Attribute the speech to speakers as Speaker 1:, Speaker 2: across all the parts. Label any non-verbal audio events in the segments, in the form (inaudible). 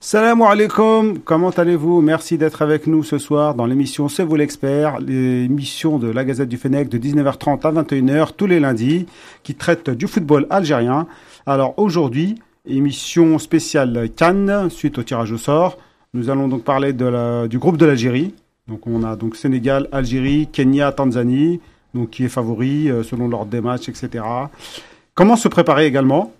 Speaker 1: Salam alaikum, comment allez-vous Merci d'être avec nous ce soir dans l'émission C'est vous l'expert, l'émission de la Gazette du Fennec de 19h30 à 21h tous les lundis qui traite du football algérien. Alors aujourd'hui, émission spéciale Cannes suite au tirage au sort. Nous allons donc parler de la- du groupe de l'Algérie. Donc on a donc Sénégal, Algérie, Kenya, Tanzanie, donc qui est favori euh, selon l'ordre des matchs, etc. Comment se préparer également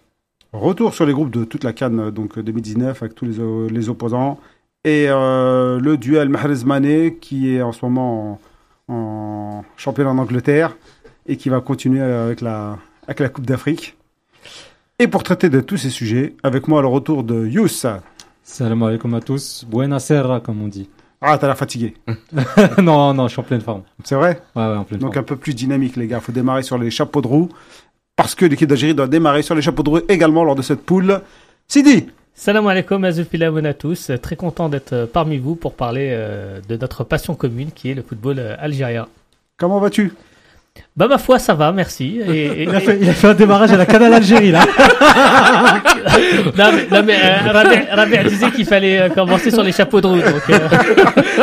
Speaker 1: Retour sur les groupes de toute la Cannes euh, donc 2019 avec tous les, o- les opposants et euh, le duel Mahrez Mané qui est en ce moment en, en championnat d'Angleterre et qui va continuer euh, avec la, avec la Coupe d'Afrique. Et pour traiter de tous ces sujets, avec moi le retour de Youss.
Speaker 2: Salam alaikum à tous. Buena serra, comme on dit. (laughs)
Speaker 1: Ah, t'as la fatigué.
Speaker 2: non, non, je suis en pleine forme.
Speaker 1: C'est vrai
Speaker 2: Ouais, ouais, en pleine
Speaker 1: Donc
Speaker 2: forme.
Speaker 1: un peu plus dynamique, les gars. faut démarrer sur les chapeaux de roue parce que l'équipe d'Algérie doit démarrer sur les chapeaux de roue également lors de cette poule. Sidi
Speaker 3: Salam alaikum Azul Filamoun à tous, très content d'être euh, parmi vous pour parler euh, de notre passion commune qui est le football euh, algérien.
Speaker 1: Comment vas-tu
Speaker 3: Bah ma foi ça va, merci.
Speaker 1: (laughs)
Speaker 3: Et, et-
Speaker 2: Il a, fait, il a fait un démarrage à la Canal Algérie, là.
Speaker 3: non mais, non, mais, euh, Rabi- Rabi disait qu'il fallait euh, commencer sur les chapeaux de roue. Donc, euh,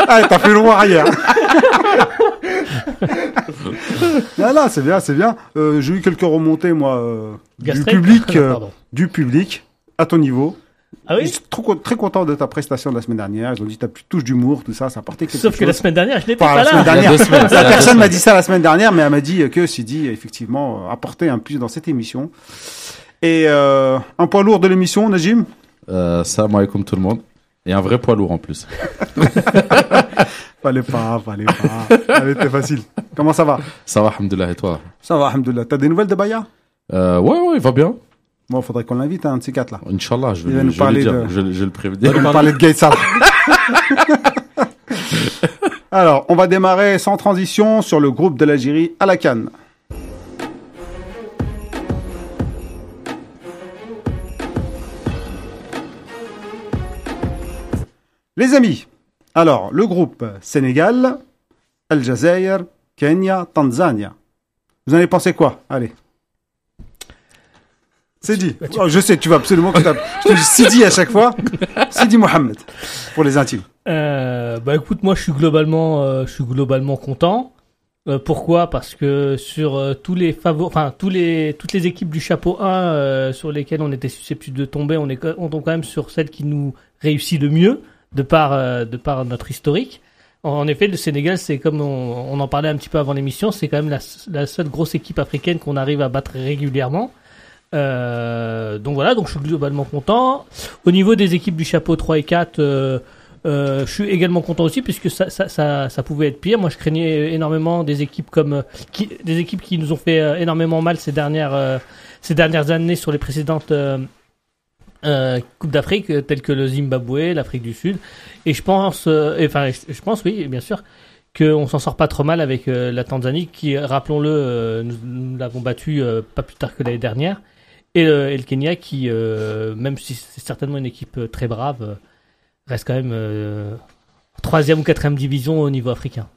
Speaker 1: Ah, t'as fait loin (laughs) arrière. Ah, là, là, c'est bien, c'est bien. Euh, J'ai eu quelques remontées, moi, euh, du
Speaker 3: gastrique. (laughs) Ah,
Speaker 1: public, euh,
Speaker 3: Pardon.
Speaker 1: du public, à ton niveau.
Speaker 3: Ah
Speaker 1: Ils
Speaker 3: oui
Speaker 1: sont trop con- très contents de ta prestation de la semaine dernière. Ils ont dit, t'as plus de touche d'humour, tout ça, ça portait quelque
Speaker 3: Sauf que la
Speaker 1: chose.
Speaker 3: semaine dernière je n'étais
Speaker 1: Par
Speaker 3: pas
Speaker 1: la semaine
Speaker 3: là.
Speaker 1: dernière.
Speaker 4: Il y a deux semaines, ça, il y
Speaker 1: La
Speaker 4: a deux
Speaker 1: personne m'a
Speaker 4: semaines.
Speaker 1: dit ça la semaine dernière, mais elle m'a dit que Sidi, effectivement, euh, apportait un plus dans cette émission. Et euh, un poids lourd de l'émission, Najim
Speaker 4: Euh, salam alaikum tout le monde. Et un vrai poids lourd en plus.
Speaker 1: Fallait pas, fallait pas.
Speaker 3: (laughs)
Speaker 1: Elle était facile. Comment ça va
Speaker 4: Ça va, alhamdoulilah, et toi
Speaker 1: Ça va, alhamdoulilah. T'as des nouvelles de Baya
Speaker 4: euh, Ouais, ouais, il va bien.
Speaker 1: Bon, faudrait qu'on l'invite à un de ces quatre là.
Speaker 4: Inch'Allah, je vais,
Speaker 1: Il va
Speaker 4: le-
Speaker 1: nous
Speaker 4: je vais
Speaker 1: parler
Speaker 4: le dire,
Speaker 1: de-
Speaker 4: je, vais- je vais le prévenir. (laughs)
Speaker 1: On parlait de Gaël Sarr. (laughs) Alors, on va démarrer sans transition sur le groupe de l'Algérie à la Cannes. Les amis, alors le groupe Sénégal, Aljazair, Kenya, Tanzania. Vous en avez pensé quoi Allez. C'est dit. Oh, je sais, tu vas absolument que tu tapes. Je te dis Sidi à chaque fois. Sidi Mohamed, pour les intimes.
Speaker 3: Euh, bah écoute, moi je suis globalement, euh, je suis globalement content. Euh, pourquoi Parce que sur euh, tous les favo- enfin tous les toutes les équipes du chapeau 1 euh, sur lesquelles on était susceptible de tomber, on est co- on tombe quand même sur celle qui nous réussit le mieux de par euh, de par notre historique. En, en effet, le Sénégal, c'est comme on, on en parlait un petit peu avant l'émission, c'est quand même la, s- la seule grosse équipe africaine qu'on arrive à battre régulièrement. Euh, donc voilà, donc je suis globalement content. Au niveau des équipes du chapeau 3 et 4, euh, euh, je suis également content aussi puisque ça, ça, ça, ça pouvait être pire. Moi, je craignais énormément des équipes comme euh, qui, des équipes qui nous ont fait euh, énormément mal ces dernières euh, ces dernières années sur les précédentes euh, euh, coupes d'Afrique, euh, telles que le Zimbabwe, l'Afrique du Sud. Et je pense, euh, et, enfin, je, je pense, oui, bien sûr, qu'on s'en sort pas trop mal avec euh, la Tanzanie, qui, rappelons-le, euh, nous, nous l'avons battue euh, pas plus tard que l'année dernière. Et, euh, et le Kenya, qui, euh, même si c'est certainement une équipe euh, très brave, euh, reste quand même euh, troisième ou quatrième division au niveau africain.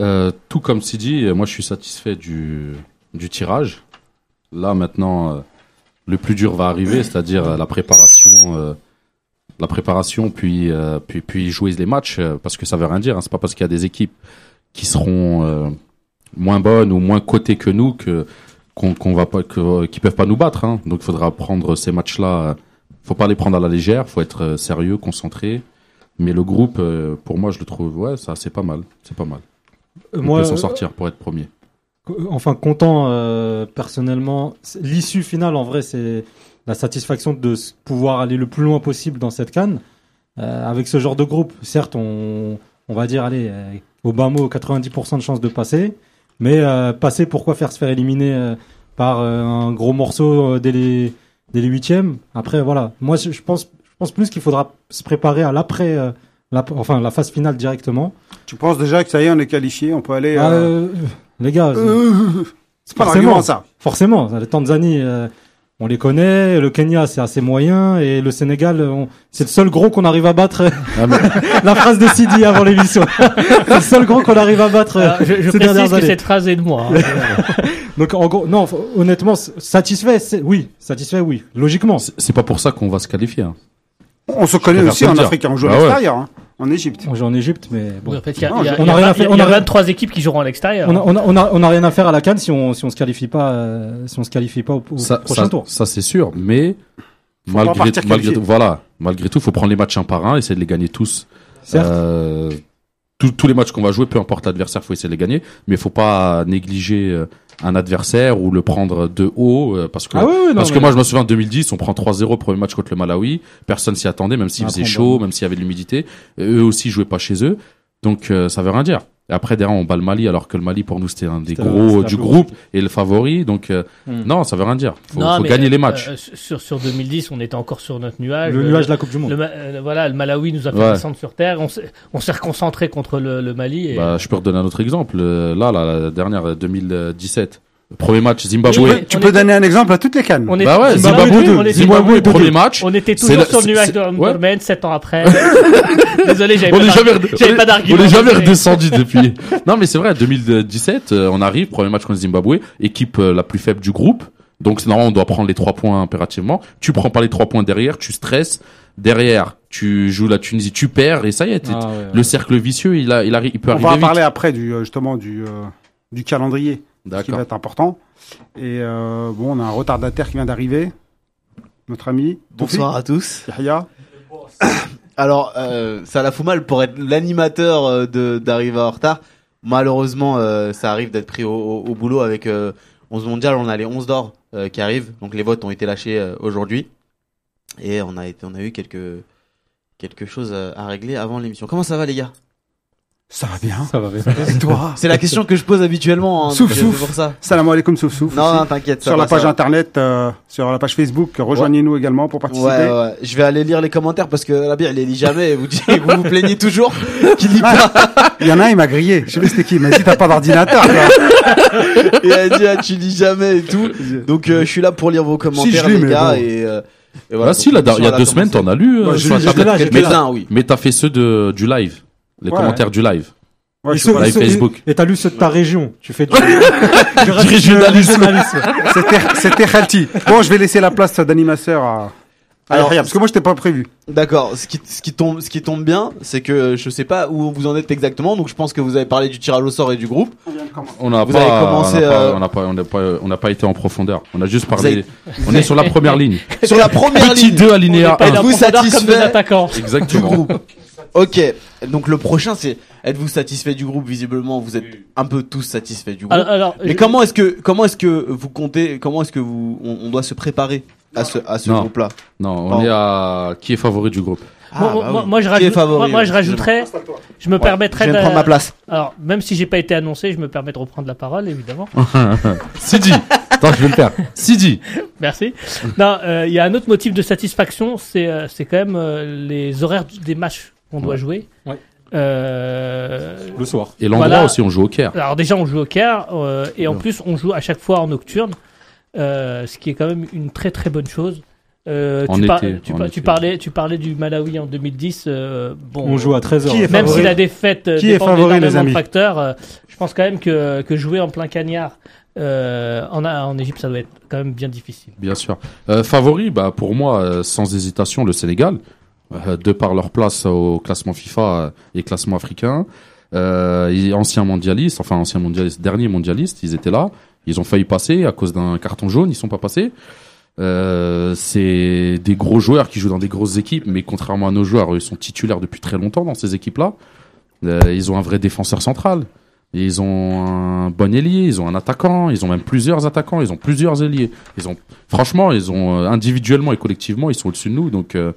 Speaker 4: Euh, tout comme Sidi, euh, moi je suis satisfait du, du tirage. Là maintenant, euh, le plus dur va arriver, c'est-à-dire euh, la préparation, euh, la préparation, puis, euh, puis puis jouer les matchs, euh, parce que ça veut rien dire. hein. C'est pas parce qu'il y a des équipes qui seront euh, moins bonnes ou moins cotées que nous que qu'on qu'on va pas que, qui peuvent pas nous battre. hein. Donc il faudra prendre ces matchs-là. euh, Faut pas les prendre à la légère. Faut être euh, sérieux, concentré. Mais le groupe, euh, pour moi, je le trouve, ouais, ça, c'est pas mal, c'est pas mal. On
Speaker 2: Moi,
Speaker 4: peut s'en
Speaker 2: euh,
Speaker 4: sortir pour être premier.
Speaker 2: co- enfin, content, euh, personnellement. C'est- L'issue finale, en vrai, c'est la satisfaction de s- pouvoir aller le plus loin possible dans cette canne. Euh, avec ce genre de groupe, certes, on, on va dire, allez, euh, au bas mot, 90% de chances de passer. Mais euh, passer, pourquoi faire se faire éliminer euh, par euh, un gros morceau euh, dès les dès les huitièmes Après, voilà. Moi, je, je pense je pense plus qu'il faudra se préparer à l'après euh, la, enfin la phase finale directement.
Speaker 1: Tu penses déjà que ça y est, on est qualifié, on peut aller. euh,
Speaker 2: Euh, les gars,
Speaker 1: euh, c'est pas un
Speaker 2: forcément.
Speaker 1: argument, ça.
Speaker 2: Forcément, la Tanzanie, euh, on les connaît. Le Kenya, c'est assez moyen. Et le Sénégal, euh, on- c'est le seul gros qu'on arrive à battre. (laughs)
Speaker 4: Ah, mais- (laughs)
Speaker 2: la phrase de Sidi avant l'émission. (laughs) c'est le seul gros qu'on arrive à battre. euh,
Speaker 4: Ah,
Speaker 3: Alors, je je
Speaker 2: ces
Speaker 3: précise
Speaker 2: dernières
Speaker 3: que
Speaker 2: années.
Speaker 3: cette phrase est de moi. hein.
Speaker 2: Donc en gros, non, faut- honnêtement, s- satisfait, c'est- oui, satisfait, oui, logiquement.
Speaker 4: c'est- c'est pas pour ça qu'on va se qualifier. hein.
Speaker 1: On se connaît
Speaker 4: préfère
Speaker 1: aussi
Speaker 4: te le
Speaker 1: en
Speaker 4: dire.
Speaker 1: Afrique, on joue à
Speaker 4: Ah ouais.
Speaker 1: l'extérieur, hein, en Égypte.
Speaker 2: On joue en Égypte, mais bon.
Speaker 3: Oui, en fait, il y a,
Speaker 1: Non,
Speaker 3: il y a-
Speaker 1: je-
Speaker 2: on
Speaker 3: il y a
Speaker 2: a rien
Speaker 3: vingt- hein.
Speaker 2: à faire-
Speaker 3: il y a
Speaker 2: on a-
Speaker 3: 23 équipes qui joueront à l'extérieur.
Speaker 2: On a, on, a, on, a, on a rien à faire à la canne si on si on se qualifie pas euh, si on se qualifie pas au, au
Speaker 4: Ça,
Speaker 2: prochain
Speaker 4: ça-
Speaker 2: tour.
Speaker 4: ça, c'est sûr. Mais
Speaker 1: pas
Speaker 4: malgré,
Speaker 1: partir
Speaker 4: malgré
Speaker 1: qualifié.
Speaker 4: tout, voilà, malgré tout, faut prendre les matchs un par un, essayer de les gagner tous.
Speaker 2: Certes.
Speaker 4: Euh, tous- tous les matchs qu'on va jouer, peu importe l'adversaire, faut essayer de les gagner. Mais faut pas négliger euh, un adversaire ou le prendre de haut euh, parce que
Speaker 2: ah oui, oui, non,
Speaker 4: Parce que
Speaker 2: mais-
Speaker 4: moi, je me souviens en 2010, on prend 3-0 premier match contre le Malawi. Personne s'y attendait, même s'il
Speaker 2: Ah,
Speaker 4: faisait
Speaker 2: bon,
Speaker 4: chaud,
Speaker 2: bon.
Speaker 4: même s'il y avait de l'humidité. Euh, Eux aussi jouaient pas chez eux. Donc, euh, ça veut rien dire. Et après, derrière, on bat le Mali, alors que le Mali, pour nous, c'était un des
Speaker 2: C'était-
Speaker 4: gros
Speaker 2: c'était
Speaker 4: du
Speaker 2: un peu
Speaker 4: groupe et le favori. Donc, euh,
Speaker 2: Hmm.
Speaker 4: non, ça veut rien dire. Faut,
Speaker 3: Non,
Speaker 4: faut
Speaker 3: mais,
Speaker 4: gagner les
Speaker 3: euh,
Speaker 4: matchs.
Speaker 3: euh, sur, sur 2010, on était encore sur notre nuage.
Speaker 2: le
Speaker 3: Euh,
Speaker 2: nuage de la Coupe du Monde.
Speaker 3: le Ma- euh, voilà, le Malawi nous a fait
Speaker 4: Ouais.
Speaker 3: descendre sur terre. On s'est, on s'est reconcentré contre le, le Mali. Et...
Speaker 4: Bah, je peux redonner un autre exemple. Euh, Là, là, la dernière, euh, 2017. Premier match,
Speaker 1: Tu
Speaker 4: Zimbabwe.
Speaker 3: Oui,
Speaker 1: peux,
Speaker 3: mais
Speaker 1: tu
Speaker 3: on
Speaker 1: peux
Speaker 3: était-
Speaker 1: donner un exemple à toutes les cannes.
Speaker 3: on
Speaker 4: bah ouais,
Speaker 3: on
Speaker 4: Zimbabwe
Speaker 3: était-
Speaker 4: deux.
Speaker 3: on était-
Speaker 4: Zimbabwe,
Speaker 2: deux.
Speaker 4: premier match.
Speaker 3: On était
Speaker 4: C'est
Speaker 3: toujours
Speaker 4: la-
Speaker 3: sur le
Speaker 4: c'est-
Speaker 3: nuage
Speaker 4: c'est-
Speaker 3: de
Speaker 4: ouais.
Speaker 3: Hamdurman, 7 ans
Speaker 4: (laughs)
Speaker 3: après. Désolé, j'avais
Speaker 4: On
Speaker 3: pas
Speaker 4: n'est jamais,
Speaker 3: d'argument.
Speaker 4: rede-
Speaker 3: j'avais
Speaker 4: on
Speaker 3: pas
Speaker 4: est-
Speaker 3: d'argument,
Speaker 4: on est jamais
Speaker 3: désolé.
Speaker 4: redescendu depuis. (laughs) Non, mais c'est vrai, 2017, euh, on arrive, premier match contre Zimbabwe, équipe euh, la plus faible du groupe. Donc, c'est normal, on doit prendre les trois points impérativement. Tu prends pas les trois points derrière, tu stresses. Derrière, tu joues la Tunisie, tu perds, et ça y est, t'es-
Speaker 2: Ah, ouais,
Speaker 4: le
Speaker 2: ouais.
Speaker 4: cercle vicieux, il, a, il, arri- il peut
Speaker 1: On
Speaker 4: arriver
Speaker 1: va en
Speaker 4: vite.
Speaker 1: parler après du, euh, justement du, euh, du calendrier qui va
Speaker 4: D'accord.
Speaker 1: être important. Et euh, bon, on a un retardataire qui vient d'arriver. Notre ami.
Speaker 5: Bonsoir à tous.
Speaker 1: Toufik Yahya.
Speaker 5: Alors, euh, ça la fout mal pour être l'animateur euh, de d'arriver en retard. Malheureusement, euh, ça arrive d'être pris au, au- au boulot avec euh, 11 mondial. On a les 11 d'or euh, qui arrivent. Donc les votes ont été lâchés euh, aujourd'hui et on a été, on a eu quelques quelque chose euh, à à régler avant l'émission. Comment ça va les gars
Speaker 1: Ça va bien.
Speaker 2: Ça va bien.
Speaker 1: Et toi
Speaker 5: C'est la question que je pose habituellement. Hein,
Speaker 1: Souf,
Speaker 5: donc, euh,
Speaker 1: souf.
Speaker 5: c'est pour ça.
Speaker 1: Salam alaikum souf souf.
Speaker 5: Non,
Speaker 1: aussi.
Speaker 5: non t'inquiète. ça
Speaker 1: sur la
Speaker 5: va, ça
Speaker 1: page
Speaker 5: va.
Speaker 1: internet, euh, sur la page Facebook, rejoignez-nous également pour participer.
Speaker 5: Ouais, ouais, je vais aller lire les commentaires parce que la bière, il les lit jamais et vous, (laughs) dites- vous vous plaignez toujours (laughs) qu'il
Speaker 1: Ah,
Speaker 5: lit pas.
Speaker 1: Il y en a un, il m'a grillé. Je sais pas c'était qui. Il m'a dit t'as pas d'ordinateur. toi.
Speaker 5: et elle dit ah, tu lis jamais
Speaker 4: (laughs)
Speaker 5: et tout. Donc euh, je suis là pour lire vos commentaires
Speaker 1: je lis,
Speaker 5: les
Speaker 1: mais
Speaker 5: gars
Speaker 1: bon.
Speaker 5: et, euh, et
Speaker 4: Voilà, Bah, Ah, si, là,
Speaker 5: donc,
Speaker 4: il y a
Speaker 5: la
Speaker 4: deux semaines, t'en
Speaker 5: commencer.
Speaker 4: as lu. euh,
Speaker 2: Moi,
Speaker 4: sur
Speaker 2: je-
Speaker 4: Internet,
Speaker 2: j'étais là,
Speaker 4: quelques-
Speaker 2: j'étais
Speaker 4: mais
Speaker 2: là.
Speaker 4: t'as-
Speaker 5: Quelques-uns oui.
Speaker 4: Mais t'as fait ceux de, du live. Les
Speaker 1: Ouais.
Speaker 4: commentaires du live.
Speaker 1: Ouais,
Speaker 2: Et
Speaker 1: je sais
Speaker 2: ceux-
Speaker 1: pas.
Speaker 2: et
Speaker 4: Live
Speaker 2: ceux-
Speaker 4: Facebook.
Speaker 2: Et t'as lu ceux de ta région. Tu fais du, du
Speaker 4: régionalisme.
Speaker 2: régionalisme.
Speaker 1: C'était- C'était Khalti. Bon, je vais laisser la place d'animateur à. Alors,
Speaker 5: Alors-
Speaker 1: parce que moi, je t'ai pas prévu.
Speaker 5: D'accord. Ce qui ce qui tombe ce qui tombe bien, c'est que euh, je sais pas où vous en êtes exactement. Donc je pense que vous avez parlé du tirage au sort et du
Speaker 4: (laughs)
Speaker 5: groupe.
Speaker 4: On n'a
Speaker 5: Vous
Speaker 4: pas,
Speaker 5: avez commencé,
Speaker 4: on n'a pas-
Speaker 5: euh,
Speaker 4: on n'a pas, on n'a pas, on n'a pas été en profondeur. On a juste parlé.
Speaker 5: avez-
Speaker 4: On est sur la première ligne.
Speaker 5: Sur la première
Speaker 4: Petit
Speaker 5: ligne
Speaker 4: 2
Speaker 3: On n'est
Speaker 4: alinéa
Speaker 3: pas
Speaker 4: 1.
Speaker 3: là
Speaker 5: Êtes-vous
Speaker 3: pour faire comme
Speaker 5: satisfait
Speaker 3: des attaquants.
Speaker 5: du
Speaker 4: Exactement.
Speaker 5: groupe. Ok. Donc le prochain c'est êtes-vous satisfait du groupe Visiblement vous êtes un peu tous satisfaits du groupe.
Speaker 3: Alors, alors,
Speaker 5: Mais
Speaker 3: je-
Speaker 5: comment est-ce que comment est-ce que vous comptez comment est-ce que vous on, on doit se préparer à ce à ce
Speaker 4: Non.
Speaker 5: groupe là
Speaker 4: Non, on
Speaker 5: Pardon.
Speaker 4: est à qui est favori du groupe.
Speaker 5: Ah,
Speaker 3: moi,
Speaker 5: bah
Speaker 3: moi- moi, je rajoute- moi- moi, je rajouterais, je me permettrais
Speaker 5: je viens
Speaker 3: d'a-
Speaker 5: de prendre ma place.
Speaker 3: Alors, même si j'ai pas été annoncé, je me permets de reprendre la parole, évidemment.
Speaker 4: Sidi. Attends, je vais le faire. Sidi.
Speaker 3: Merci. Non, euh, il y a un autre motif de satisfaction, c'est euh, c'est quand même euh, les horaires du- des matchs qu'on doit jouer.
Speaker 2: Ouais.
Speaker 3: Euh,
Speaker 2: Le soir.
Speaker 4: Et l'endroit
Speaker 3: Voilà.
Speaker 4: aussi, on joue au Caire.
Speaker 3: alors déjà, on joue au quart, euh, et en plus, on joue à chaque fois en nocturne, euh, ce qui est quand même une très très bonne chose. Euh,
Speaker 4: En
Speaker 3: tu,
Speaker 4: été,
Speaker 3: tu,
Speaker 4: en
Speaker 3: par-
Speaker 4: été.
Speaker 3: tu parlais, tu parlais du Malawi en 2010. euh, bon,
Speaker 2: On joue à 13h.
Speaker 1: Qui est
Speaker 3: même
Speaker 1: favori
Speaker 3: si la défaite euh,
Speaker 1: Qui est
Speaker 3: dépend
Speaker 1: favori, les
Speaker 3: d'énormément
Speaker 1: amis
Speaker 3: de facteurs, euh, je pense quand même que, que jouer en plein cagnard euh, en, en Égypte, ça doit être quand même bien difficile.
Speaker 4: Bien sûr. Euh, favori, bah, pour moi, euh, sans hésitation, le Sénégal, euh, de par leur place au classement FIFA euh, et classement africain. Euh, et anciens mondialistes, enfin anciens mondialistes, derniers mondialistes, ils étaient là. Ils ont failli passer à cause d'un carton jaune, ils sont pas passés. Euh, c'est des gros joueurs qui jouent dans des grosses équipes, mais contrairement à nos joueurs, ils sont titulaires depuis très longtemps dans ces équipes-là. Euh, ils ont un vrai défenseur central. Ils ont un bon ailier, ils ont un attaquant, ils ont même plusieurs attaquants, ils ont plusieurs ailiers. Ils ont franchement, ils ont euh, individuellement et collectivement, ils sont au-dessus de nous. Donc, euh,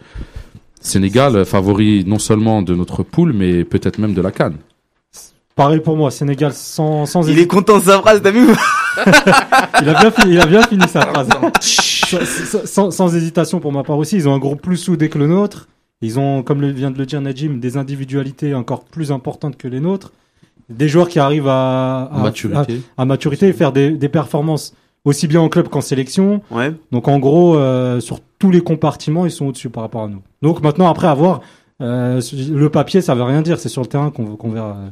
Speaker 4: Sénégal euh, favori non seulement de notre poule, mais peut-être même de la canne.
Speaker 2: Pareil pour moi. Sénégal sans, sans
Speaker 5: Il est content de sa phrase, t'as vu
Speaker 2: Il a bien fini, il a bien fini sa phrase. Sans- sans, sans hésitation pour ma part aussi, ils ont un groupe plus soudé que le nôtre. Ils ont, comme le, vient de le dire Najim, des individualités encore plus importantes que les nôtres. Des joueurs qui arrivent à,
Speaker 3: Ah,
Speaker 2: à, à,
Speaker 4: maturité.
Speaker 2: à maturité et faire des, des performances aussi bien en club qu'en sélection.
Speaker 5: Ouais.
Speaker 2: Donc en gros, euh, sur tous les compartiments, ils sont au-dessus par rapport à nous. Donc maintenant, après avoir euh, le papier, ça veut rien dire. C'est sur le terrain qu'on qu'on verra. euh,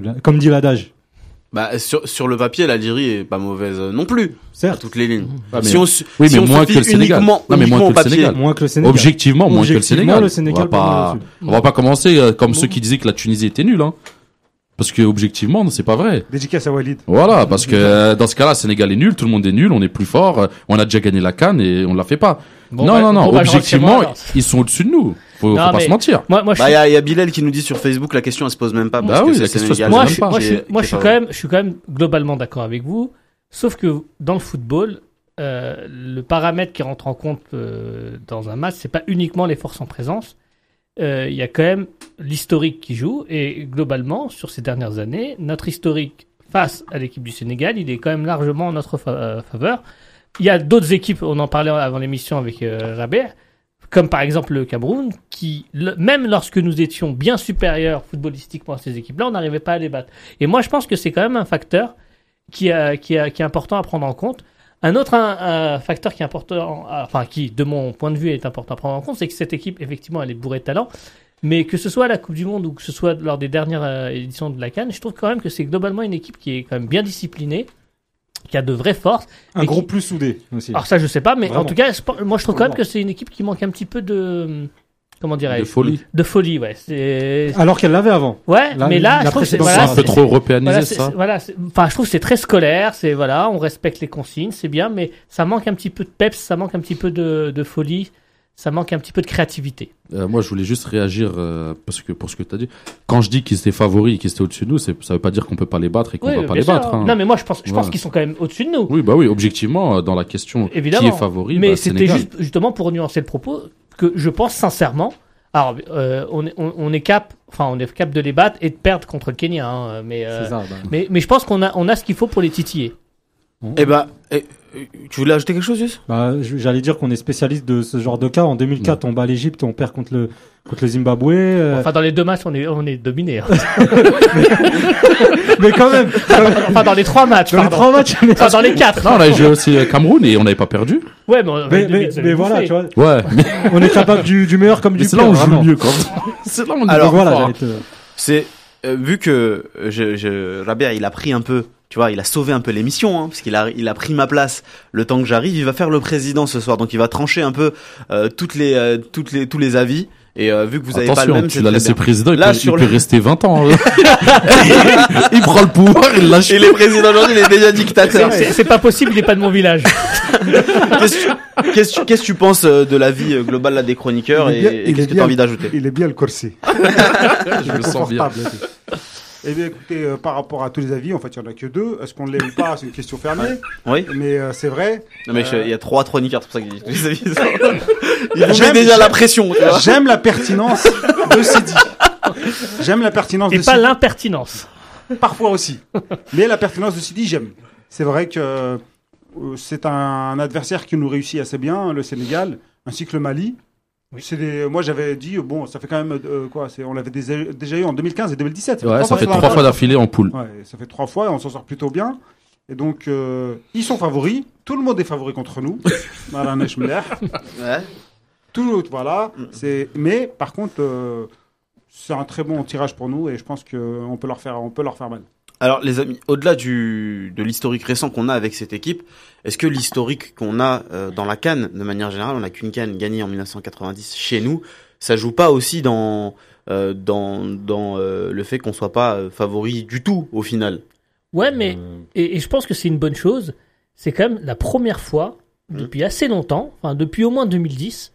Speaker 2: la- Comme dit l'adage,
Speaker 5: (laughs) Bah, sur, sur le papier, l'Algérie est pas mauvaise euh, non plus, à
Speaker 2: certes,
Speaker 5: toutes les lignes.
Speaker 4: Ah, mais-
Speaker 5: si on, se-
Speaker 4: oui,
Speaker 5: si
Speaker 4: mais
Speaker 5: on se
Speaker 4: moins
Speaker 5: fie
Speaker 4: que le Sénégal.
Speaker 5: uniquement,
Speaker 4: Non, mais
Speaker 5: uniquement
Speaker 4: moins
Speaker 5: au
Speaker 4: que le
Speaker 5: papier.
Speaker 4: Sénégal.
Speaker 2: moins que le Sénégal.
Speaker 4: Objectivement, moins que le
Speaker 2: Objectivement,
Speaker 4: Sénégal.
Speaker 2: le Sénégal
Speaker 4: on va pas,
Speaker 2: peut
Speaker 4: on va pas commencer euh, comme ceux qui disaient que la Tunisie était nulle, hein. Parce que objectivement, c'est pas vrai.
Speaker 1: Dédicace à Walid.
Speaker 4: Voilà, parce que euh, dans ce cas-là, Sénégal est nul, tout le monde est nul, on est plus fort, euh, on a déjà gagné la canne et on la fait pas.
Speaker 3: Bon,
Speaker 4: non,
Speaker 3: bah,
Speaker 4: non, non,
Speaker 3: bon, bah, je rentre chez
Speaker 4: objectivement,
Speaker 3: moi, alors.
Speaker 4: ils sont au-dessus de nous. Faut, faut
Speaker 3: Non,
Speaker 4: pas
Speaker 3: mais-
Speaker 4: se mentir.
Speaker 3: Moi, moi, je
Speaker 5: Bah,
Speaker 3: suis-
Speaker 5: il y, a- il y a Bilal qui nous dit sur Facebook, la question elle se pose même pas.
Speaker 4: Bah
Speaker 5: parce que
Speaker 4: oui,
Speaker 5: c'est
Speaker 4: la question, elle se
Speaker 5: Sénégal,
Speaker 4: pose
Speaker 5: c'est
Speaker 3: moi, je,
Speaker 4: même
Speaker 5: pas.
Speaker 3: moi, je,
Speaker 5: Qui est-
Speaker 3: moi, je
Speaker 5: qui
Speaker 3: suis
Speaker 5: est
Speaker 3: quand
Speaker 5: pas-
Speaker 3: même, je suis quand même globalement d'accord avec vous, sauf que dans le football, euh, le paramètre qui rentre en compte euh, dans un match, c'est pas uniquement les forces en présence. Euh, Il y a quand même l'historique qui joue et globalement, sur ces dernières années, notre historique face à l'équipe du Sénégal, il est quand même largement en notre fa- euh, faveur. Il y a d'autres équipes, on en parlait avant l'émission avec euh, Rabé, comme par exemple le Cameroun, qui, le- même lorsque nous étions bien supérieurs footballistiquement à ces équipes-là, on n'arrivait pas à les battre. Et moi, je pense que c'est quand même un facteur qui, euh, qui, euh, qui est important à prendre en compte. Un autre un- un facteur qui est important, à- enfin qui, de mon point de vue, est important à prendre en compte, c'est que cette équipe, effectivement, elle est bourrée de talent. Mais que ce soit à la Coupe du Monde ou que ce soit lors des dernières euh, éditions de la Cannes, je trouve quand même que c'est globalement une équipe qui est quand même bien disciplinée, qui a de vraies forces.
Speaker 2: un
Speaker 3: Et
Speaker 2: groupe
Speaker 3: qui-
Speaker 2: plus soudé aussi.
Speaker 3: Alors ça, je sais pas, mais en
Speaker 2: Vraiment.
Speaker 3: tout cas, je pense- moi, je trouve quand même
Speaker 2: Vraiment.
Speaker 3: que c'est une équipe qui manque un petit peu de euh, comment dirais-je
Speaker 4: De folie.
Speaker 3: De folie, ouais. C'est
Speaker 2: Alors qu'elle l'avait avant.
Speaker 3: ouais,
Speaker 2: Là,
Speaker 3: mais là,
Speaker 2: la
Speaker 3: je trouve que c'est
Speaker 2: précédente
Speaker 3: voilà,
Speaker 4: c'est un peu
Speaker 2: c'est-
Speaker 4: trop européanisé,
Speaker 3: voilà, c'est-
Speaker 4: ça.
Speaker 3: voilà, c'est- enfin, je trouve que c'est très scolaire. C'est voilà, on respecte les consignes, c'est bien, mais ça manque un petit peu de peps, ça manque un petit peu de, de folie, ça manque un petit peu de créativité.
Speaker 4: Euh, moi, je voulais juste réagir euh, parce que pour ce que tu as dit. Quand je dis qu'ils étaient favoris, et qu'ils étaient au-dessus de nous, c'est- ça veut pas dire qu'on peut pas les battre et qu'on
Speaker 3: Oui,
Speaker 4: va pas
Speaker 3: bien
Speaker 4: les
Speaker 3: sûr.
Speaker 4: battre. hein.
Speaker 3: Non, mais moi, je pense, je pense
Speaker 4: Ouais.
Speaker 3: qu'ils sont quand même au-dessus de nous.
Speaker 4: Oui, bah oui, objectivement, euh, dans la question
Speaker 3: Évidemment.
Speaker 4: qui est favori,
Speaker 3: Mais
Speaker 4: bah,
Speaker 3: c'était
Speaker 4: Sénégal.
Speaker 3: juste justement pour nuancer le propos que je pense sincèrement. Alors, euh, on, est, on, on est cap, enfin, on est cap de les battre et de perdre contre le Kenya, hein, mais, euh,
Speaker 2: C'est ça. bah.
Speaker 3: mais mais je pense qu'on a on a ce qu'il faut pour les titiller.
Speaker 5: Eh bah, eh, euh, tu voulais ajouter quelque chose, Yus
Speaker 2: Bah, je- J'allais dire qu'on est spécialiste de ce genre de cas. En 2004, on bat l'Égypte, on perd contre le contre le Zimbabwe. euh,
Speaker 3: Enfin, dans les deux matchs, on est on est dominé. hein.
Speaker 2: mais quand même,
Speaker 3: (laughs) enfin, dans les trois matchs.
Speaker 2: dans les
Speaker 3: pardon.
Speaker 2: trois matchs. mais-
Speaker 3: Enfin, dans les quatre. hein.
Speaker 4: Non, on avait joué aussi euh, Cameroun et on n'avait pas perdu.
Speaker 3: Ouais, mais, on avait-
Speaker 2: Mais, mais-
Speaker 3: vous avez
Speaker 2: mais
Speaker 3: bouffé.
Speaker 2: voilà, tu vois,
Speaker 4: Ouais, (laughs) mais,
Speaker 2: on est capable du, du meilleur comme
Speaker 4: mais
Speaker 2: du
Speaker 4: c'est
Speaker 2: pire.
Speaker 4: là où on joue
Speaker 2: vraiment.
Speaker 4: le mieux quand. (laughs) c'est là où on est
Speaker 5: Alors,
Speaker 2: Donc voilà,
Speaker 5: fort,
Speaker 2: j'allais te-
Speaker 5: C'est euh, vu que euh, je, je, Rabia, il a pris un peu, tu vois, il a sauvé un peu l'émission, hein, parce qu'il a, il a pris ma place le temps que j'arrive. Il va faire le président ce soir, donc il va trancher un peu euh, toutes les, euh, toutes les, tous les avis. Et euh, vu que vous avez pas le
Speaker 4: Attention,
Speaker 5: même,
Speaker 4: tu
Speaker 5: c'est
Speaker 4: l'as
Speaker 5: très
Speaker 4: laissé
Speaker 5: bien.
Speaker 4: président, il,
Speaker 5: Là,
Speaker 4: peut,
Speaker 5: sur
Speaker 4: il
Speaker 5: le-
Speaker 4: peut rester 20 ans.
Speaker 5: (laughs)
Speaker 4: hein. il prend le pouvoir, il lâche.
Speaker 5: Et les présidents aujourd'hui, il est déjà dictateur.
Speaker 3: C'est- c'est- C'est pas possible, il est pas de mon village.
Speaker 5: Qu'est-ce que- qu'est-ce que qu'est-ce que tu penses euh, de la vie euh, globale là, des chroniqueurs
Speaker 1: Il est
Speaker 5: et,
Speaker 1: bien-
Speaker 5: et
Speaker 1: il est
Speaker 5: qu'est-ce que tu
Speaker 1: bien.
Speaker 5: as envie d'ajouter
Speaker 1: Il est bien le corsé.
Speaker 4: je me sens bien.
Speaker 1: Confortable. Eh bien, écoutez, euh, par rapport à tous les avis, en fait, il n'y en a que deux. Est-ce qu'on l'aime ou pas C'est une question fermée.
Speaker 5: Oui
Speaker 1: Mais euh, c'est vrai.
Speaker 5: Non mais je-
Speaker 1: Euh,
Speaker 5: il y a trois chroniqueurs, c'est pour ça que j'ai dit tous les avis. Il vous met
Speaker 1: J'aime-
Speaker 5: déjà la pression, tu vois.
Speaker 1: J'aime la pertinence de Sidi. J'aime la pertinence
Speaker 3: Et
Speaker 1: de
Speaker 3: pas
Speaker 1: Sidi.
Speaker 3: l'impertinence.
Speaker 1: Parfois
Speaker 4: (laughs)
Speaker 1: aussi. Mais la pertinence de Sidi, j'aime. C'est vrai que euh, c'est un adversaire qui nous réussit assez bien, le Sénégal, ainsi que le Mali. C'est des- Moi, j'avais dit, euh, bon, ça fait quand même euh, quoi c'est- On l'avait déjà, déjà eu en 2015 et 2017.
Speaker 4: Ouais, ça fait
Speaker 1: sur la
Speaker 4: trois
Speaker 1: route.
Speaker 4: fois d'affilée en poule.
Speaker 1: Ouais, ça fait trois fois et on s'en sort plutôt bien. Et donc, euh, ils sont favoris. Tout le monde est favori contre
Speaker 4: (laughs)
Speaker 1: nous. Voilà, Nesh Mler.
Speaker 5: Ouais.
Speaker 1: Tout le monde, voilà. C'est- Mais par contre, euh, c'est un très bon tirage pour nous et je pense qu'on peut, leur faire- on peut leur faire mal.
Speaker 5: Alors les amis, au-delà du de l'historique récent qu'on a avec cette équipe, est-ce que l'historique qu'on a euh, dans la Cannes, de manière générale, on n'a qu'une Cannes gagnée en 1990 chez nous, ça joue pas aussi dans euh, dans dans euh, le fait qu'on soit pas euh, favori du tout au final.
Speaker 3: Ouais, mais
Speaker 2: Euh,
Speaker 3: et, et je pense que c'est une bonne chose. C'est quand même la première fois
Speaker 2: Mm.
Speaker 3: depuis assez longtemps, enfin depuis au moins 2010,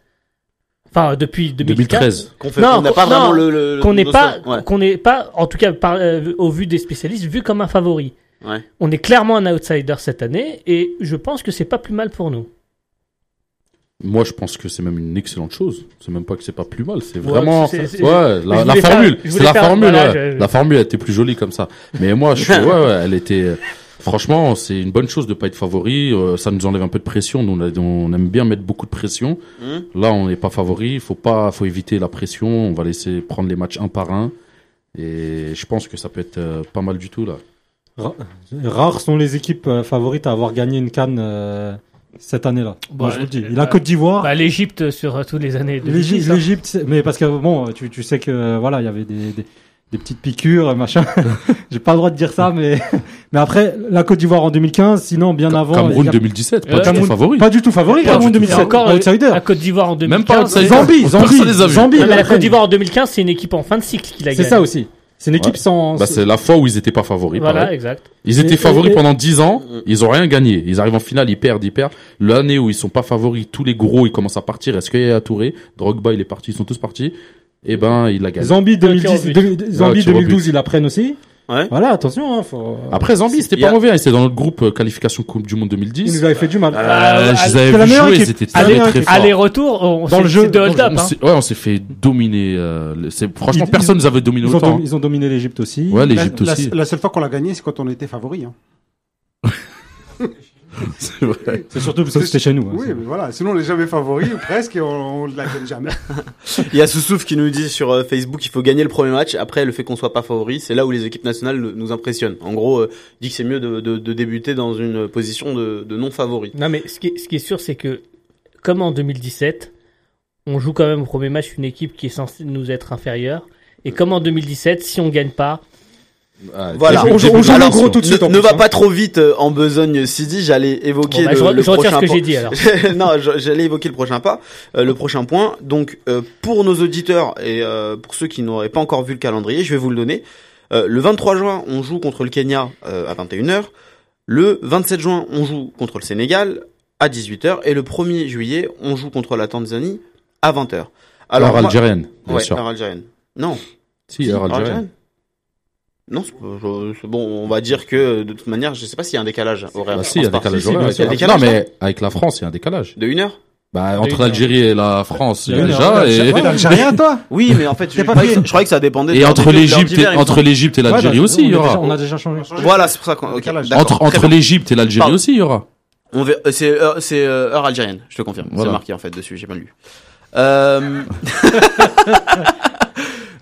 Speaker 3: enfin depuis 2004,
Speaker 4: 2013.
Speaker 5: Qu'on fait,
Speaker 3: Non,
Speaker 5: qu'on n'a pas
Speaker 3: qu'on-
Speaker 5: vraiment
Speaker 3: non,
Speaker 5: le, le-
Speaker 3: qu'on n'est
Speaker 5: le-
Speaker 3: pas,
Speaker 5: ouais.
Speaker 3: qu'on n'est pas, en tout cas par- euh, au vu des spécialistes, vu comme un favori.
Speaker 5: Ouais.
Speaker 3: On est clairement un outsider cette année et je pense que c'est pas plus mal pour nous.
Speaker 4: Moi, je pense que c'est même une excellente chose. C'est même pas que c'est pas plus mal. C'est
Speaker 3: Ouais,
Speaker 4: vraiment.
Speaker 3: c'est- c'est-
Speaker 4: ouais,
Speaker 3: je
Speaker 4: la, la
Speaker 3: voulais faire-
Speaker 4: formule.
Speaker 3: je
Speaker 4: C'est
Speaker 3: voulais
Speaker 4: la
Speaker 3: faire-
Speaker 4: formule.
Speaker 3: voilà,
Speaker 4: ouais.
Speaker 3: je-
Speaker 4: La formule elle était plus jolie comme ça. Mais moi, je suis. Ouais, ouais, elle était. Franchement, c'est une bonne chose de pas être favori. euh, ça nous enlève un peu de pression. Nous, on, a- on aime bien mettre beaucoup de pression.
Speaker 5: Hmm
Speaker 4: Là, on n'est pas favori. Faut pas, faut éviter la pression. On va laisser prendre les matchs un par un. Et je pense que ça peut être euh, pas mal du tout là.
Speaker 2: Ra- Rares sont les équipes euh, favorites à avoir gagné une canne euh, cette année-là.
Speaker 3: Bah,
Speaker 2: Moi, je vous le dis.
Speaker 3: euh,
Speaker 2: La
Speaker 3: bah,
Speaker 2: Côte d'Ivoire,
Speaker 3: Bah, L'Égypte sur euh, toutes les années. de
Speaker 2: l'Égy-
Speaker 4: hein.
Speaker 3: Messi, ça.
Speaker 2: l'Égypte, c'est- mais parce que bon, tu, tu sais que euh, voilà, il y avait des, des, des petites piqûres, machin. (laughs) J'ai pas le droit de dire ça, mais mais après la Côte d'Ivoire en 2015, sinon bien avant.
Speaker 4: Cameroun
Speaker 2: il y a-
Speaker 4: 2017, pas
Speaker 3: Ouais.
Speaker 4: du tout
Speaker 2: Cameroun-
Speaker 4: favori.
Speaker 2: Pas du tout favori.
Speaker 4: Pas
Speaker 2: Cameroun
Speaker 4: du tout.
Speaker 2: 2017.
Speaker 3: hein. Encore euh,
Speaker 2: outsider.
Speaker 3: la Côte d'Ivoire en 2015.
Speaker 4: Même pas outsider.
Speaker 2: Zambie,
Speaker 4: Personne
Speaker 2: Zambie,
Speaker 4: les a vus.
Speaker 2: Zambie.
Speaker 3: Ah, mais la
Speaker 2: l'Ukraine.
Speaker 3: Côte d'Ivoire en 2015, c'est une équipe en fin de cycle qui l'a
Speaker 2: C'est
Speaker 3: gagne.
Speaker 2: ça aussi. C'est une équipe sans.
Speaker 4: Bah, c'est la fois où ils étaient pas favoris.
Speaker 3: Voilà,
Speaker 4: pareil.
Speaker 3: exact.
Speaker 4: Ils
Speaker 2: Et-
Speaker 4: étaient
Speaker 2: et-
Speaker 4: favoris
Speaker 2: et- Euh.
Speaker 4: pendant 10 ans, ils ont rien gagné. Ils arrivent en finale, ils perdent, ils perdent. L'année où ils sont pas favoris, tous les gros, ils commencent à partir. Est-ce qu'il y a Touré Drogba, il est parti, ils sont tous partis. Eh ben, il a gagné.
Speaker 2: Zambie 2010,
Speaker 3: but.
Speaker 2: deux- Zambie
Speaker 4: Ouais, tir au but.
Speaker 2: 2012, ils la prennent aussi.
Speaker 5: Ouais.
Speaker 2: Voilà, attention, hein, faut.
Speaker 4: Après Zambie, c'était
Speaker 5: Il y a-
Speaker 4: pas mauvais, hein. ils étaient dans notre groupe euh, qualification Coupe du Monde
Speaker 2: Ils
Speaker 4: 2010.
Speaker 2: nous avaient fait du mal.
Speaker 4: Euh, je les
Speaker 2: c'est la
Speaker 4: avais vu
Speaker 2: meilleure
Speaker 4: jouer, ils
Speaker 2: équipe.
Speaker 4: étaient
Speaker 2: C'est la
Speaker 4: très
Speaker 2: meilleure
Speaker 4: très
Speaker 2: équipe.
Speaker 4: forts.
Speaker 3: Aller-retour, on
Speaker 2: Dans le
Speaker 3: c'est-
Speaker 2: jeu,
Speaker 3: c'est de
Speaker 2: dans le
Speaker 3: hold-up.
Speaker 4: On
Speaker 3: hein.
Speaker 4: s'est- ouais, on s'est fait dominer. euh, le- c'est- franchement,
Speaker 2: Ils-
Speaker 4: personne nous avait dominé
Speaker 2: Ils ont,
Speaker 4: autant.
Speaker 2: dom- ils ont dominé l'Égypte aussi.
Speaker 4: hein. Ouais,
Speaker 1: La,
Speaker 4: l'Égypte
Speaker 1: la-
Speaker 4: aussi.
Speaker 1: la seule fois qu'on l'a gagné, c'est quand on était favori. hein.
Speaker 4: (laughs) C'est vrai.
Speaker 2: C'est surtout parce que c'était chez nous. hein.
Speaker 1: Oui, mais voilà. Sinon, on n'est jamais favori, (laughs) ou presque, et on ne la gagne jamais.
Speaker 5: Il y a Soussouf qui nous dit sur euh, Facebook il faut gagner le premier match. Après, le fait qu'on soit pas favori, c'est là où les équipes nationales nous- nous impressionnent. En gros, euh, il dit que c'est mieux de, de- de débuter dans une position de, de non favori.
Speaker 3: Non, mais ce qui est, ce qui est sûr, c'est que, comme en 2017, on joue quand même au premier match une équipe qui est censée nous être inférieure. Et comme en 2017, si on gagne pas,
Speaker 4: Ah,
Speaker 5: Voilà.
Speaker 4: début-
Speaker 2: On joue- on
Speaker 4: début-
Speaker 2: joue le
Speaker 4: alors,
Speaker 2: gros tout de
Speaker 5: Ne,
Speaker 2: suite. en
Speaker 5: ne
Speaker 2: plus,
Speaker 5: va
Speaker 2: hein.
Speaker 5: pas trop vite euh, en besogne, Sidi. J'allais
Speaker 3: bon,
Speaker 5: évoquer
Speaker 3: bah,
Speaker 5: le,
Speaker 3: je, re-
Speaker 5: le
Speaker 3: je retire
Speaker 5: prochain
Speaker 3: ce que
Speaker 5: point.
Speaker 3: j'ai dit
Speaker 4: (laughs)
Speaker 3: alors.
Speaker 5: (laughs) non, je- j'allais évoquer le prochain pas, euh, le prochain point. Donc, euh, pour nos auditeurs et euh, pour ceux qui n'auraient pas encore vu le calendrier, je vais vous le donner. Euh, le 23 juin, on joue contre le Kenya euh, à 21h. Le 27 juin, on joue contre le Sénégal à 18h. Et le 1er juillet, on joue contre la Tanzanie à 20h.
Speaker 4: Alors,
Speaker 5: moi-
Speaker 4: algérienne, bien
Speaker 5: Ouais,
Speaker 4: sûr.
Speaker 5: heure algérienne. Non.
Speaker 4: Si, alors,
Speaker 5: heure
Speaker 4: algérienne.
Speaker 5: Non, c'est pas- je- c'est bon, on va dire que de toute manière, je sais pas s'il y a un décalage horaire.
Speaker 4: Ah,
Speaker 5: Je
Speaker 4: si, il y
Speaker 5: pense
Speaker 4: a un
Speaker 5: pas.
Speaker 4: décalage
Speaker 2: Si, si, bien
Speaker 4: horaire.
Speaker 2: sûr.
Speaker 5: Il y a un décalage, hein.
Speaker 4: Non, mais avec la France, il y a un décalage.
Speaker 5: De une heure
Speaker 4: Bah, entre
Speaker 3: une heure.
Speaker 4: l'Algérie et la France,
Speaker 2: Il y a une heure,
Speaker 4: déjà, et,
Speaker 2: ouais.
Speaker 1: rien, (laughs) toi
Speaker 5: Oui, mais en fait, je,
Speaker 1: T'as pas
Speaker 5: croyais
Speaker 1: pris-
Speaker 5: que, je croyais que ça dépendait. de
Speaker 4: et
Speaker 5: leur
Speaker 4: entre
Speaker 5: début, de leur
Speaker 4: l'Égypte et,
Speaker 5: hiver, il me
Speaker 4: entre l'Égypte et l'Algérie
Speaker 2: Ouais, bah,
Speaker 4: aussi, il y
Speaker 2: on a
Speaker 4: aura.
Speaker 2: déjà- On a déjà changé.
Speaker 5: semble. Voilà, c'est pour ça qu'on. ok,
Speaker 1: Décalage.
Speaker 5: d'accord,
Speaker 4: Entre,
Speaker 5: très
Speaker 4: entre
Speaker 5: bien.
Speaker 4: l'Égypte et l'Algérie
Speaker 5: Pardon.
Speaker 4: aussi, il y aura.
Speaker 5: On ver- euh, C'est euh, c'est, euh, heure algérienne, je te confirme.
Speaker 4: Voilà.
Speaker 5: C'est marqué en fait dessus, j'ai pas lu. Euh... (laughs)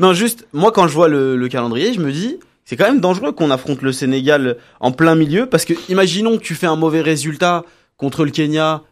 Speaker 5: non, juste moi quand je vois le, le calendrier, je me dis c'est quand même dangereux qu'on affronte le Sénégal en plein milieu parce que imaginons que tu fais un mauvais résultat contre le Kenya.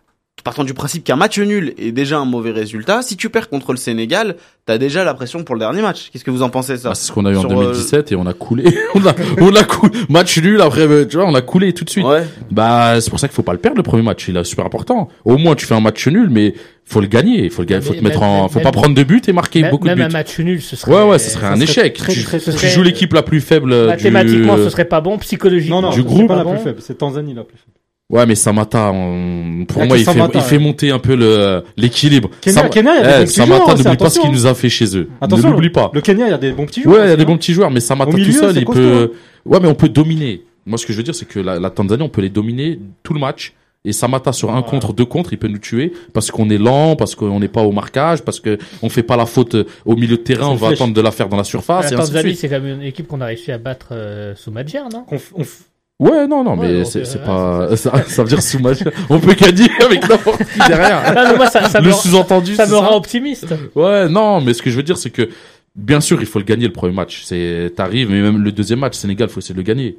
Speaker 5: Partant du principe qu'un match nul est déjà un mauvais résultat, si tu perds contre le Sénégal, t'as déjà la pression pour le dernier match. Qu'est-ce que vous en pensez ça
Speaker 4: Bah, c'est ce qu'on a eu en
Speaker 2: euh,
Speaker 5: Sur,
Speaker 4: 2017 et on a coulé. (laughs) on a, on a coulé. Match nul après, euh, tu vois, on a coulé tout de suite.
Speaker 5: Ouais.
Speaker 4: Bah, c'est pour ça qu'il faut pas le perdre le premier match. Il est super important. Au moins, tu fais un match nul, mais faut le gagner. Faut le gagner. Faut
Speaker 3: Mais
Speaker 4: te mettre
Speaker 3: même-
Speaker 4: en, faut
Speaker 3: même-
Speaker 4: pas prendre de buts et marquer
Speaker 3: Même-
Speaker 4: beaucoup de
Speaker 3: Même un
Speaker 4: buts.
Speaker 3: match nul, ce serait.
Speaker 4: Ouais, ouais, ce serait
Speaker 3: ça
Speaker 4: un échec.
Speaker 2: très,
Speaker 4: Tu-
Speaker 2: très,
Speaker 3: ce
Speaker 2: très-
Speaker 4: Tu
Speaker 3: serait-
Speaker 4: joues l'équipe la plus faible euh, du.
Speaker 3: Mathématiquement, ce serait pas bon. Psychologiquement,
Speaker 2: Non, non,
Speaker 4: Du
Speaker 2: du
Speaker 4: groupe.
Speaker 2: groupe. Pas la
Speaker 3: Pardon.
Speaker 2: plus faible. C'est Tanzanie la plus faible.
Speaker 4: Ouais, mais Samata, on-
Speaker 2: Il y
Speaker 4: pour
Speaker 2: a
Speaker 4: moi,
Speaker 2: que
Speaker 4: il fait,
Speaker 2: Samata,
Speaker 4: il
Speaker 2: ouais.
Speaker 4: fait monter un peu le, l'équilibre.
Speaker 2: Kenya-
Speaker 4: Sam-
Speaker 2: Kenya, il y a des
Speaker 4: eh,
Speaker 2: bons petits joueurs,
Speaker 4: Samata,
Speaker 2: hein,
Speaker 4: n'oublie
Speaker 2: c'est
Speaker 4: pas ce
Speaker 2: attention.
Speaker 4: qu'il nous a fait chez eux.
Speaker 2: Attention,
Speaker 4: ne l'oublie pas.
Speaker 2: Le Kenya, il y a des bons petits joueurs.
Speaker 4: Ouais, il y a des
Speaker 2: tu vois.
Speaker 4: bons petits joueurs, mais Samata
Speaker 2: Au
Speaker 4: tout
Speaker 2: milieu,
Speaker 4: seul,
Speaker 2: c'est
Speaker 4: il
Speaker 2: costaud, hein.
Speaker 4: peut. Ouais, mais on peut dominer. Moi, ce que je veux dire, c'est que la, la Tanzanie, on peut les dominer tout le match. Et Samata sur un
Speaker 3: Ouais.
Speaker 4: contre, deux contre, il peut nous tuer parce qu'on est lent, parce qu'on n'est pas au marquage, parce que on fait pas la faute au milieu de terrain,
Speaker 2: C'est
Speaker 4: on
Speaker 2: une
Speaker 4: va
Speaker 2: flèche.
Speaker 4: attendre de la faire dans la
Speaker 3: La
Speaker 4: surface. et Ah, ainsi de
Speaker 3: Tanzanie,
Speaker 4: suite.
Speaker 3: c'est quand même une équipe qu'on a réussi à battre euh, sous Madjer,
Speaker 4: (laughs)
Speaker 3: non
Speaker 2: Qu'on f- on f-
Speaker 4: Ouais, non, non, mais
Speaker 3: Ouais,
Speaker 4: c'est
Speaker 3: donc,
Speaker 4: c'est
Speaker 3: euh,
Speaker 4: pas. (laughs) Ça, ça veut dire sous match. On peut gagner
Speaker 2: (laughs)
Speaker 4: avec n'importe qui derrière.
Speaker 3: Non, Ah, mais moi, ça, ça me,
Speaker 4: Le sous-entendu,
Speaker 3: ça
Speaker 4: c'est
Speaker 3: me rend optimiste.
Speaker 4: Ouais, non, mais ce que je veux dire, c'est que bien sûr, il faut le gagner le premier match. C'est t'arrives, mais même le deuxième match, Sénégal, faut essayer de le gagner.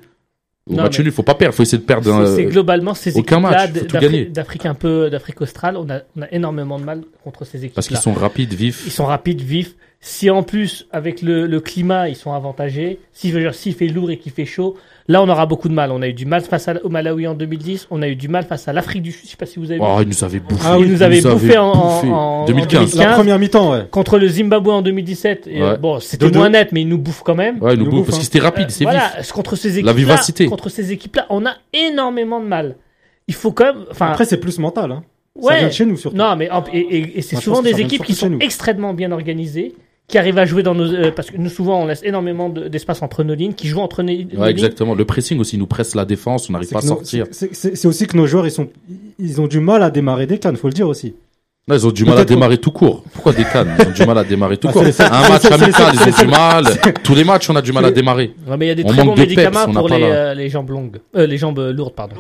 Speaker 4: Au
Speaker 3: Non,
Speaker 4: match
Speaker 3: mais-
Speaker 4: nul, faut pas perdre, faut essayer de perdre.
Speaker 3: C'est-
Speaker 4: euh,
Speaker 3: C'est globalement ces équipes-là
Speaker 4: aucun match, faut
Speaker 3: d-
Speaker 4: tout gagner.
Speaker 3: d'Afrique- d'Afrique un peu d'Afrique australe, on a, on a énormément de mal contre ces équipes-là.
Speaker 4: parce qu'ils sont rapides, vifs.
Speaker 3: Ils sont rapides, vifs. Si en plus avec le, le climat ils sont avantagés, si je veux dire s'il fait lourd et qu'il fait chaud, là on aura beaucoup de mal. On a eu du mal face à- au Malawi en 2010, on a eu du mal face à l'Afrique du Sud. Je sais pas si vous avez vu.
Speaker 4: Oh, ils nous avaient bouffé.
Speaker 2: Ah oui,
Speaker 4: ils
Speaker 3: nous avaient bouffé
Speaker 4: avaient
Speaker 3: en-
Speaker 4: bouffé.
Speaker 3: en- en
Speaker 4: 2015.
Speaker 2: La
Speaker 3: 15.
Speaker 2: première mi-temps, ouais.
Speaker 3: Contre le Zimbabwe en 2017, et,
Speaker 4: Ouais.
Speaker 3: euh, bon c'était
Speaker 2: Deux-deux.
Speaker 3: moins net, mais ils nous bouffent quand même.
Speaker 4: Ouais, ils nous
Speaker 2: Nous
Speaker 4: bouffent
Speaker 2: bouffent,
Speaker 4: parce
Speaker 2: hein.
Speaker 4: qu'ils étaient rapides, c'est
Speaker 3: Euh,
Speaker 4: vif.
Speaker 3: voilà, contre ces équipes-là,
Speaker 4: vivacité.
Speaker 3: contre ces équipes-là, on a énormément de mal. Il faut quand même, enfin,
Speaker 2: Après, c'est plus mental. hein. Ça
Speaker 3: ouais.
Speaker 2: vient de chez nous, surtout.
Speaker 3: Non, mais hop, et, et- et c'est
Speaker 2: Moi, je
Speaker 3: souvent
Speaker 2: pense que ça
Speaker 3: des
Speaker 2: vient
Speaker 3: équipes qui
Speaker 2: surtout chez
Speaker 3: sont
Speaker 2: nous.
Speaker 3: extrêmement bien organisées, qui arrivent à jouer dans nos. euh, parce que nous, souvent, on laisse énormément de- d'espace entre nos lignes, qui jouent entre nos, nos
Speaker 4: Ouais,
Speaker 3: lignes.
Speaker 4: exactement. Le pressing aussi, ils nous presse la défense, on n'arrive
Speaker 2: C'est
Speaker 4: pas à
Speaker 2: que nos-
Speaker 4: sortir.
Speaker 2: c'est- C'est c'est aussi que nos joueurs, ils, sont, ils ont du mal à démarrer des cannes, faut le dire aussi.
Speaker 4: Non, ils ont du mal à
Speaker 2: Peut-être-
Speaker 4: démarrer tout court. Pourquoi des cannes Ils ont du mal à démarrer tout
Speaker 2: Ah,
Speaker 4: court.
Speaker 2: c'est les seuls-
Speaker 4: Un match
Speaker 2: c'est- c'est-
Speaker 4: amical,
Speaker 2: c'est-
Speaker 4: ils ont du mal. Tous les matchs, on a du mal à démarrer.
Speaker 3: Ouais, mais il y a des
Speaker 4: On
Speaker 3: très
Speaker 4: manque
Speaker 3: bons
Speaker 4: de peps,
Speaker 3: médicaments
Speaker 4: on n'a
Speaker 3: pour
Speaker 4: pas
Speaker 3: les,
Speaker 4: la-
Speaker 3: euh, les jambes longues, Euh, les jambes lourdes, pardon.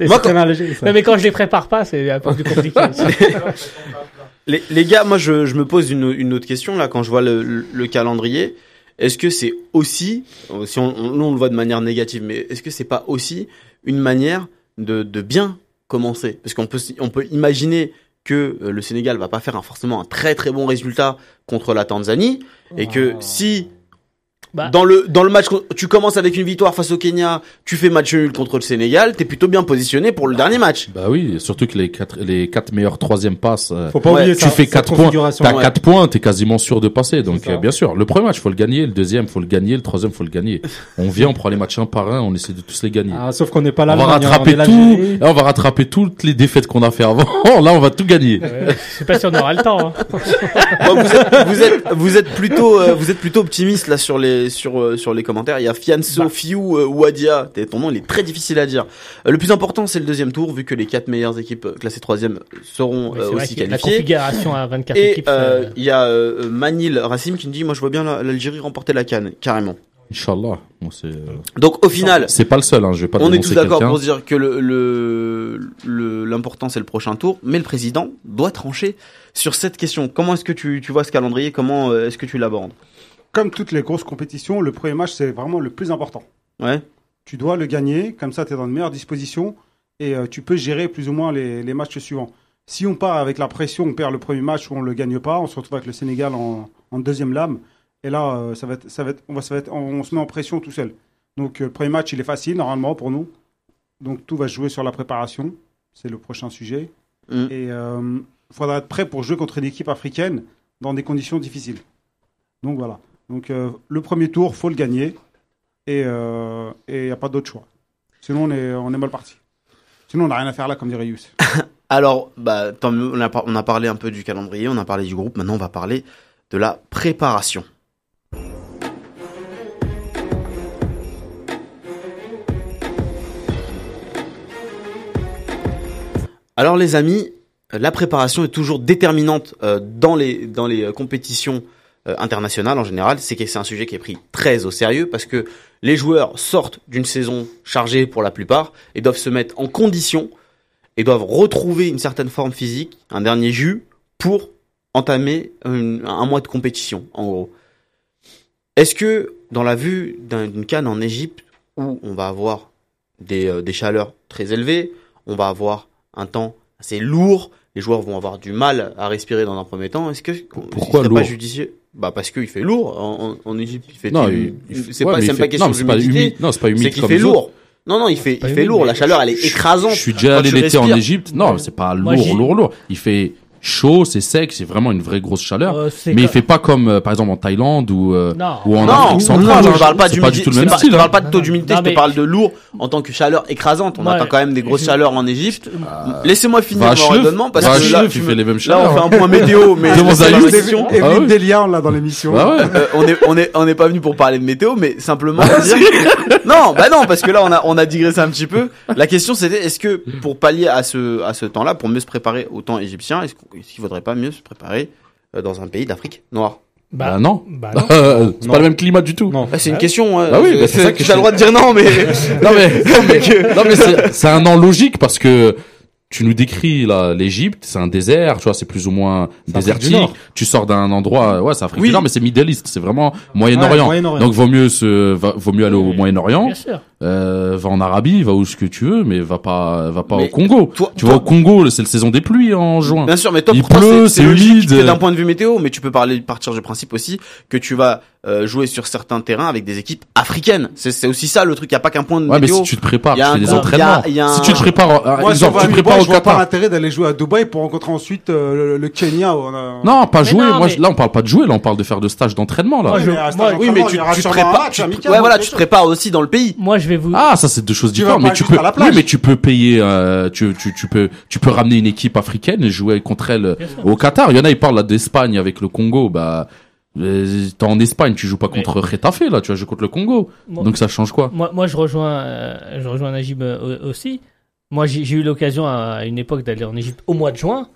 Speaker 2: Et
Speaker 5: Moi,
Speaker 2: c'est très léger, ça.
Speaker 3: Non mais quand je les prépare pas, c'est un peu plus
Speaker 4: (laughs)
Speaker 3: compliqué.
Speaker 5: Les, les gars, moi je, je me pose une, une autre question là quand je vois le, le- le calendrier. Est-ce que c'est aussi, euh, si on, on- nous on le voit de manière négative, mais est-ce que c'est pas aussi une manière de, de bien commencer Parce qu'on peut, s- on peut imaginer que euh, le Sénégal va pas faire un- forcément un très très bon résultat contre la Tanzanie et que si
Speaker 3: Bah.
Speaker 5: dans le dans le match con- tu commences avec une victoire face au Kenya, tu fais match nul contre le Sénégal, t'es plutôt bien positionné pour le dernier match.
Speaker 4: Bah oui, surtout que les quatre, les quatre meilleures troisième passes. euh,
Speaker 2: Faut pas
Speaker 5: Ouais,
Speaker 2: oublier
Speaker 4: tu fais 4 points, t'as
Speaker 5: ouais.
Speaker 4: 4 points, t'es quasiment sûr de passer. Donc
Speaker 2: ça.
Speaker 4: euh, bien sûr, le premier match faut le gagner, le deuxième faut le gagner, le troisième faut le gagner. On vient, on prend les matchs un par un, on essaie de tous les gagner.
Speaker 2: sauf qu'on n'est pas Ah, là.
Speaker 4: on va rattraper tout. Là, on va rattraper toutes les défaites qu'on a fait avant. (laughs) Là, on va tout gagner.
Speaker 3: Ouais, je sais pas si on aura le temps. hein.
Speaker 5: Bon, vous, êtes, vous, êtes, vous êtes plutôt euh, vous êtes plutôt optimiste là sur les sur euh, sur les commentaires. Il y a Fianso,
Speaker 3: Bah.
Speaker 5: Fiou, euh, Wadia. T'es- Ton nom il est très difficile à dire. Euh, le plus important c'est le deuxième tour vu que les quatre meilleures équipes euh, classées troisième seront
Speaker 3: Oui,
Speaker 5: euh,
Speaker 3: c'est vrai
Speaker 5: aussi
Speaker 3: qu'il y a La
Speaker 5: qualifiées.
Speaker 3: configuration à 24
Speaker 5: Et
Speaker 3: équipes.
Speaker 5: euh,
Speaker 3: euh,
Speaker 5: il y a euh, Manil Racim qui me dit moi je vois bien la- l'Algérie remporter la canne carrément.
Speaker 4: Inch'Allah. Bon, c'est, euh,
Speaker 5: Donc au final
Speaker 4: c'est pas le seul, hein. je vais pas
Speaker 5: on est
Speaker 4: dénoncer
Speaker 5: tous d'accord
Speaker 4: quelqu'un.
Speaker 5: pour se dire que le le- le- l'important c'est le prochain tour, mais le président doit trancher sur cette question. Comment est-ce que tu, tu vois ce calendrier Comment euh, est-ce que tu l'abordes
Speaker 1: Comme toutes les grosses compétitions, le premier match, c'est vraiment le plus important.
Speaker 5: Ouais.
Speaker 1: Tu dois le gagner, comme ça, tu es dans de meilleures dispositions et euh, tu peux gérer plus ou moins les, les matchs suivants. Si on part avec la pression, on perd le premier match ou on ne le gagne pas, on se retrouve avec le Sénégal en, en deuxième lame. Et là, euh, ça va être, ça va être- on, va, ça va être, on, on se met en pression tout seul. Donc, euh, le premier match, il est facile, normalement, pour nous. Donc, tout va se jouer sur la préparation. C'est le prochain sujet.
Speaker 5: Mm.
Speaker 1: Et il faudra être prêt pour jouer contre une équipe africaine dans des conditions difficiles. Donc, voilà. Donc, euh, le premier tour, faut le gagner et il n'y a pas d'autre choix. Sinon, on est, on est mal parti. Sinon, on n'a rien à faire là, comme dirait Yous.
Speaker 5: Alors, bah, tant mieux, on, a, par- on a parlé un peu du calendrier, on a parlé du groupe, maintenant on va parler de la préparation. Alors les amis, la préparation est toujours déterminante euh, dans les, dans les euh, compétitions euh, internationales en général. C'est que c'est un sujet qui est pris très au sérieux parce que les joueurs sortent d'une saison chargée pour la plupart et doivent se mettre en condition et doivent retrouver une certaine forme physique, un dernier jus, pour entamer une- un mois de compétition, en gros. Est-ce que, dans la vue d'un- d'une canne en Égypte, où on va avoir des, euh, des chaleurs très élevées, on va avoir un temps assez lourd, les joueurs vont avoir du mal à respirer dans un premier temps, est-ce que ce serait
Speaker 4: lourd
Speaker 5: pas judicieux bah parce qu'il fait lourd en, en en Égypte il fait
Speaker 4: Non,
Speaker 5: il-
Speaker 4: il- il-
Speaker 5: c'est
Speaker 4: ouais,
Speaker 5: pas
Speaker 4: mais
Speaker 5: c'est
Speaker 4: il
Speaker 5: même
Speaker 4: fait-
Speaker 5: pas question
Speaker 4: non, c'est pas
Speaker 5: d'humidité.
Speaker 4: humide. Non, c'est pas humide
Speaker 5: C'est qu'il
Speaker 4: comme
Speaker 5: fait
Speaker 4: les autres.
Speaker 5: lourd. Non, non, il fait,
Speaker 3: pas
Speaker 5: il fait
Speaker 3: humide,
Speaker 5: lourd.
Speaker 3: mais
Speaker 5: La chaleur, elle est
Speaker 4: Je-
Speaker 5: écrasante.
Speaker 4: Je suis déjà
Speaker 5: Quand
Speaker 4: allé
Speaker 5: tu
Speaker 4: l'été en
Speaker 5: respires.
Speaker 4: Égypte. Non, mais c'est pas
Speaker 3: Moi,
Speaker 4: lourd,
Speaker 3: j'y-
Speaker 4: lourd, lourd. Il fait chaud, c'est sec, c'est vraiment une vraie grosse chaleur.
Speaker 3: euh, c'est
Speaker 4: mais il
Speaker 3: comme-
Speaker 4: fait pas comme, euh, par exemple, en Thaïlande ou, euh,
Speaker 3: Non.
Speaker 4: ou en
Speaker 5: Non,
Speaker 4: Afrique centrale.
Speaker 5: je
Speaker 4: hein.
Speaker 5: ne parle
Speaker 4: C'est pas
Speaker 5: pas
Speaker 4: du
Speaker 5: d'humidité.
Speaker 4: tout le
Speaker 5: c'est
Speaker 4: même
Speaker 5: pas-
Speaker 4: style.
Speaker 5: Je
Speaker 4: hein.
Speaker 5: ne parle pas de
Speaker 3: Non,
Speaker 5: taux
Speaker 3: non.
Speaker 5: d'humidité.
Speaker 3: Non,
Speaker 5: Je te
Speaker 3: mais-
Speaker 5: parle de lourd en tant que chaleur écrasante. On
Speaker 3: Ouais.
Speaker 5: attend quand même des grosses
Speaker 3: Je-
Speaker 5: chaleurs en Égypte. Laissez-moi finir
Speaker 4: Va à
Speaker 5: mon
Speaker 4: Chlef,
Speaker 5: raisonnement parce
Speaker 4: va à
Speaker 5: que là,
Speaker 4: Chlef,
Speaker 5: tu
Speaker 4: il
Speaker 5: me-
Speaker 4: fait les mêmes
Speaker 5: là, on
Speaker 4: chaleurs. hein.
Speaker 5: fait un point météo, mais
Speaker 4: Demande à
Speaker 5: c'est pas
Speaker 4: Youssef.
Speaker 5: ma
Speaker 1: Évite
Speaker 5: question.
Speaker 4: Ah oui.
Speaker 1: des liens, là, dans l'émission.
Speaker 4: Bah ouais.
Speaker 5: Euh, on est on est on n'est pas venu pour parler de météo, mais simplement dire- non bah non parce que là on a on a digressé un petit peu. La question c'était est-ce que pour pallier à ce à ce temps-là, pour mieux se préparer au temps égyptien, est-ce qu'on- est-ce qu'il faudrait pas mieux se préparer euh, dans un pays d'Afrique noire
Speaker 3: Bah,
Speaker 4: Bah non.
Speaker 3: bah non.
Speaker 4: Euh, (laughs) C'est pas
Speaker 2: Non.
Speaker 4: le même climat du tout.
Speaker 2: Non.
Speaker 5: Bah, c'est une
Speaker 3: Ouais.
Speaker 5: question. hein.
Speaker 4: Bah oui, bah, c'est ça
Speaker 5: c'est
Speaker 4: que
Speaker 5: j'ai
Speaker 4: c'est-
Speaker 5: le droit de dire non, mais
Speaker 4: Non mais, non, mais c'est c'est un an logique parce que tu nous décris là l'Égypte, c'est un désert, tu vois, c'est plus ou moins
Speaker 2: C'est Afrique du
Speaker 4: désertique.
Speaker 2: Nord.
Speaker 4: Tu sors d'un endroit, ouais, c'est Afrique
Speaker 5: Oui.
Speaker 4: du Nord, mais c'est Middle East, c'est vraiment Moyen-Orient.
Speaker 2: Moyen-Orient.
Speaker 4: Donc vaut mieux se, va- vaut mieux aller au
Speaker 3: Oui.
Speaker 4: Moyen-Orient.
Speaker 3: Bien sûr.
Speaker 4: Euh, va en Arabie, va où ce que tu veux, mais va pas, va pas
Speaker 5: Mais
Speaker 4: au Congo.
Speaker 5: (laughs) toi-
Speaker 4: Tu
Speaker 5: toi-
Speaker 4: vas au Congo, c'est la saison des pluies hein, en juin.
Speaker 5: bien sûr, mais toi,
Speaker 4: Il
Speaker 5: pour toi,
Speaker 4: pleut, c'est
Speaker 5: logique,
Speaker 4: humide.
Speaker 5: c'est d'un point de vue météo, mais tu peux parler partir du principe aussi que tu vas euh, jouer sur certains terrains avec des équipes africaines. C'est c'est aussi ça le truc. Il y a pas qu'un point de
Speaker 4: Ouais, mais
Speaker 5: météo.
Speaker 4: si tu te prépares,
Speaker 5: y a
Speaker 4: tu fais
Speaker 5: un-
Speaker 4: des
Speaker 5: y a-
Speaker 4: entraînements.
Speaker 5: y a un-
Speaker 4: Si tu te prépares, euh,
Speaker 1: Moi, si on
Speaker 4: exemple,
Speaker 1: va à
Speaker 4: tu te
Speaker 1: Dubaï,
Speaker 4: prépares au
Speaker 1: je vois pas
Speaker 4: Qatar.
Speaker 1: l'intérêt d'aller jouer à Dubaï pour rencontrer ensuite euh, le, le Kenya. ou, euh,
Speaker 4: Non, pas
Speaker 3: Mais
Speaker 4: jouer.
Speaker 3: non,
Speaker 4: Moi,
Speaker 3: mais-
Speaker 4: je- là, on parle pas de jouer, là, on parle de faire de stage d'entraînement, là.
Speaker 3: Moi, je-
Speaker 1: mais à ce
Speaker 3: moi,
Speaker 1: stade
Speaker 5: oui, mais
Speaker 1: d'entraînement, il
Speaker 5: tu,
Speaker 1: y aura
Speaker 5: tu te
Speaker 1: sûrement un
Speaker 5: prépares.
Speaker 1: match
Speaker 5: tu-
Speaker 1: amical, hein,
Speaker 5: ouais,
Speaker 1: ou
Speaker 5: voilà,
Speaker 1: quelque
Speaker 5: tu te
Speaker 1: chose.
Speaker 5: prépares aussi dans
Speaker 1: (laughs)
Speaker 5: le pays.
Speaker 3: Moi, je vais vous.
Speaker 4: Ah, ça c'est deux choses
Speaker 1: Tu vas
Speaker 4: différentes.
Speaker 1: pas
Speaker 4: Mais tu
Speaker 1: juste
Speaker 4: peux,
Speaker 1: à la
Speaker 4: oui,
Speaker 1: plage.
Speaker 4: mais tu peux payer, euh, tu, tu, tu peux, tu peux ramener une équipe africaine et jouer contre elle
Speaker 3: Bien sûr.
Speaker 4: au Qatar. Il y en a, ils parlent là d'Espagne avec le Congo. Bah, euh, t'es en Espagne, tu joues pas
Speaker 3: Mais-
Speaker 4: contre Retafe là, tu vas jouer contre le Congo.
Speaker 3: Moi-
Speaker 4: Donc ça change quoi
Speaker 3: Moi, moi je rejoins, euh, je rejoins Najib euh, au- aussi. Moi, j'ai j'ai eu l'occasion à une époque d'aller en Égypte au mois de juin.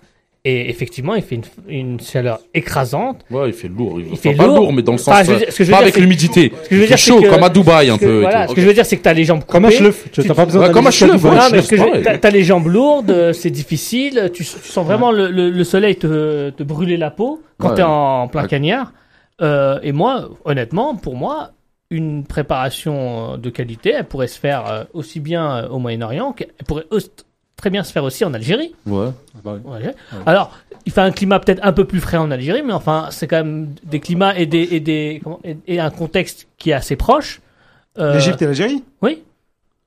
Speaker 3: Et effectivement, il fait une, une chaleur écrasante.
Speaker 4: Ouais, il fait lourd.
Speaker 3: Il fait
Speaker 4: pas
Speaker 3: lourd.
Speaker 4: lourd, mais dans le sens.
Speaker 3: Enfin, je veux
Speaker 4: euh,
Speaker 3: dire- ce que je veux
Speaker 4: pas
Speaker 3: dire,
Speaker 4: avec
Speaker 3: c'est-
Speaker 4: l'humidité.
Speaker 3: que je veux
Speaker 4: Il fait
Speaker 3: dire, c'est
Speaker 4: chaud,
Speaker 3: que-
Speaker 4: comme à Dubaï, un
Speaker 3: Parce que,
Speaker 4: peu. et
Speaker 3: voilà,
Speaker 4: tout.
Speaker 3: ce que je veux dire, c'est que t'as les jambes
Speaker 2: Comme un
Speaker 3: coupées.
Speaker 2: schleuf. Tu
Speaker 3: tu-
Speaker 2: n'as pas besoin
Speaker 4: Ouais,
Speaker 2: d'aller
Speaker 4: comme un
Speaker 2: jusqu'à
Speaker 4: schleuf,
Speaker 2: Dubaï.
Speaker 4: voilà.
Speaker 3: Non,
Speaker 4: je
Speaker 3: mais
Speaker 4: laisse
Speaker 3: ce Ah, que je-
Speaker 4: parler.
Speaker 3: t'as t'as les jambes lourdes, euh, c'est difficile, tu, tu sens vraiment le, le- le soleil te, te brûler la peau quand
Speaker 4: Ouais.
Speaker 3: t'es en plein
Speaker 4: Ouais.
Speaker 3: cagnard. Euh, et moi, honnêtement, pour moi, une préparation euh, de qualité, elle pourrait se faire euh, aussi bien euh, au Moyen-Orient qu'elle pourrait aussi- très bien se faire aussi en Algérie.
Speaker 4: Ouais.
Speaker 3: En Algérie. Alors, il fait un climat peut-être un peu plus frais en Algérie, mais enfin, c'est quand même des climats et, des, et, des, comment- et- et un contexte qui est assez proche. Euh,
Speaker 1: L'Égypte et l'Algérie
Speaker 3: Oui.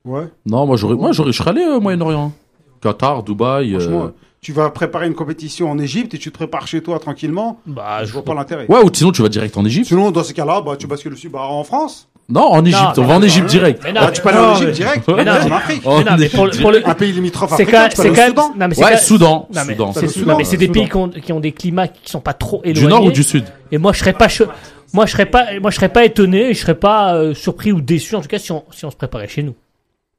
Speaker 1: Ouais.
Speaker 4: Non, moi, j'aurais, moi, j'aurais, je serais allé au Moyen-Orient. Qatar, Dubaï. euh,
Speaker 1: Franchement, tu vas préparer une compétition en Égypte et tu te prépares chez toi tranquillement.
Speaker 3: Bah,
Speaker 1: je vois pas l'intérêt.
Speaker 4: Ouais, ou sinon, tu vas direct en Égypte.
Speaker 1: Sinon, dans ces cas-là, bah, tu bascules aussi bah, en France.
Speaker 4: Non, en Égypte. on va en Égypte direct.
Speaker 3: Mais non,
Speaker 1: Bah, tu peux aller
Speaker 3: non,
Speaker 1: en Égypte
Speaker 3: mais-
Speaker 1: direct.
Speaker 4: Mais
Speaker 3: non,
Speaker 1: en
Speaker 3: mais-
Speaker 1: Afrique.
Speaker 4: En
Speaker 3: Mais non, mais pour, le-
Speaker 4: Égypte
Speaker 3: pour le-
Speaker 1: Un pays limitrophe
Speaker 3: c'est
Speaker 1: africain,
Speaker 3: quand,
Speaker 1: tu peux
Speaker 3: c'est
Speaker 1: aller
Speaker 3: quand
Speaker 1: au
Speaker 3: même,
Speaker 1: Soudan.
Speaker 3: non, mais c'est
Speaker 4: Ouais,
Speaker 3: quand-
Speaker 4: Soudan.
Speaker 3: non, mais
Speaker 4: Soudan.
Speaker 3: c'est-
Speaker 1: le
Speaker 3: non,
Speaker 1: Soudan.
Speaker 3: mais c'est des
Speaker 1: Soudan.
Speaker 3: pays qui ont, qui ont des climats qui sont pas trop éloignés.
Speaker 4: Du nord ou du sud
Speaker 3: Et moi, je serais pas, cho- moi, je serais pas, moi, je serais pas étonné, et je serais pas euh, surpris ou déçu en tout cas si on, si on se préparait chez nous.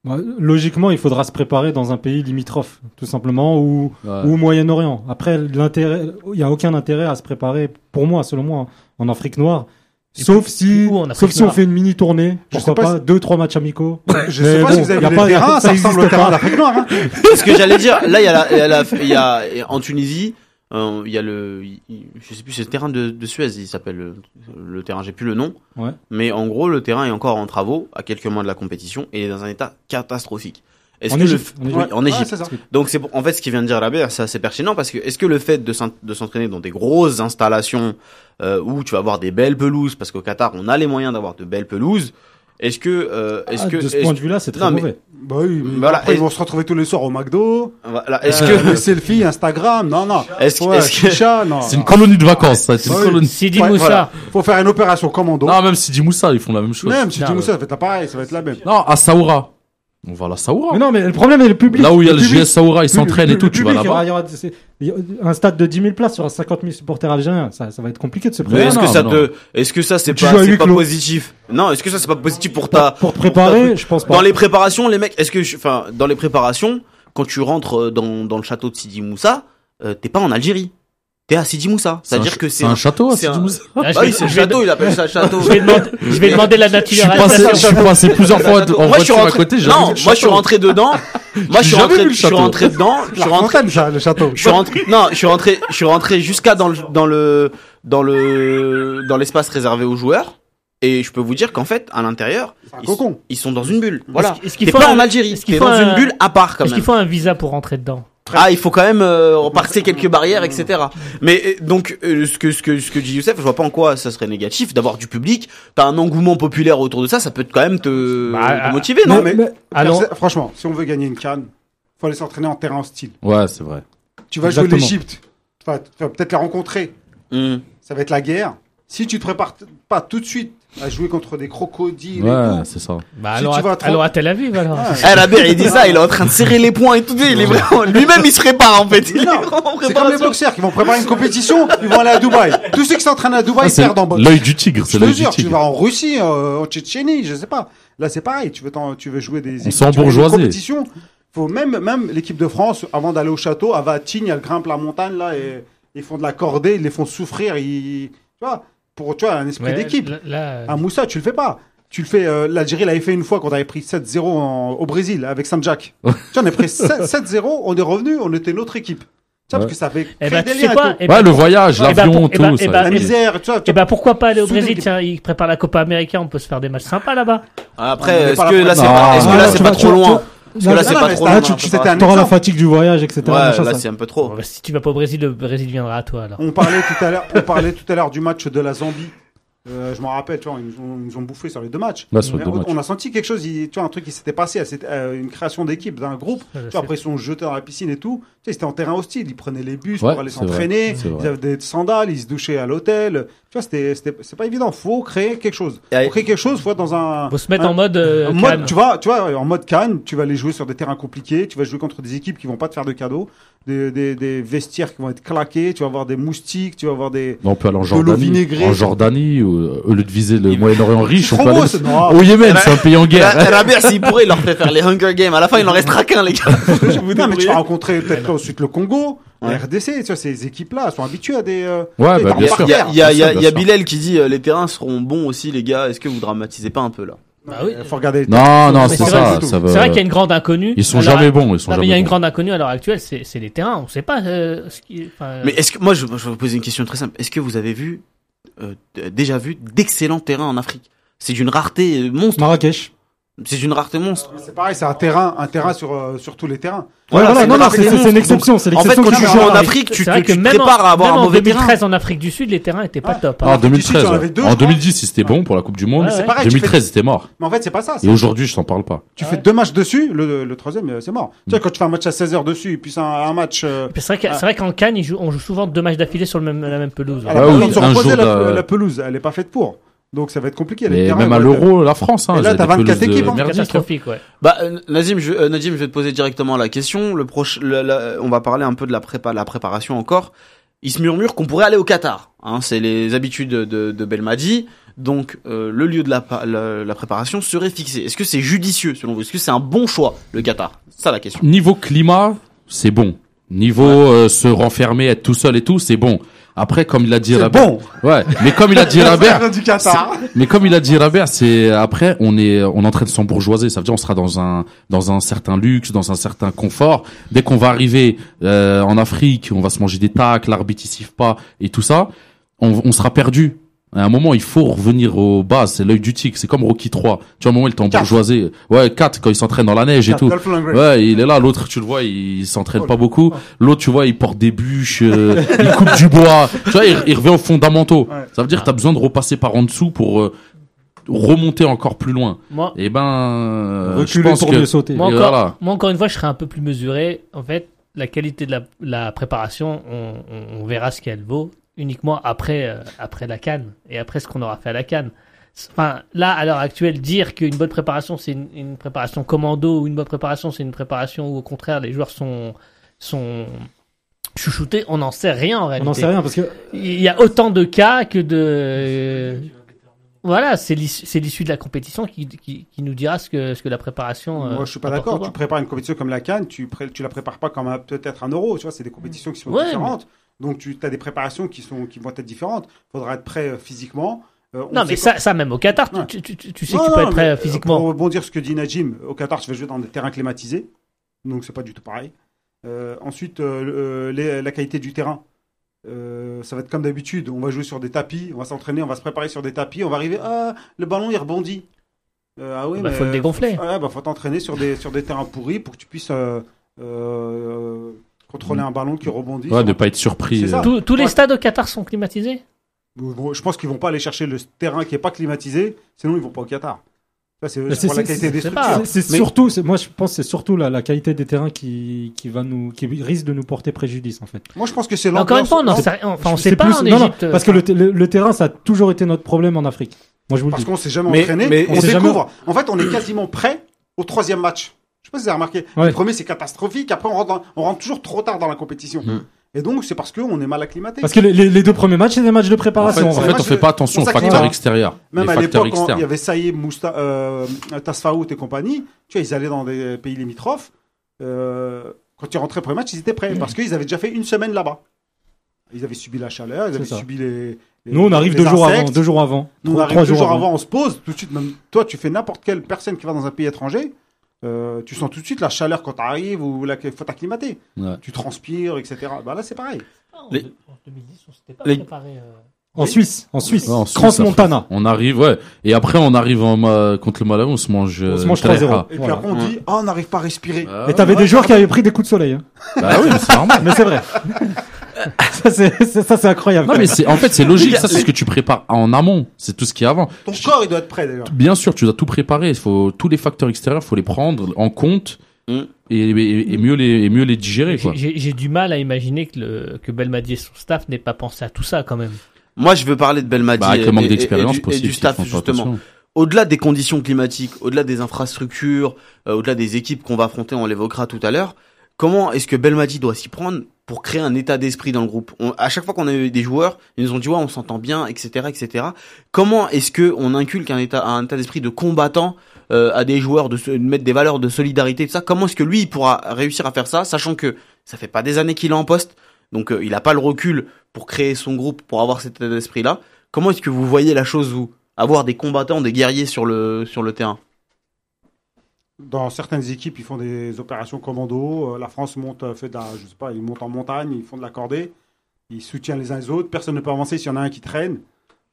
Speaker 2: Bah, Logiquement, il faudra se préparer dans un pays limitrophe, tout simplement, ou,
Speaker 4: Ouais.
Speaker 2: ou au Moyen-Orient. Après, l'intérêt, il n'y a aucun intérêt à se préparer, pour moi, selon moi, hein, en Afrique noire.
Speaker 3: Et
Speaker 2: Sauf
Speaker 3: puis,
Speaker 2: si,
Speaker 3: où en Afrique
Speaker 2: sauf si on
Speaker 3: noire
Speaker 2: fait une mini tournée,
Speaker 1: Je
Speaker 2: pourquoi
Speaker 1: sais pas
Speaker 2: pas, deux, trois matchs amicaux.
Speaker 1: Je sais
Speaker 2: Mais
Speaker 1: pas
Speaker 2: bon,
Speaker 1: si vous avez
Speaker 2: y a
Speaker 1: vu
Speaker 2: pas-
Speaker 1: les terrains,
Speaker 2: ça
Speaker 1: ça ressemble au
Speaker 2: existe
Speaker 1: terrain
Speaker 2: pas.
Speaker 1: d'Afrique noire. hein.
Speaker 5: ce que j'allais dire, là, il y a, la- il y a la- il y a- en Tunisie, euh, il y a le, il- il- je sais plus, c'est le terrain de, de Suez, il s'appelle le, le terrain, j'ai plus le nom.
Speaker 2: Ouais.
Speaker 5: Mais en gros, le terrain est encore en travaux à quelques mois de la compétition et il est dans un état catastrophique. Est-ce
Speaker 2: En
Speaker 5: que le
Speaker 2: Égypte,
Speaker 5: f-
Speaker 2: en Égypte.
Speaker 5: oui, en
Speaker 1: Ouais,
Speaker 5: Égypte.
Speaker 1: c'est ça.
Speaker 5: Donc c'est pour- en fait ce qu'il vient de dire Rabé, c'est assez pertinent parce que est-ce que le fait de s'en- de s'entraîner dans des grosses installations euh, où tu vas avoir des belles pelouses parce qu'au Qatar on a les moyens d'avoir de belles pelouses, est-ce que euh, est-ce
Speaker 2: Ah,
Speaker 5: que
Speaker 2: de ce
Speaker 5: est-ce-
Speaker 2: point de vue-là, c'est très
Speaker 5: Non, mais-
Speaker 2: mauvais.
Speaker 1: Bah oui, mais
Speaker 5: Voilà,
Speaker 1: après,
Speaker 5: et-
Speaker 1: ils vont se retrouver tous les soirs au McDo.
Speaker 5: voilà, est-ce
Speaker 1: euh,
Speaker 5: que
Speaker 1: les selfies, Instagram, non, non.
Speaker 5: est-ce que-
Speaker 1: Ouais,
Speaker 5: est-ce que
Speaker 1: chicha, non.
Speaker 4: C'est une colonie de vacances, ça. C'est une
Speaker 1: Ouais.
Speaker 4: colonie.
Speaker 3: Sidi
Speaker 1: Ouais,
Speaker 3: Moussa,
Speaker 1: voilà. Faut faire une opération commando.
Speaker 4: Non, même Sidi Moussa, ils font la même chose.
Speaker 1: Même si
Speaker 3: Non,
Speaker 1: tu
Speaker 3: ouais.
Speaker 1: nous ça va être pareil, ça va être la même.
Speaker 4: Non, à Saoura. On va à la Saoura.
Speaker 2: Mais non, mais le problème est le public.
Speaker 4: Là où il y a le
Speaker 2: public.
Speaker 4: JS Saoura, ils s'entraînent et
Speaker 2: Le
Speaker 4: tout, tu vas
Speaker 2: public, il y aura-
Speaker 4: là-bas.
Speaker 2: il y aura- c'est- il y a- Un stade de 10 000 places, il y aura 50 000 supporters algériens. Ça, ça va être compliqué de se
Speaker 5: Mais
Speaker 4: Ouais,
Speaker 2: préparer.
Speaker 5: est-ce
Speaker 4: non,
Speaker 5: que ça
Speaker 4: non.
Speaker 5: te, est-ce que ça c'est
Speaker 2: Tu
Speaker 5: pas,
Speaker 2: joues à
Speaker 5: c'est
Speaker 2: huis
Speaker 5: pas
Speaker 2: clos.
Speaker 5: positif Non, est-ce que ça c'est pas positif pour ta,
Speaker 2: Pour te préparer, je pense pas.
Speaker 5: dans les préparations, les mecs, est-ce que, je- enfin, dans les préparations, quand tu rentres euh, dans, dans le château de Sidi Moussa, euh, t'es pas en Algérie, t'es à Sidi Moussa, c'est-à-dire
Speaker 4: un-
Speaker 5: que c'est
Speaker 4: un château, à
Speaker 5: c'est
Speaker 4: Sidi
Speaker 5: un-
Speaker 4: Moussa.
Speaker 1: Ah,
Speaker 3: Là, je
Speaker 5: Bah
Speaker 3: vais-
Speaker 5: oui, c'est le
Speaker 3: je vais-
Speaker 5: château, il appelle ça château. (laughs)
Speaker 3: je vais demander- je vais demander la
Speaker 4: Je suis
Speaker 3: nature.
Speaker 4: passé, je suis passé plusieurs fois en
Speaker 5: moi je suis
Speaker 4: voiture à
Speaker 5: rentré
Speaker 4: côté. j'ai jamais vu le
Speaker 5: non moi je suis
Speaker 4: château.
Speaker 5: rentré dedans moi je
Speaker 4: J'ai
Speaker 5: suis
Speaker 4: jamais vu
Speaker 5: rentré
Speaker 4: le
Speaker 5: je suis
Speaker 4: château.
Speaker 5: rentré dedans je suis
Speaker 1: La
Speaker 5: rentré
Speaker 1: fontaine, ça, le château.
Speaker 5: je suis rentré non je suis rentré je suis rentré jusqu'à dans le dans le dans le dans l'espace réservé aux joueurs et je peux vous dire qu'en fait à l'intérieur
Speaker 1: C'est un
Speaker 5: ils,
Speaker 1: cocon.
Speaker 5: ils sont dans une bulle voilà
Speaker 3: Est-ce qu'il
Speaker 5: t'es
Speaker 3: faut
Speaker 5: pas
Speaker 3: un-
Speaker 5: en Algérie
Speaker 3: est-ce qu'il
Speaker 5: t'es
Speaker 3: faut
Speaker 5: dans
Speaker 3: un-
Speaker 5: une bulle à part quand
Speaker 3: Est-ce
Speaker 5: même
Speaker 3: qu'il faut un visa pour rentrer dedans
Speaker 5: ah, il faut quand même euh, repasser quelques barrières, etc. Mais euh, donc, euh, ce que ce que ce que dit Youssef, je vois pas en quoi ça serait négatif d'avoir du public. T'as un engouement populaire autour de ça, ça peut quand même te,
Speaker 3: Bah,
Speaker 5: te
Speaker 3: ah,
Speaker 5: motiver,
Speaker 1: Non,
Speaker 5: non
Speaker 1: mais
Speaker 3: Alors,
Speaker 1: perso- franchement, si on veut gagner une canne, faut aller s'entraîner en terrain hostile.
Speaker 4: Ouais, c'est vrai.
Speaker 1: Tu vas
Speaker 2: Exactement.
Speaker 1: jouer l'Égypte. Enfin, tu vas peut-être la rencontrer.
Speaker 5: Hmm.
Speaker 1: Ça va être la guerre. Si tu te prépares t- pas tout de suite à jouer contre des crocodiles
Speaker 4: Ouais,
Speaker 1: et tout.
Speaker 4: c'est ça.
Speaker 3: bah,
Speaker 1: Si
Speaker 3: alors,
Speaker 1: tu vas
Speaker 3: à,
Speaker 1: à trente-
Speaker 3: alors à Tel Aviv, alors.
Speaker 1: Ah,
Speaker 5: Eh, Rabé, il dit ça, il est en train de serrer les poings et tout. Il est vraiment, lui-même, il se répare en fait. Il est
Speaker 1: Non,
Speaker 5: vraiment en
Speaker 1: C'est comme les
Speaker 5: préparation.
Speaker 1: boxeurs qui vont préparer une compétition, ils vont aller à Dubaï. Tous ceux qui s'entraînent à Dubaï
Speaker 4: Ah,
Speaker 1: ils
Speaker 4: c'est
Speaker 1: perdent en boxe.
Speaker 4: L'œil du tigre,
Speaker 1: Je
Speaker 4: c'est
Speaker 1: te
Speaker 4: l'œil du
Speaker 1: jure, tu
Speaker 4: tigre.
Speaker 1: vas en Russie, euh, en Tchétchénie, je sais pas. Là, c'est pareil, tu veux, t'en- tu veux jouer des
Speaker 4: On
Speaker 1: équipes,
Speaker 4: s'est
Speaker 1: tu veux jouer des
Speaker 4: embourgeoisé.
Speaker 1: compétitions. Faut même, même l'équipe de France, avant d'aller au château, elle va à Tignes, elle grimpe la montagne, là, et ils font de la cordée, ils les font souffrir, ils, tu vois, pour, tu vois, un esprit
Speaker 3: Ouais,
Speaker 1: d'équipe.
Speaker 3: là- là, euh,
Speaker 1: À Ah, Moussa, tu le fais pas. Tu le fais, euh, l'Algérie l'avait fait une fois quand on avait pris 7-0 en- au Brésil avec Saint-Jacques. tu vois, on a pris 7- 7-0, on est revenu, on était notre équipe. Tu vois,
Speaker 4: Ouais.
Speaker 1: parce que ça fait
Speaker 3: Eh
Speaker 1: créer
Speaker 3: ben,
Speaker 1: des
Speaker 3: tu
Speaker 1: liens
Speaker 3: sais
Speaker 1: et
Speaker 3: quoi
Speaker 1: tout.
Speaker 3: Eh ben,
Speaker 4: Ouais, le voyage,
Speaker 3: eh ben,
Speaker 4: l'avion,
Speaker 3: pour- eh ben,
Speaker 4: tout.
Speaker 3: eh
Speaker 4: ça.
Speaker 3: ben,
Speaker 1: La misère, tu vois, tu
Speaker 3: Eh ben pourquoi pas aller au
Speaker 1: Soudain,
Speaker 3: Brésil
Speaker 1: il-
Speaker 3: Tiens, ils préparent la Copa América, on peut se faire des matchs sympas là-bas.
Speaker 5: Ah,
Speaker 1: Non,
Speaker 5: Après,
Speaker 1: mais
Speaker 5: est-ce
Speaker 1: pas
Speaker 5: que
Speaker 1: la
Speaker 5: là, c'est
Speaker 4: première.
Speaker 5: pas, est-ce que
Speaker 4: Non,
Speaker 5: là,
Speaker 4: non,
Speaker 5: c'est
Speaker 4: tu
Speaker 5: pas
Speaker 2: vas-
Speaker 5: trop
Speaker 2: tu-
Speaker 5: loin Parce
Speaker 2: tu-
Speaker 5: que là,
Speaker 2: non,
Speaker 5: c'est
Speaker 1: non,
Speaker 5: pas
Speaker 1: mais
Speaker 5: trop
Speaker 1: t'as-
Speaker 5: loin.
Speaker 2: tu-
Speaker 5: hein,
Speaker 1: tu
Speaker 5: c'est
Speaker 1: t'étais
Speaker 5: pas-
Speaker 1: un
Speaker 2: T'auras la
Speaker 1: exemple.
Speaker 2: fatigue du voyage, etc.
Speaker 5: Ouais,
Speaker 2: machin,
Speaker 5: là,
Speaker 2: ça-
Speaker 5: c'est un peu
Speaker 1: Oh.
Speaker 5: trop.
Speaker 3: Bon, bah, si tu vas pas au Brésil, le Brésil viendra à toi alors.
Speaker 1: On parlait tout à l'heure, on parlait tout à l'heure du match de la Zambie. Euh, je m'en rappelle, tu vois, ils nous ont, ils nous ont bouffé sur les deux matchs.
Speaker 4: Là, sur les
Speaker 1: Mais
Speaker 4: deux
Speaker 1: on,
Speaker 4: matchs.
Speaker 1: on a senti quelque chose, il- tu vois, un truc qui s'était passé, elle s'était- euh, une création d'équipe, d'un groupe.
Speaker 3: Ouais, je
Speaker 1: Tu
Speaker 3: sais.
Speaker 1: vois, après, ils sont jetés dans la piscine et tout. Tu sais, ils étaient en terrain hostile, ils prenaient les bus
Speaker 4: Ouais,
Speaker 1: pour aller
Speaker 4: c'est vrai,
Speaker 1: s'entraîner.
Speaker 4: c'est vrai.
Speaker 1: Ils avaient des sandales, ils se douchaient à l'hôtel. Tu vois, c'était, c'était- c'est pas évident. Faut créer quelque chose.
Speaker 5: Ouais.
Speaker 1: Faut créer quelque chose, faut être dans un.
Speaker 3: Faut se mettre
Speaker 1: un-
Speaker 3: en mode. euh,
Speaker 1: Hein? en mode,
Speaker 3: calme.
Speaker 1: tu vois, tu vois, en mode Cannes, tu vas aller jouer sur des terrains compliqués, tu vas jouer contre des équipes qui vont pas te faire de cadeaux. des, des- des vestiaires qui vont être claqués, tu vas avoir des moustiques, tu vas avoir des...
Speaker 4: Non, on peut aller en
Speaker 1: l'eau
Speaker 4: Jordanie.
Speaker 1: vinaigrée.
Speaker 4: En Jordanie, ou- au lieu de viser le Moyen-Orient riche, on
Speaker 1: Trop
Speaker 4: peut
Speaker 1: gros,
Speaker 4: aller
Speaker 1: ce- non,
Speaker 4: au Yémen, c'est un pays en guerre. hein.
Speaker 5: Rabia, s'il pourrait, il leur fait faire les Hunger Games. À la fin, il en restera qu'un, les gars.
Speaker 4: Oh,
Speaker 1: non, mais tu vas rencontrer peut-être ensuite le Congo,
Speaker 5: Ouais.
Speaker 1: la RDC, tu vois, ces équipes-là, elles sont habituées à des... euh,
Speaker 4: Ouais,
Speaker 1: des
Speaker 4: bah,
Speaker 1: terrains
Speaker 4: bien
Speaker 1: par
Speaker 4: sûr.
Speaker 5: Il y
Speaker 1: terre.
Speaker 5: a, il y a- il y a-
Speaker 4: Bien sûr,
Speaker 5: il y a
Speaker 4: bien sûr.
Speaker 5: Bilal qui dit euh, les terrains seront bons aussi, les gars. Est-ce que vous dramatisez pas un peu là
Speaker 3: Bah oui.
Speaker 1: Il faut regarder...
Speaker 4: Non, non,
Speaker 3: Mais
Speaker 4: c'est
Speaker 3: c'est
Speaker 4: ça.
Speaker 3: vrai que-
Speaker 4: ça va-
Speaker 3: C'est vrai qu'il y a une grande inconnue.
Speaker 4: Euh, Ils sont
Speaker 3: à l'heure
Speaker 4: jamais bons, ils sont
Speaker 3: Non, mais il y a
Speaker 4: jamais
Speaker 3: une
Speaker 4: bons.
Speaker 3: grande inconnue à l'heure actuelle, c'est c'est les terrains. On sait pas euh, ce qui. enfin,
Speaker 5: Mais est-ce que moi, je, je vais vous poser une question très simple. Est-ce que vous avez vu, euh, d- déjà vu, d'excellents terrains en Afrique C'est d'une rareté euh, monstre.
Speaker 2: Marrakech.
Speaker 5: C'est d'une rareté monstre.
Speaker 1: C'est pareil, c'est un terrain, un terrain sur, euh, sur tous les terrains.
Speaker 2: Voilà,
Speaker 5: Voilà, c'est
Speaker 2: non,
Speaker 5: une
Speaker 2: non,
Speaker 5: rareté
Speaker 2: c'est c'est une
Speaker 5: monstre.
Speaker 2: exception. C'est
Speaker 5: En fait,
Speaker 2: l'exception
Speaker 5: quand
Speaker 2: qui
Speaker 5: tu
Speaker 2: fait
Speaker 5: joues en
Speaker 2: la règle.
Speaker 5: Afrique, tu,
Speaker 3: c'est vrai
Speaker 5: tu, tu
Speaker 3: que
Speaker 5: te
Speaker 3: même en-
Speaker 5: prépares à avoir
Speaker 3: même
Speaker 5: un
Speaker 3: en
Speaker 5: mauvais terrain.
Speaker 3: 2013 en Afrique du Sud, les terrains étaient pas
Speaker 1: Ouais.
Speaker 3: top. hein.
Speaker 4: Ah, en
Speaker 1: Tout de suite,
Speaker 4: 2013.
Speaker 1: il y en
Speaker 4: ouais.
Speaker 1: avait deux,
Speaker 4: En
Speaker 1: je crois.
Speaker 4: 2010, c'était bon pour la Coupe du Monde.
Speaker 3: Mais c'est
Speaker 1: pareil, tu
Speaker 4: 2013, c'était mort.
Speaker 1: Mais en fait, c'est pas ça. c'est-
Speaker 4: Et aujourd'hui, je t'en parle pas.
Speaker 1: Tu
Speaker 3: Ah
Speaker 1: fais
Speaker 3: ouais.
Speaker 1: deux matchs dessus, le, le troisième, euh, c'est mort. Tu sais, quand tu fais un match à 16h dessus, et puis c'est un, un match... euh,
Speaker 3: C'est vrai que- c'est vrai qu'en Cannes, ils jouent- on joue souvent deux matchs d'affilée sur le même, la même pelouse.
Speaker 1: à
Speaker 4: Ah
Speaker 1: la
Speaker 4: bah
Speaker 1: pelouse,
Speaker 4: oui,
Speaker 1: ils ont
Speaker 4: un
Speaker 1: reposé
Speaker 4: jour
Speaker 1: la,
Speaker 4: d'un-
Speaker 1: la pelouse, elle est pas faite pour. Donc ça va être compliqué. les
Speaker 4: Mais
Speaker 1: terrains,
Speaker 4: même à
Speaker 1: ils vont être-
Speaker 4: l'Euro, la France, hein.
Speaker 1: Et là,
Speaker 4: ils avaient
Speaker 1: t'as
Speaker 4: des
Speaker 1: 24
Speaker 4: pelouses,
Speaker 1: équipes,
Speaker 4: euh,
Speaker 1: hein.
Speaker 4: merdiques, hein.
Speaker 3: catastrophique, ouais.
Speaker 5: Bah, euh, Nazim, je, euh, Nadim, je vais te poser directement la question. Le proche, le- la- on va parler un peu de la prépa, la préparation encore. Il se murmure qu'on pourrait aller au Qatar. Hein, c'est les habitudes de, de Belmadi. Donc, euh, le lieu de la, pa- la, la préparation serait fixé. Est-ce que c'est judicieux selon vous Est-ce que c'est un bon choix le Qatar C'est Ça la question.
Speaker 4: Niveau climat, c'est bon. Niveau euh, se renfermer, être tout seul et tout, c'est bon. Après, comme il a dit
Speaker 1: C'est
Speaker 4: Rabert,
Speaker 1: bon.
Speaker 4: ouais. Mais comme il
Speaker 1: (laughs)
Speaker 4: a dit Rabert,
Speaker 1: du Qatar.
Speaker 4: Mais comme il a dit Rabert, c'est après on est on est en train de s'embourgeoiser. Ça veut dire on sera dans un dans un certain luxe, dans un certain confort. Dès qu'on va arriver euh, en Afrique, on va se manger des tacles, l'arbitre il siffle pas et tout ça. On, on sera perdu. À un moment, il faut revenir aux bases. C'est l'œil du tigre. C'est comme Rocky 3. Tu vois, à un moment, il t'embourgeoisé. Ouais, 4 quand il s'entraîne dans la
Speaker 1: (laughs)
Speaker 4: neige et tout.
Speaker 1: Dolph Lundgren.
Speaker 4: Ouais, il est là. L'autre, tu le vois, il, il s'entraîne pas beaucoup. L'autre, tu vois, il porte des bûches, euh, (laughs) il coupe du bois. Tu vois, il, il revient aux fondamentaux.
Speaker 1: Ouais.
Speaker 4: Ça veut dire que t'as besoin de repasser par en dessous pour euh, remonter encore plus loin.
Speaker 3: Moi,
Speaker 4: Et ben, euh, je
Speaker 2: Reculer
Speaker 4: pense
Speaker 2: pour
Speaker 4: que
Speaker 2: mieux sauter.
Speaker 3: moi,
Speaker 4: et
Speaker 3: encore,
Speaker 4: voilà.
Speaker 3: moi, encore une fois, je serais un peu plus mesuré. En fait, la qualité de la, la préparation, on, on- on verra ce qu'elle vaut uniquement après, euh, après la Cannes et après ce qu'on aura fait à la Cannes. Enfin, là, à l'heure actuelle, dire qu'une bonne préparation, c'est une, une préparation commando ou une bonne préparation, c'est une préparation où, au contraire, les joueurs sont, sont chouchoutés, on n'en sait rien en
Speaker 2: On
Speaker 3: réalité.
Speaker 2: n'en sait rien parce que
Speaker 3: Il y a autant de cas que de. Voilà, c'est l'issue c'est l'issue de la compétition qui, qui, qui nous dira ce que, ce que la préparation. euh,
Speaker 1: Moi, je suis pas
Speaker 3: apporte
Speaker 1: d'accord.
Speaker 3: ou
Speaker 1: Tu prépares une compétition comme la Cannes, tu, pré- tu la prépares pas comme un- peut-être un euro. Tu vois, c'est des compétitions qui sont
Speaker 3: Ouais,
Speaker 1: différentes. Donc, tu as des préparations qui, sont, qui vont être différentes. Faudra être prêt euh, physiquement. Euh, on
Speaker 3: Non,
Speaker 1: sait quoi-
Speaker 3: mais ça, ça, même au Qatar, tu-
Speaker 1: Ouais.
Speaker 3: tu, tu, tu sais
Speaker 1: Non,
Speaker 3: que tu peux
Speaker 1: non,
Speaker 3: être prêt
Speaker 1: mais,
Speaker 3: euh,
Speaker 1: euh, Pour
Speaker 3: physiquement.
Speaker 1: rebondir ce que dit Najim, au Qatar, tu vas jouer dans des terrains climatisés. Donc, c'est pas du tout pareil. Euh, ensuite, euh, le- euh, les- la qualité du terrain. Euh, ça va être comme d'habitude. On va jouer sur des tapis, on va s'entraîner, on va se préparer sur des tapis, on va arriver. Ah, le ballon, il rebondit. Euh, ah oui,
Speaker 3: Il
Speaker 1: mais-
Speaker 3: Bah, faut le dégonfler.
Speaker 1: Ouais, bah, faut t'entraîner sur des, sur des terrains pourris pour que tu puisses euh, euh, contrôler un ballon qui rebondit.
Speaker 4: ouais,
Speaker 1: Sur-
Speaker 4: ne pas être surpris.
Speaker 1: C'est ça.
Speaker 4: euh.
Speaker 3: Tous, tous les
Speaker 1: Ouais.
Speaker 3: stades au Qatar sont climatisés
Speaker 1: Bon, je pense qu'ils vont pas aller chercher le terrain qui est pas climatisé, sinon ils vont pas au Qatar. Ça, c'est
Speaker 2: Mais
Speaker 1: c'est pour
Speaker 2: c'est-
Speaker 1: la qualité
Speaker 2: c'est-
Speaker 1: des
Speaker 3: c'est
Speaker 1: structures.
Speaker 3: pas-
Speaker 2: c'est- c'est
Speaker 1: Mais-
Speaker 2: surtout, c'est- moi je pense, que c'est surtout la, la qualité des terrains qui, qui va nous, qui risque de nous porter préjudice en fait.
Speaker 1: Moi, je pense que c'est
Speaker 3: Mais Encore une
Speaker 1: l'ambiance-
Speaker 3: fois, on n'en
Speaker 1: non,
Speaker 3: sait rien. Enfin, on
Speaker 2: C'est
Speaker 3: sait pas
Speaker 2: plus-
Speaker 3: en
Speaker 2: non, non,
Speaker 3: Égypte. euh,
Speaker 2: parce que le, te- le- le terrain ça a toujours été notre problème en Afrique. Moi je vous le
Speaker 1: parce
Speaker 2: dis.
Speaker 1: qu'on s'est jamais
Speaker 2: Mais-
Speaker 1: entraîné.
Speaker 2: mais on
Speaker 1: on
Speaker 2: s'est
Speaker 1: découvre. En fait, on est quasiment prêt au troisième match. Je sais pas si vous avez remarqué.
Speaker 2: Ouais.
Speaker 1: Le premier, c'est catastrophique. Après, on rentre, dans- on rentre toujours trop tard dans la compétition.
Speaker 4: Mm.
Speaker 1: Et donc, c'est parce qu'on est mal acclimaté.
Speaker 2: Parce que les, les- les deux premiers matchs c'est des matchs de
Speaker 4: En fait,
Speaker 2: préparation.
Speaker 4: en
Speaker 2: en
Speaker 1: c'est-
Speaker 4: fait,
Speaker 2: fait.
Speaker 1: moi,
Speaker 4: on
Speaker 1: je-
Speaker 4: fait pas attention
Speaker 1: on
Speaker 4: aux
Speaker 1: s'acclimate.
Speaker 4: facteurs extérieurs.
Speaker 1: Même
Speaker 4: les
Speaker 1: à
Speaker 4: facteurs
Speaker 1: l'époque, quand
Speaker 4: externes.
Speaker 1: il y avait Saïd, Mousta, euh, Tasfaout et compagnie, tu vois, ils allaient dans des pays limitrophes. euh, quand ils rentraient pour le match, ils étaient prêts parce qu'ils avaient déjà fait une semaine là-bas. Ils avaient subi la chaleur, ils
Speaker 2: C'est
Speaker 1: avaient
Speaker 2: ça.
Speaker 1: subi les. les-
Speaker 2: Nous on arrive
Speaker 1: les
Speaker 2: deux jours
Speaker 1: insectes.
Speaker 2: avant, deux jours avant,
Speaker 1: Nous, on
Speaker 2: trois,
Speaker 1: arrive
Speaker 2: trois
Speaker 1: deux jours avant, on se pose tout de suite. Même toi, tu fais n'importe quelle personne qui va dans un pays étranger, euh, tu sens tout de suite la chaleur quand tu arrives ou la faut t'acclimater.
Speaker 4: Ouais.
Speaker 1: Tu transpires, etc. Bah là, c'est pareil.
Speaker 5: Les-
Speaker 3: En 2010, on s'était pas
Speaker 5: les-
Speaker 3: préparé. euh,
Speaker 2: En Suisse, en Suisse,
Speaker 4: Ouais, en Suisse,
Speaker 2: Trans Montana.
Speaker 4: On arrive, ouais. Et après, on arrive en, ma- contre le Malawi, on se mange.
Speaker 2: On
Speaker 4: euh,
Speaker 2: se mange
Speaker 4: très
Speaker 2: 3-0.
Speaker 4: rare.
Speaker 1: Et
Speaker 2: Voilà.
Speaker 1: puis après, on dit Oh, on n'arrive pas à respirer.
Speaker 4: Ah
Speaker 2: Mais
Speaker 4: ouais.
Speaker 2: t'avais des joueurs qui avaient pris des coups de soleil. hein.
Speaker 4: Bah oui, mais c'est normal.
Speaker 2: Mais c'est vrai. ça c'est ça, ça, c'est incroyable.
Speaker 4: Non mais c'est en
Speaker 1: (laughs)
Speaker 4: fait c'est logique ça c'est ce que tu prépares en amont c'est tout ce qui est avant
Speaker 1: Ton corps, il doit être prêt d'ailleurs.
Speaker 4: bien sûr tu dois tout préparer il faut tous les facteurs extérieurs faut les prendre en compte
Speaker 5: Mm.
Speaker 4: et, et- et mieux les et mieux les digérer quoi
Speaker 3: J'ai j'ai du mal à imaginer que, le, que Belmadi et son staff n'aient pas pensé à tout ça quand même.
Speaker 5: Moi, je veux parler de Belmadi
Speaker 4: bah, avec
Speaker 5: et-
Speaker 4: le manque
Speaker 5: et- et-
Speaker 4: d'expérience
Speaker 5: et, du- et
Speaker 4: possible
Speaker 5: du
Speaker 4: s'ils
Speaker 5: staff
Speaker 4: font pas
Speaker 5: justement.
Speaker 4: attention.
Speaker 5: au-delà des conditions climatiques, au-delà des infrastructures, euh, au-delà des équipes qu'on va affronter, on l'évoquera tout à l'heure, Comment est-ce que Belmadi doit s'y prendre pour créer un état d'esprit dans le groupe on, À chaque fois qu'on a eu des joueurs, ils nous ont dit ouais, on s'entend bien, etc., etc. Comment est-ce que on inculque un état, un état d'esprit de combattant euh, à des joueurs de, se- de mettre des valeurs de solidarité, tout ça Comment est-ce que lui il pourra réussir à faire ça, sachant que ça fait pas des années qu'il est en poste, donc euh, il n'a pas le recul pour créer son groupe, pour avoir cet état d'esprit là. Comment est-ce que vous voyez la chose vous avoir des combattants, des guerriers sur le sur le terrain
Speaker 1: Dans certaines équipes, ils font des opérations commando. Euh, la France monte, euh, fait de la- je sais pas, ils montent en montagne, ils font de la cordée. Ils soutiennent les uns les autres. Personne ne peut avancer s'il y en a un qui traîne.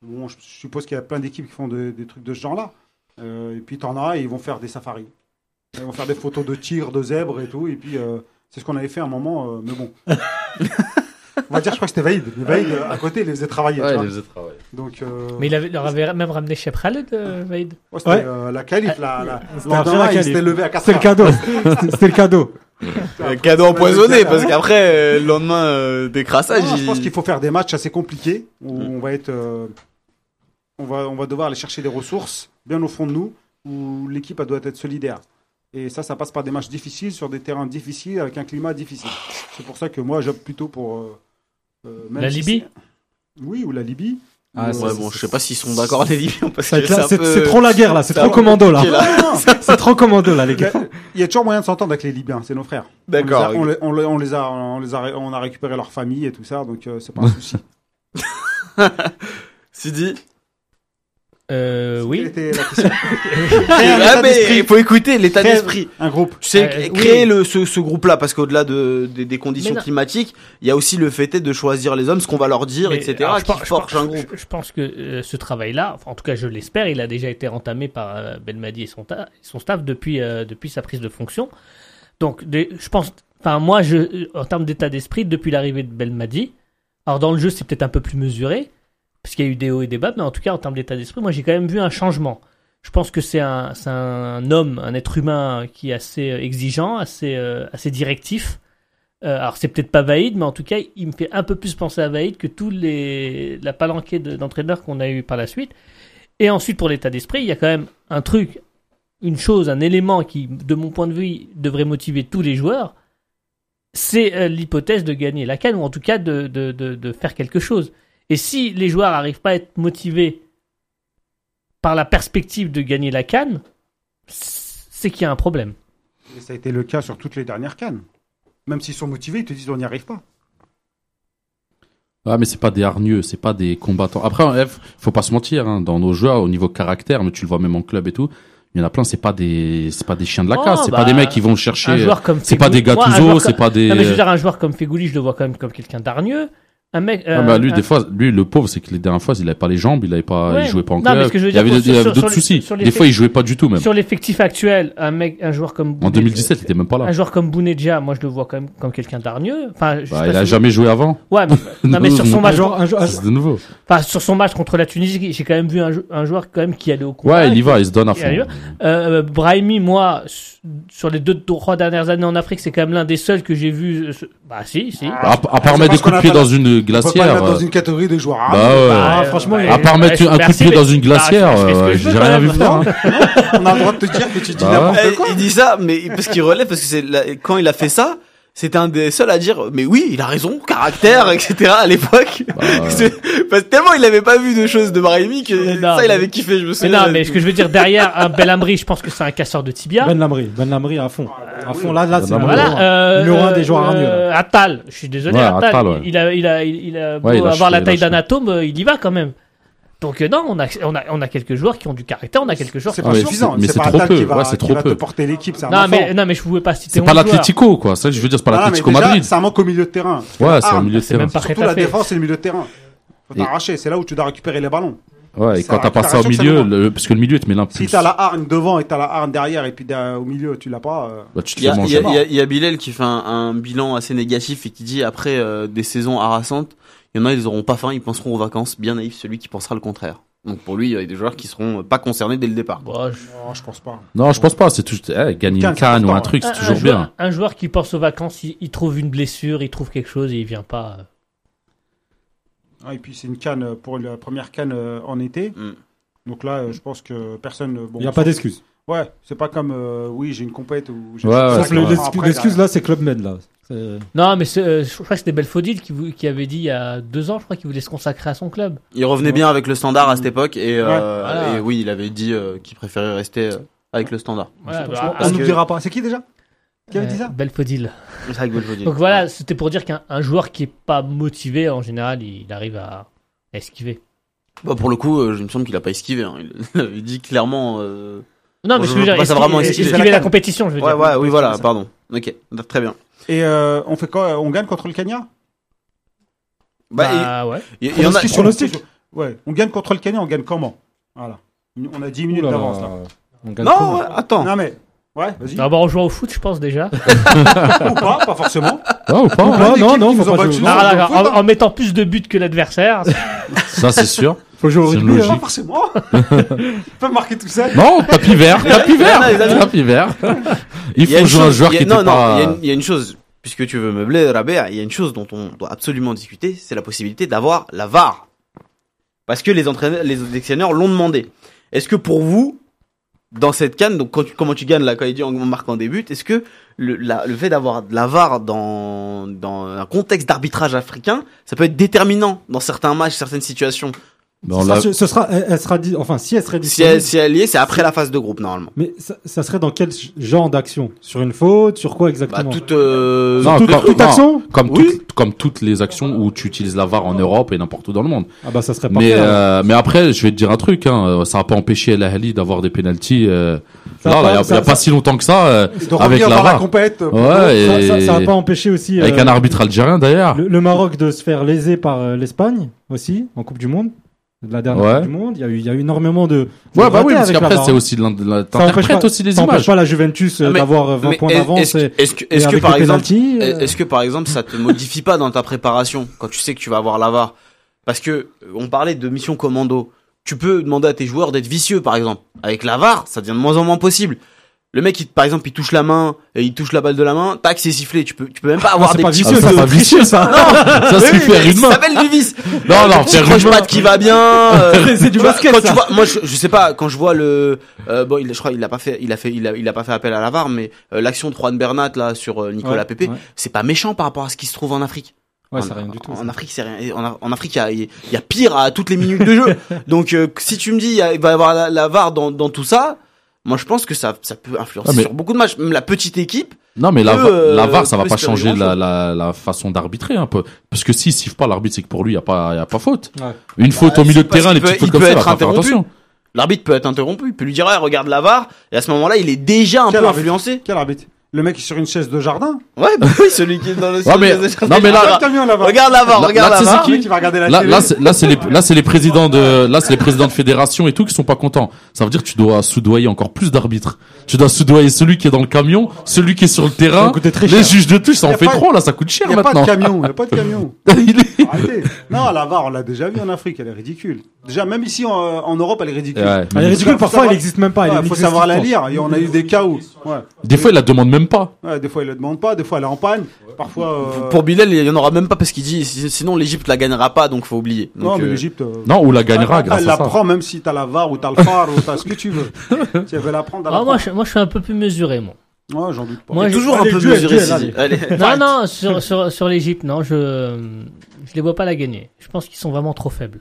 Speaker 1: Bon, je suppose qu'il y a plein d'équipes qui font de- des trucs de ce genre-là. Euh, et puis t'en as, et ils vont faire des safaris. Ils vont faire des photos de tirs, de zèbres et tout. Et puis euh, c'est ce qu'on avait fait à un moment, euh, mais
Speaker 2: (laughs)
Speaker 1: bon. On va dire, je crois que c'était Vaïd. Mais Vaïd, euh, à côté, il les faisait travailler. tu vois. Donc, euh,
Speaker 3: Mais il avait, leur avait même ramené Chef Khaled, euh, Vaïd.
Speaker 1: ouais, c'était
Speaker 2: Ouais.
Speaker 1: euh, la calife, la, la,
Speaker 2: C'était après la
Speaker 1: il
Speaker 2: calife.
Speaker 1: s'était levé à 4
Speaker 2: C'était le cadeau. C'était- C'était le cadeau.
Speaker 6: Euh, cadeau
Speaker 1: empoisonné, parce
Speaker 6: qu'après, euh, le lendemain des crassages,
Speaker 1: Non, Ah, je pense qu'il faut faire des matchs assez compliqués où
Speaker 2: Mm.
Speaker 1: on va être, euh, on va, on va devoir aller chercher des ressources bien au fond de nous où l'équipe elle doit être solidaire. Et ça, ça passe par des matchs difficiles sur des terrains difficiles avec un climat difficile. C'est pour ça que moi, j'opte plutôt pour euh, euh, même
Speaker 3: La
Speaker 1: si
Speaker 3: Libye
Speaker 1: c'est- Oui, ou la Libye.
Speaker 2: Ah,
Speaker 1: Ou,
Speaker 2: ça,
Speaker 1: euh,
Speaker 6: Ouais, bon, je sais pas s'ils sont d'accord les Libyens parce
Speaker 2: Ça va
Speaker 6: que
Speaker 2: être là-
Speaker 6: c'est un
Speaker 2: C'est c'est
Speaker 6: peu.
Speaker 2: trop la guerre là, c'est
Speaker 6: ça
Speaker 2: trop
Speaker 6: va
Speaker 2: commando là.
Speaker 6: compliqué, là.
Speaker 1: (laughs) non, non,
Speaker 2: (laughs) C'est trop commando là les
Speaker 1: (laughs)
Speaker 2: gars.
Speaker 1: il y a toujours moyen de s'entendre avec les Libyens, c'est nos frères. On les a-
Speaker 6: D'accord.
Speaker 1: On les, on les- on les a, on les a, on a récupéré leur famille et tout ça, donc euh,
Speaker 3: (laughs)
Speaker 1: c'est pas un souci.
Speaker 6: Sidi.
Speaker 3: Euh,
Speaker 1: Quelle
Speaker 3: oui.
Speaker 1: était la question
Speaker 6: Ah, mais il faut écouter l'état
Speaker 1: Crève.
Speaker 6: d'esprit.
Speaker 1: Un groupe.
Speaker 6: Tu sais,
Speaker 3: Euh,
Speaker 6: créer
Speaker 3: oui.
Speaker 6: le, ce, ce groupe-là, parce qu'au-delà de, des- des conditions
Speaker 3: Mais non.
Speaker 6: climatiques, il y a aussi le fait est de choisir les hommes, ce qu'on va leur dire,
Speaker 3: Mais,
Speaker 6: etc.,
Speaker 3: alors, je
Speaker 6: qui
Speaker 3: pense- je
Speaker 6: forge
Speaker 3: pense-
Speaker 6: un groupe.
Speaker 3: Je, je pense que euh, ce travail-là, enfin, en tout cas je l'espère, il a déjà été entamé par euh, Belmadi et son, ta- son staff depuis, euh, depuis sa prise de fonction. Donc des- je pense, enfin moi je, euh, en termes d'état d'esprit, depuis l'arrivée de Belmadi, alors dans le jeu c'est peut-être un peu plus mesuré, parce qu'il y a eu des hauts et des bas, mais en tout cas en termes d'état d'esprit, moi j'ai quand même vu un changement. Je pense que c'est un, c'est un homme, un être humain qui est assez euh, exigeant, assez, euh, assez directif. Euh, alors c'est peut-être pas Vaïd, mais en tout cas, il me fait un peu plus penser à Vaïd que tous les la palanquée de- d'entraîneurs qu'on a eu par la suite. Et ensuite pour l'état d'esprit, il y a quand même un truc, une chose, un élément qui, de mon point de vue, devrait motiver tous les joueurs, c'est euh, l'hypothèse de gagner la canne ou en tout cas de, de, de, de faire quelque chose. Et si les joueurs n'arrivent pas à être motivés par la perspective de gagner la canne, c'est qu'il y a un problème.
Speaker 1: Et ça a été le cas sur toutes les dernières cannes. Même s'ils sont motivés, ils te disent on n'y arrive pas.
Speaker 4: Ah, mais c'est pas des hargneux, c'est pas des combattants. Après, en F, faut pas se mentir, hein, dans nos joueurs, au niveau caractère, mais tu le vois même en club et tout, il y en a plein, c'est pas des, c'est pas des chiens de la
Speaker 3: Oh,
Speaker 4: casse, c'est
Speaker 3: bah,
Speaker 4: pas des mecs qui vont
Speaker 3: Un
Speaker 4: chercher,
Speaker 3: joueur comme
Speaker 4: c'est pas des
Speaker 3: Feghouli- Moi, un joueur
Speaker 4: Gattuso,
Speaker 3: comme-
Speaker 4: c'est pas des,
Speaker 3: Non, mais je veux dire, un joueur comme Fegouli, je le vois quand même comme quelqu'un d'arnieux. Un mec.
Speaker 4: Ah
Speaker 3: euh,
Speaker 4: bah lui
Speaker 3: un-
Speaker 4: des fois lui le pauvre c'est que les dernières fois il avait pas les jambes il avait pas
Speaker 3: Ouais.
Speaker 4: il jouait pas en
Speaker 3: Non,
Speaker 4: club
Speaker 3: mais ce que je veux
Speaker 4: il y
Speaker 3: dire,
Speaker 4: avait,
Speaker 3: sur-
Speaker 4: il y avait
Speaker 3: sur-
Speaker 4: d'autres
Speaker 3: sur les-
Speaker 4: soucis
Speaker 3: sur les
Speaker 4: des fois
Speaker 3: faits-
Speaker 4: il jouait pas du tout même
Speaker 3: Sur l'effectif actuel, un mec, un joueur comme.
Speaker 4: en
Speaker 3: Bounedja-
Speaker 4: 2017 il était même pas là
Speaker 3: Un joueur comme Bounedja, moi je le vois quand même comme quelqu'un d'arnieux. Enfin, je suis
Speaker 4: Bah,
Speaker 3: pas
Speaker 4: il a
Speaker 3: sûr-
Speaker 4: jamais joué avant
Speaker 3: Ouais, mais,
Speaker 4: (laughs)
Speaker 3: non, mais sur son
Speaker 4: Non,
Speaker 2: Un
Speaker 3: match,
Speaker 2: jour, un jour- un jour-
Speaker 4: c'est de nouveau
Speaker 3: enfin, sur son match contre la Tunisie, j'ai quand même vu un, jou- un joueur quand même qui allait au combat.
Speaker 4: ouais il y va il se donne à
Speaker 3: il y
Speaker 4: fond
Speaker 3: va. Euh, Brahimi, moi, su- sur les deux trois dernières années en Afrique, c'est quand même l'un des seuls que j'ai vu. euh, ce- Bah si, si.
Speaker 4: à, à
Speaker 1: c'est
Speaker 4: part mettre
Speaker 1: parce
Speaker 4: des coups
Speaker 1: qu'on
Speaker 4: de
Speaker 1: a
Speaker 4: pied
Speaker 1: pas
Speaker 4: dans une
Speaker 1: On peut pas le
Speaker 4: glacière
Speaker 1: mettre dans
Speaker 4: euh,
Speaker 1: une catégorie de joueurs. Ah,
Speaker 4: bah ouais
Speaker 2: Ah, franchement,
Speaker 4: à part mettre un coup de pied dans une glacière, euh, j'ai rien vu faire. hein.
Speaker 1: On a le droit de te dire que tu dis
Speaker 4: Bah
Speaker 1: n'importe
Speaker 6: Eh, il dit ça, mais parce qu'il relève, parce que c'est la- quand il a fait ça, c'était un des seuls à dire, mais oui, il a raison, caractère, etc. à l'époque.
Speaker 4: Bah, ouais.
Speaker 6: C'est- parce que tellement il avait pas vu de choses de Brahimi que
Speaker 3: Mais non,
Speaker 6: ça, il
Speaker 3: mais-
Speaker 6: avait kiffé, je me
Speaker 3: Mais
Speaker 5: Euh,
Speaker 6: souviens.
Speaker 3: non, mais ce que je veux dire derrière un Belhamri, je pense que c'est un casseur de tibia.
Speaker 2: Ben Lamry, Ben Lamry à fond, à fond là là c'est
Speaker 4: Ben Lamry.
Speaker 2: numéro un.
Speaker 3: voilà, euh,
Speaker 2: Numéro un des
Speaker 3: euh,
Speaker 2: joueurs hargneux,
Speaker 3: euh, Attal, je suis désolé,
Speaker 4: Ouais,
Speaker 3: Attal,
Speaker 4: Attal, ouais.
Speaker 3: il a, il a, il il a beau
Speaker 4: Ouais, il lâche
Speaker 3: avoir la
Speaker 4: pas, il
Speaker 3: taille
Speaker 4: lâche
Speaker 3: d'un
Speaker 4: pas.
Speaker 3: atome, euh, il y va quand même. Donc euh, non, on a, on a, on a quelques joueurs qui ont du caractère, on a quelques joueurs.
Speaker 1: C'est
Speaker 3: Qui...
Speaker 4: Ah,
Speaker 1: pas
Speaker 4: mais
Speaker 1: suffisant.
Speaker 4: c'est- mais
Speaker 1: C'est
Speaker 4: c'est
Speaker 1: pas
Speaker 4: trop
Speaker 1: Atal qui
Speaker 4: peu.
Speaker 1: va,
Speaker 4: Ouais, c'est
Speaker 1: qui
Speaker 4: trop
Speaker 1: va te
Speaker 4: peu.
Speaker 1: porter l'équipe. C'est un
Speaker 3: Non
Speaker 1: enfant.
Speaker 3: mais, non mais je pouvais pas citer.
Speaker 4: c'est pas
Speaker 3: 11 joueurs.
Speaker 4: l'Atlético quoi c'est ça que je veux dire c'est pas
Speaker 1: Voilà, Ah, mais
Speaker 4: l'Atlético
Speaker 1: déjà,
Speaker 4: Madrid
Speaker 1: C'est un manque au milieu de terrain.
Speaker 4: ouais c'est
Speaker 1: Ah,
Speaker 4: un milieu de
Speaker 3: C'est
Speaker 4: terrain
Speaker 3: même pas
Speaker 1: Surtout la
Speaker 3: Retafe.
Speaker 1: défense et le milieu de terrain. Faut
Speaker 4: Et-
Speaker 1: t'arracher. C'est là où tu dois récupérer les ballons.
Speaker 4: ouais et
Speaker 1: c'est
Speaker 4: quand
Speaker 1: la
Speaker 4: t'as pas ça au
Speaker 1: récupération,
Speaker 4: milieu
Speaker 1: c'est le
Speaker 4: le- parce que le milieu te met
Speaker 1: Si
Speaker 4: l'impulse
Speaker 1: t'as la hargne devant et t'as la hargne derrière et puis derrière- au milieu tu l'as pas. euh,
Speaker 4: Bah, tu te
Speaker 6: Il y,
Speaker 4: fais
Speaker 6: a, il y
Speaker 4: manger
Speaker 6: a- il y a- il y a Bilal qui fait un, un bilan assez négatif et qui dit après euh, des saisons harassantes, il y en a ils auront pas faim, ils penseront aux vacances. Bien naïf celui qui pensera le contraire. Donc pour lui, il y a des joueurs qui seront pas concernés dès le départ.
Speaker 3: Bon, Bah, je-
Speaker 1: Non, je pense pas.
Speaker 4: non je pense pas c'est tout eh, gagner
Speaker 1: Tiens,
Speaker 4: une canne ou
Speaker 1: important,
Speaker 4: un truc
Speaker 3: un,
Speaker 4: c'est
Speaker 3: un
Speaker 4: toujours
Speaker 3: joueur,
Speaker 4: bien
Speaker 3: un joueur qui pense aux vacances, il, il trouve une blessure, il trouve quelque chose et il vient pas. euh.
Speaker 1: Ah, et puis c'est une canne euh, pour la première canne euh, en été.
Speaker 6: Mm.
Speaker 1: Donc là, euh, je pense que personne. euh, Bon,
Speaker 2: Il y a pas d'excuse.
Speaker 1: Ouais, c'est pas comme euh, oui, j'ai une compète ou j'ai-
Speaker 4: Ouais, ouais,
Speaker 1: Cinq
Speaker 4: Sauf
Speaker 2: Sauf
Speaker 4: que
Speaker 1: ans
Speaker 2: le- l'excu-
Speaker 1: après,
Speaker 2: L'excuse
Speaker 1: là.
Speaker 2: là, c'est Club Med là. C'est-
Speaker 3: Non, mais c'est, euh, je crois que c'était Belfodil qui, vou- qui avait dit il y a deux ans, je crois, qu'il voulait se consacrer à son club.
Speaker 5: Il revenait bien avec le standard à cette époque et, euh,
Speaker 1: Ouais,
Speaker 3: voilà.
Speaker 5: et oui, il avait dit euh, qu'il préférait rester euh, avec le standard.
Speaker 3: Voilà, bah,
Speaker 1: Franchement,
Speaker 3: parce
Speaker 1: on
Speaker 3: que-
Speaker 1: n'oubliera pas. C'est qui déjà Qui avait dit
Speaker 3: euh,
Speaker 1: ça
Speaker 3: Belfodil.
Speaker 5: C'est ça que je veux dire.
Speaker 3: Donc voilà, c'était pour dire qu'un un joueur qui est pas motivé, en général, il, il arrive à à esquiver.
Speaker 5: Bah, pour le coup, euh, je me semble qu'il a pas esquivé. hein. Il (laughs) avait dit clairement. euh,
Speaker 3: Non,
Speaker 5: Bon,
Speaker 3: mais
Speaker 5: je
Speaker 3: ce que je veux
Speaker 5: vois
Speaker 3: dire,
Speaker 5: pas ça
Speaker 3: esquiver-
Speaker 5: vraiment esquiver.
Speaker 3: esquiver,
Speaker 1: C'est la
Speaker 3: la
Speaker 1: canne.
Speaker 3: compétition, je veux
Speaker 5: Ouais,
Speaker 3: dire.
Speaker 5: ouais, oui, voilà,
Speaker 1: ça.
Speaker 5: pardon. Ok, très bien.
Speaker 1: Et euh, on fait quoi On gagne contre le Kenya
Speaker 5: Bah,
Speaker 3: Bah, ouais.
Speaker 5: il il y, en a.
Speaker 1: Pronostic, pronostic. Ouais, on gagne contre le Kenya, on gagne comment Voilà. On a 10 minutes
Speaker 2: Ouh là
Speaker 1: d'avance
Speaker 2: là.
Speaker 1: là.
Speaker 2: On gagne
Speaker 5: Non,
Speaker 2: trop,
Speaker 5: ouais,
Speaker 2: là.
Speaker 5: attends.
Speaker 1: Non mais ouais, vas-y.
Speaker 3: D'abord, on joue au foot, je pense déjà. Bah,
Speaker 1: Ou pas, pas forcément.
Speaker 4: Ah, ou pas,
Speaker 1: On a
Speaker 4: ouais.
Speaker 1: des
Speaker 2: non,
Speaker 1: équipes
Speaker 2: non,
Speaker 1: qui
Speaker 2: faut
Speaker 1: nous ont
Speaker 2: pas
Speaker 1: battus.
Speaker 2: jouer.
Speaker 1: Non,
Speaker 3: Ah,
Speaker 1: on
Speaker 3: d'accord,
Speaker 1: joue au foot,
Speaker 3: en, en mettant plus de buts que l'adversaire.
Speaker 4: Ça, c'est sûr.
Speaker 2: Faut jouer au
Speaker 4: C'est
Speaker 2: rugby. hein.
Speaker 1: Pas
Speaker 4: logique.
Speaker 1: forcément. (laughs) Pas marquer tout ça.
Speaker 4: Non, tapis vert, tapis vert,
Speaker 5: Non, non, les amis.
Speaker 4: tapis vert. Il
Speaker 5: Il y a
Speaker 4: faut
Speaker 5: une
Speaker 4: jouer un
Speaker 5: chose-
Speaker 4: joueur
Speaker 5: il y a-
Speaker 4: qui
Speaker 5: Non,
Speaker 4: n'était
Speaker 5: non, il y a
Speaker 4: pas.
Speaker 5: une- il y, a une chose. Puisque tu veux meubler, Rabea, il y a une chose dont on doit absolument discuter, c'est la possibilité d'avoir la VAR. Parce que les entraîneurs, les sélectionneurs l'ont demandé. Est-ce que pour vous, dans cette canne, donc quand tu- comment tu gagnes la qualité en marquant des buts, est-ce que le, la- le fait d'avoir de la VAR dans, dans un contexte d'arbitrage africain, ça peut être déterminant dans certains matchs, certaines situations
Speaker 4: Dans
Speaker 2: ce,
Speaker 4: la-
Speaker 2: sera, ce- ce sera- elle, elle sera dit, enfin, si elle serait
Speaker 5: Si elle,
Speaker 2: disponible,
Speaker 5: si elle y est, c'est après la phase de groupe normalement.
Speaker 2: mais ça, ça serait dans quel genre d'action Sur une faute Sur quoi
Speaker 5: Bah,
Speaker 2: exactement
Speaker 5: toute, euh,
Speaker 4: Non,
Speaker 2: Toute-
Speaker 4: quand-
Speaker 2: toute
Speaker 4: non.
Speaker 2: action
Speaker 4: Comme,
Speaker 2: Oui.
Speaker 4: toutes, comme toutes les actions où tu utilises la VAR en Europe et n'importe où dans le monde.
Speaker 2: Ah bah ça serait parfait.
Speaker 4: Mais,
Speaker 1: hein.
Speaker 2: alors.
Speaker 4: euh, mais après, je vais te dire un truc, hein, ça n'a pas empêché El Ahly d'avoir des pénalties. Euh,
Speaker 2: Ça
Speaker 4: là,
Speaker 2: va
Speaker 4: là, il n'y a,
Speaker 2: ça-
Speaker 4: il y a pas si longtemps que ça, euh,
Speaker 1: De
Speaker 4: avec
Speaker 1: revenir
Speaker 4: la
Speaker 1: dans la
Speaker 4: VAR.
Speaker 1: compète.
Speaker 4: Ouais,
Speaker 2: ça-
Speaker 4: et-
Speaker 2: ça- ça va pas empêcher aussi
Speaker 4: avec
Speaker 2: euh,
Speaker 4: un arbitre algérien d'ailleurs.
Speaker 2: le, le Maroc de se faire léser par euh, l'Espagne aussi en Coupe du Monde. De la dernière
Speaker 4: Ouais.
Speaker 2: Coupe du Monde, il y a eu, il y a eu énormément de. de
Speaker 4: Ouais, bah oui,
Speaker 2: ratés
Speaker 4: parce
Speaker 2: avec la
Speaker 4: qu'après,
Speaker 2: VAR. hein.
Speaker 4: c'est aussi de l'in- de la-
Speaker 2: Ça empêche
Speaker 4: t'interprètes
Speaker 2: pas-
Speaker 4: aussi les
Speaker 2: Ça empêche
Speaker 4: images.
Speaker 2: pas la Juventus euh,
Speaker 5: Ah, mais-
Speaker 2: d'avoir euh, 20
Speaker 5: Mais
Speaker 2: points
Speaker 5: est-
Speaker 2: d'avance.
Speaker 5: Est-ce
Speaker 2: et-
Speaker 5: est-ce que,
Speaker 2: et
Speaker 5: est-ce que
Speaker 2: avec
Speaker 5: par
Speaker 2: le
Speaker 5: exemple,
Speaker 2: penalty, euh,
Speaker 5: est-ce que par exemple, ça te modifie pas dans ta préparation quand tu sais que tu vas avoir la VAR Parce que euh, on parlait de mission commando. Tu peux demander à tes joueurs d'être vicieux, par exemple. Avec la VAR, ça devient de moins en moins possible. Le mec, il, par exemple, il touche la main et il touche la balle de la main, tac, c'est sifflé. Tu peux, tu peux même pas avoir
Speaker 2: c'est
Speaker 5: des
Speaker 2: pas
Speaker 5: petits-
Speaker 2: vicieux,
Speaker 4: Ah, ça,
Speaker 2: c'est
Speaker 4: c'est pas vicieux,
Speaker 2: ça.
Speaker 4: (laughs) Ça,
Speaker 5: (laughs) Oui,
Speaker 4: c'est
Speaker 5: oui,
Speaker 4: faire
Speaker 5: mais
Speaker 4: une
Speaker 5: Ça
Speaker 4: main.
Speaker 5: s'appelle
Speaker 2: (laughs)
Speaker 5: du vice.
Speaker 4: Non, non,
Speaker 5: petit
Speaker 4: faire une main.
Speaker 5: croche-patte qui va bien. euh,
Speaker 2: C'est du
Speaker 5: tu vois,
Speaker 2: basket,
Speaker 5: Quand
Speaker 2: ça.
Speaker 5: tu vois, moi, je, je sais pas. Quand je vois le, euh, bon, il, je crois, il a pas fait, il a fait, il a, il a pas fait appel à la VAR, mais euh, l'action de Juan Bernat là sur euh, Nicolas
Speaker 2: Ouais,
Speaker 5: Pepe,
Speaker 2: ouais.
Speaker 5: c'est pas méchant par rapport à ce qui se trouve en Afrique.
Speaker 2: Ouais,
Speaker 5: en,
Speaker 2: c'est rien du tout.
Speaker 5: En
Speaker 2: ça.
Speaker 5: Afrique, c'est rien. Et En, en Afrique, il y a, il y a pire à toutes les minutes
Speaker 2: (laughs)
Speaker 5: de jeu. Donc, euh, si tu me dis, il y a- il va y avoir la, la VAR dans, dans tout ça. Moi, je pense que ça, ça peut influencer
Speaker 4: Ah, mais-
Speaker 5: sur beaucoup de matchs. Même la petite équipe,
Speaker 4: Non, mais la,
Speaker 5: Peu, euh,
Speaker 4: la VAR, ça va
Speaker 5: peu
Speaker 4: pas
Speaker 5: espérer
Speaker 4: changer la,
Speaker 5: grand-chose.
Speaker 4: la, la façon d'arbitrer un peu. Parce que s'il siffle pas l'arbitre, c'est que pour lui, il n'y a, pas- y a pas faute.
Speaker 2: Ouais.
Speaker 4: Une faute au
Speaker 5: si,
Speaker 4: milieu de
Speaker 5: parce
Speaker 4: terrain, les
Speaker 5: qu'il
Speaker 4: petites
Speaker 5: peut-
Speaker 4: fautes
Speaker 5: il
Speaker 4: comme
Speaker 5: peut
Speaker 4: ça,
Speaker 5: être
Speaker 4: va faire
Speaker 5: interrompu.
Speaker 4: attention.
Speaker 5: l'arbitre peut être interrompu. Il peut lui dire, ouais, regarde la VAR. Et à ce moment-là, il est déjà un
Speaker 1: Quel
Speaker 5: peu
Speaker 1: arbitre
Speaker 5: (laughs) influencé.
Speaker 1: Quel arbitre Le mec est sur une chaise de jardin.
Speaker 5: Ouais, bah oui, celui qui est dans le
Speaker 4: Ouais, mais- non, mais là-
Speaker 1: Ah, t'as mis en avant.
Speaker 5: Regarde la VAR,
Speaker 4: Là-
Speaker 5: regarde
Speaker 4: là,
Speaker 5: la
Speaker 4: tu sais
Speaker 5: VAR.
Speaker 1: Le mec, il Ah, va regarder la
Speaker 4: Là,
Speaker 1: télé.
Speaker 4: là, c'est, là, c'est les, là, c'est les présidents de, là, c'est les présidents de fédération et tout qui sont pas contents. Ça veut dire que tu dois soudoyer encore plus d'arbitres. Tu dois soudoyer celui qui est dans le camion, celui qui est sur le
Speaker 2: Ça va
Speaker 4: terrain.
Speaker 2: coûter très
Speaker 4: Les
Speaker 2: cher.
Speaker 4: juges de touche, ça
Speaker 1: Y
Speaker 4: en
Speaker 1: a
Speaker 4: fait
Speaker 1: pas-
Speaker 4: trop, là, ça coûte cher
Speaker 1: il n'y a pas
Speaker 4: maintenant.
Speaker 1: de camion, il n'y a pas de
Speaker 4: (laughs)
Speaker 1: camion.
Speaker 4: Il est-
Speaker 1: Arrêtez. Non, la VAR, on l'a déjà vu en Afrique, elle est ridicule. Déjà, même ici en, en Europe, elle est ridicule.
Speaker 4: Ouais.
Speaker 2: Elle est ridicule,
Speaker 1: Faut
Speaker 2: parfois
Speaker 1: savoir-
Speaker 2: elle existe même pas.
Speaker 1: Il
Speaker 2: elle est
Speaker 1: faut savoir la
Speaker 2: inexistante.
Speaker 1: lire. Et on a eu des cas où. Ouais.
Speaker 4: Des fois, il la demande même pas.
Speaker 1: Ouais, des fois, il le demande pas, des fois, elle est en panne. Parfois. euh,
Speaker 5: Pour Bilal, il y en aura même pas parce qu'il dit si- sinon l'Égypte la gagnera pas, donc faut oublier.
Speaker 1: Non,
Speaker 5: Donc,
Speaker 1: mais
Speaker 5: euh,
Speaker 1: l'Égypte. euh,
Speaker 4: Non, ou la gagnera
Speaker 1: Elle,
Speaker 4: grâce
Speaker 1: elle
Speaker 4: à
Speaker 1: la
Speaker 4: ça.
Speaker 1: prend même si t'as la VAR ou t'as le phare ou t'as ce que tu
Speaker 4: (laughs)
Speaker 1: veux. si elle veut la prendre, elle
Speaker 3: Ah,
Speaker 1: la
Speaker 3: moi, je, moi, je suis un peu plus mesuré, moi.
Speaker 1: prend. Ouais, j'en doute pas.
Speaker 3: Moi, j'ai-
Speaker 5: toujours un
Speaker 2: Allez,
Speaker 5: peu
Speaker 2: duel,
Speaker 5: mesuré.
Speaker 2: duel,
Speaker 5: Sidi. Allez.
Speaker 3: Non, non, sur, sur, sur l'Egypte, non, je, je les vois pas la gagner. Je pense qu'ils sont vraiment trop faibles.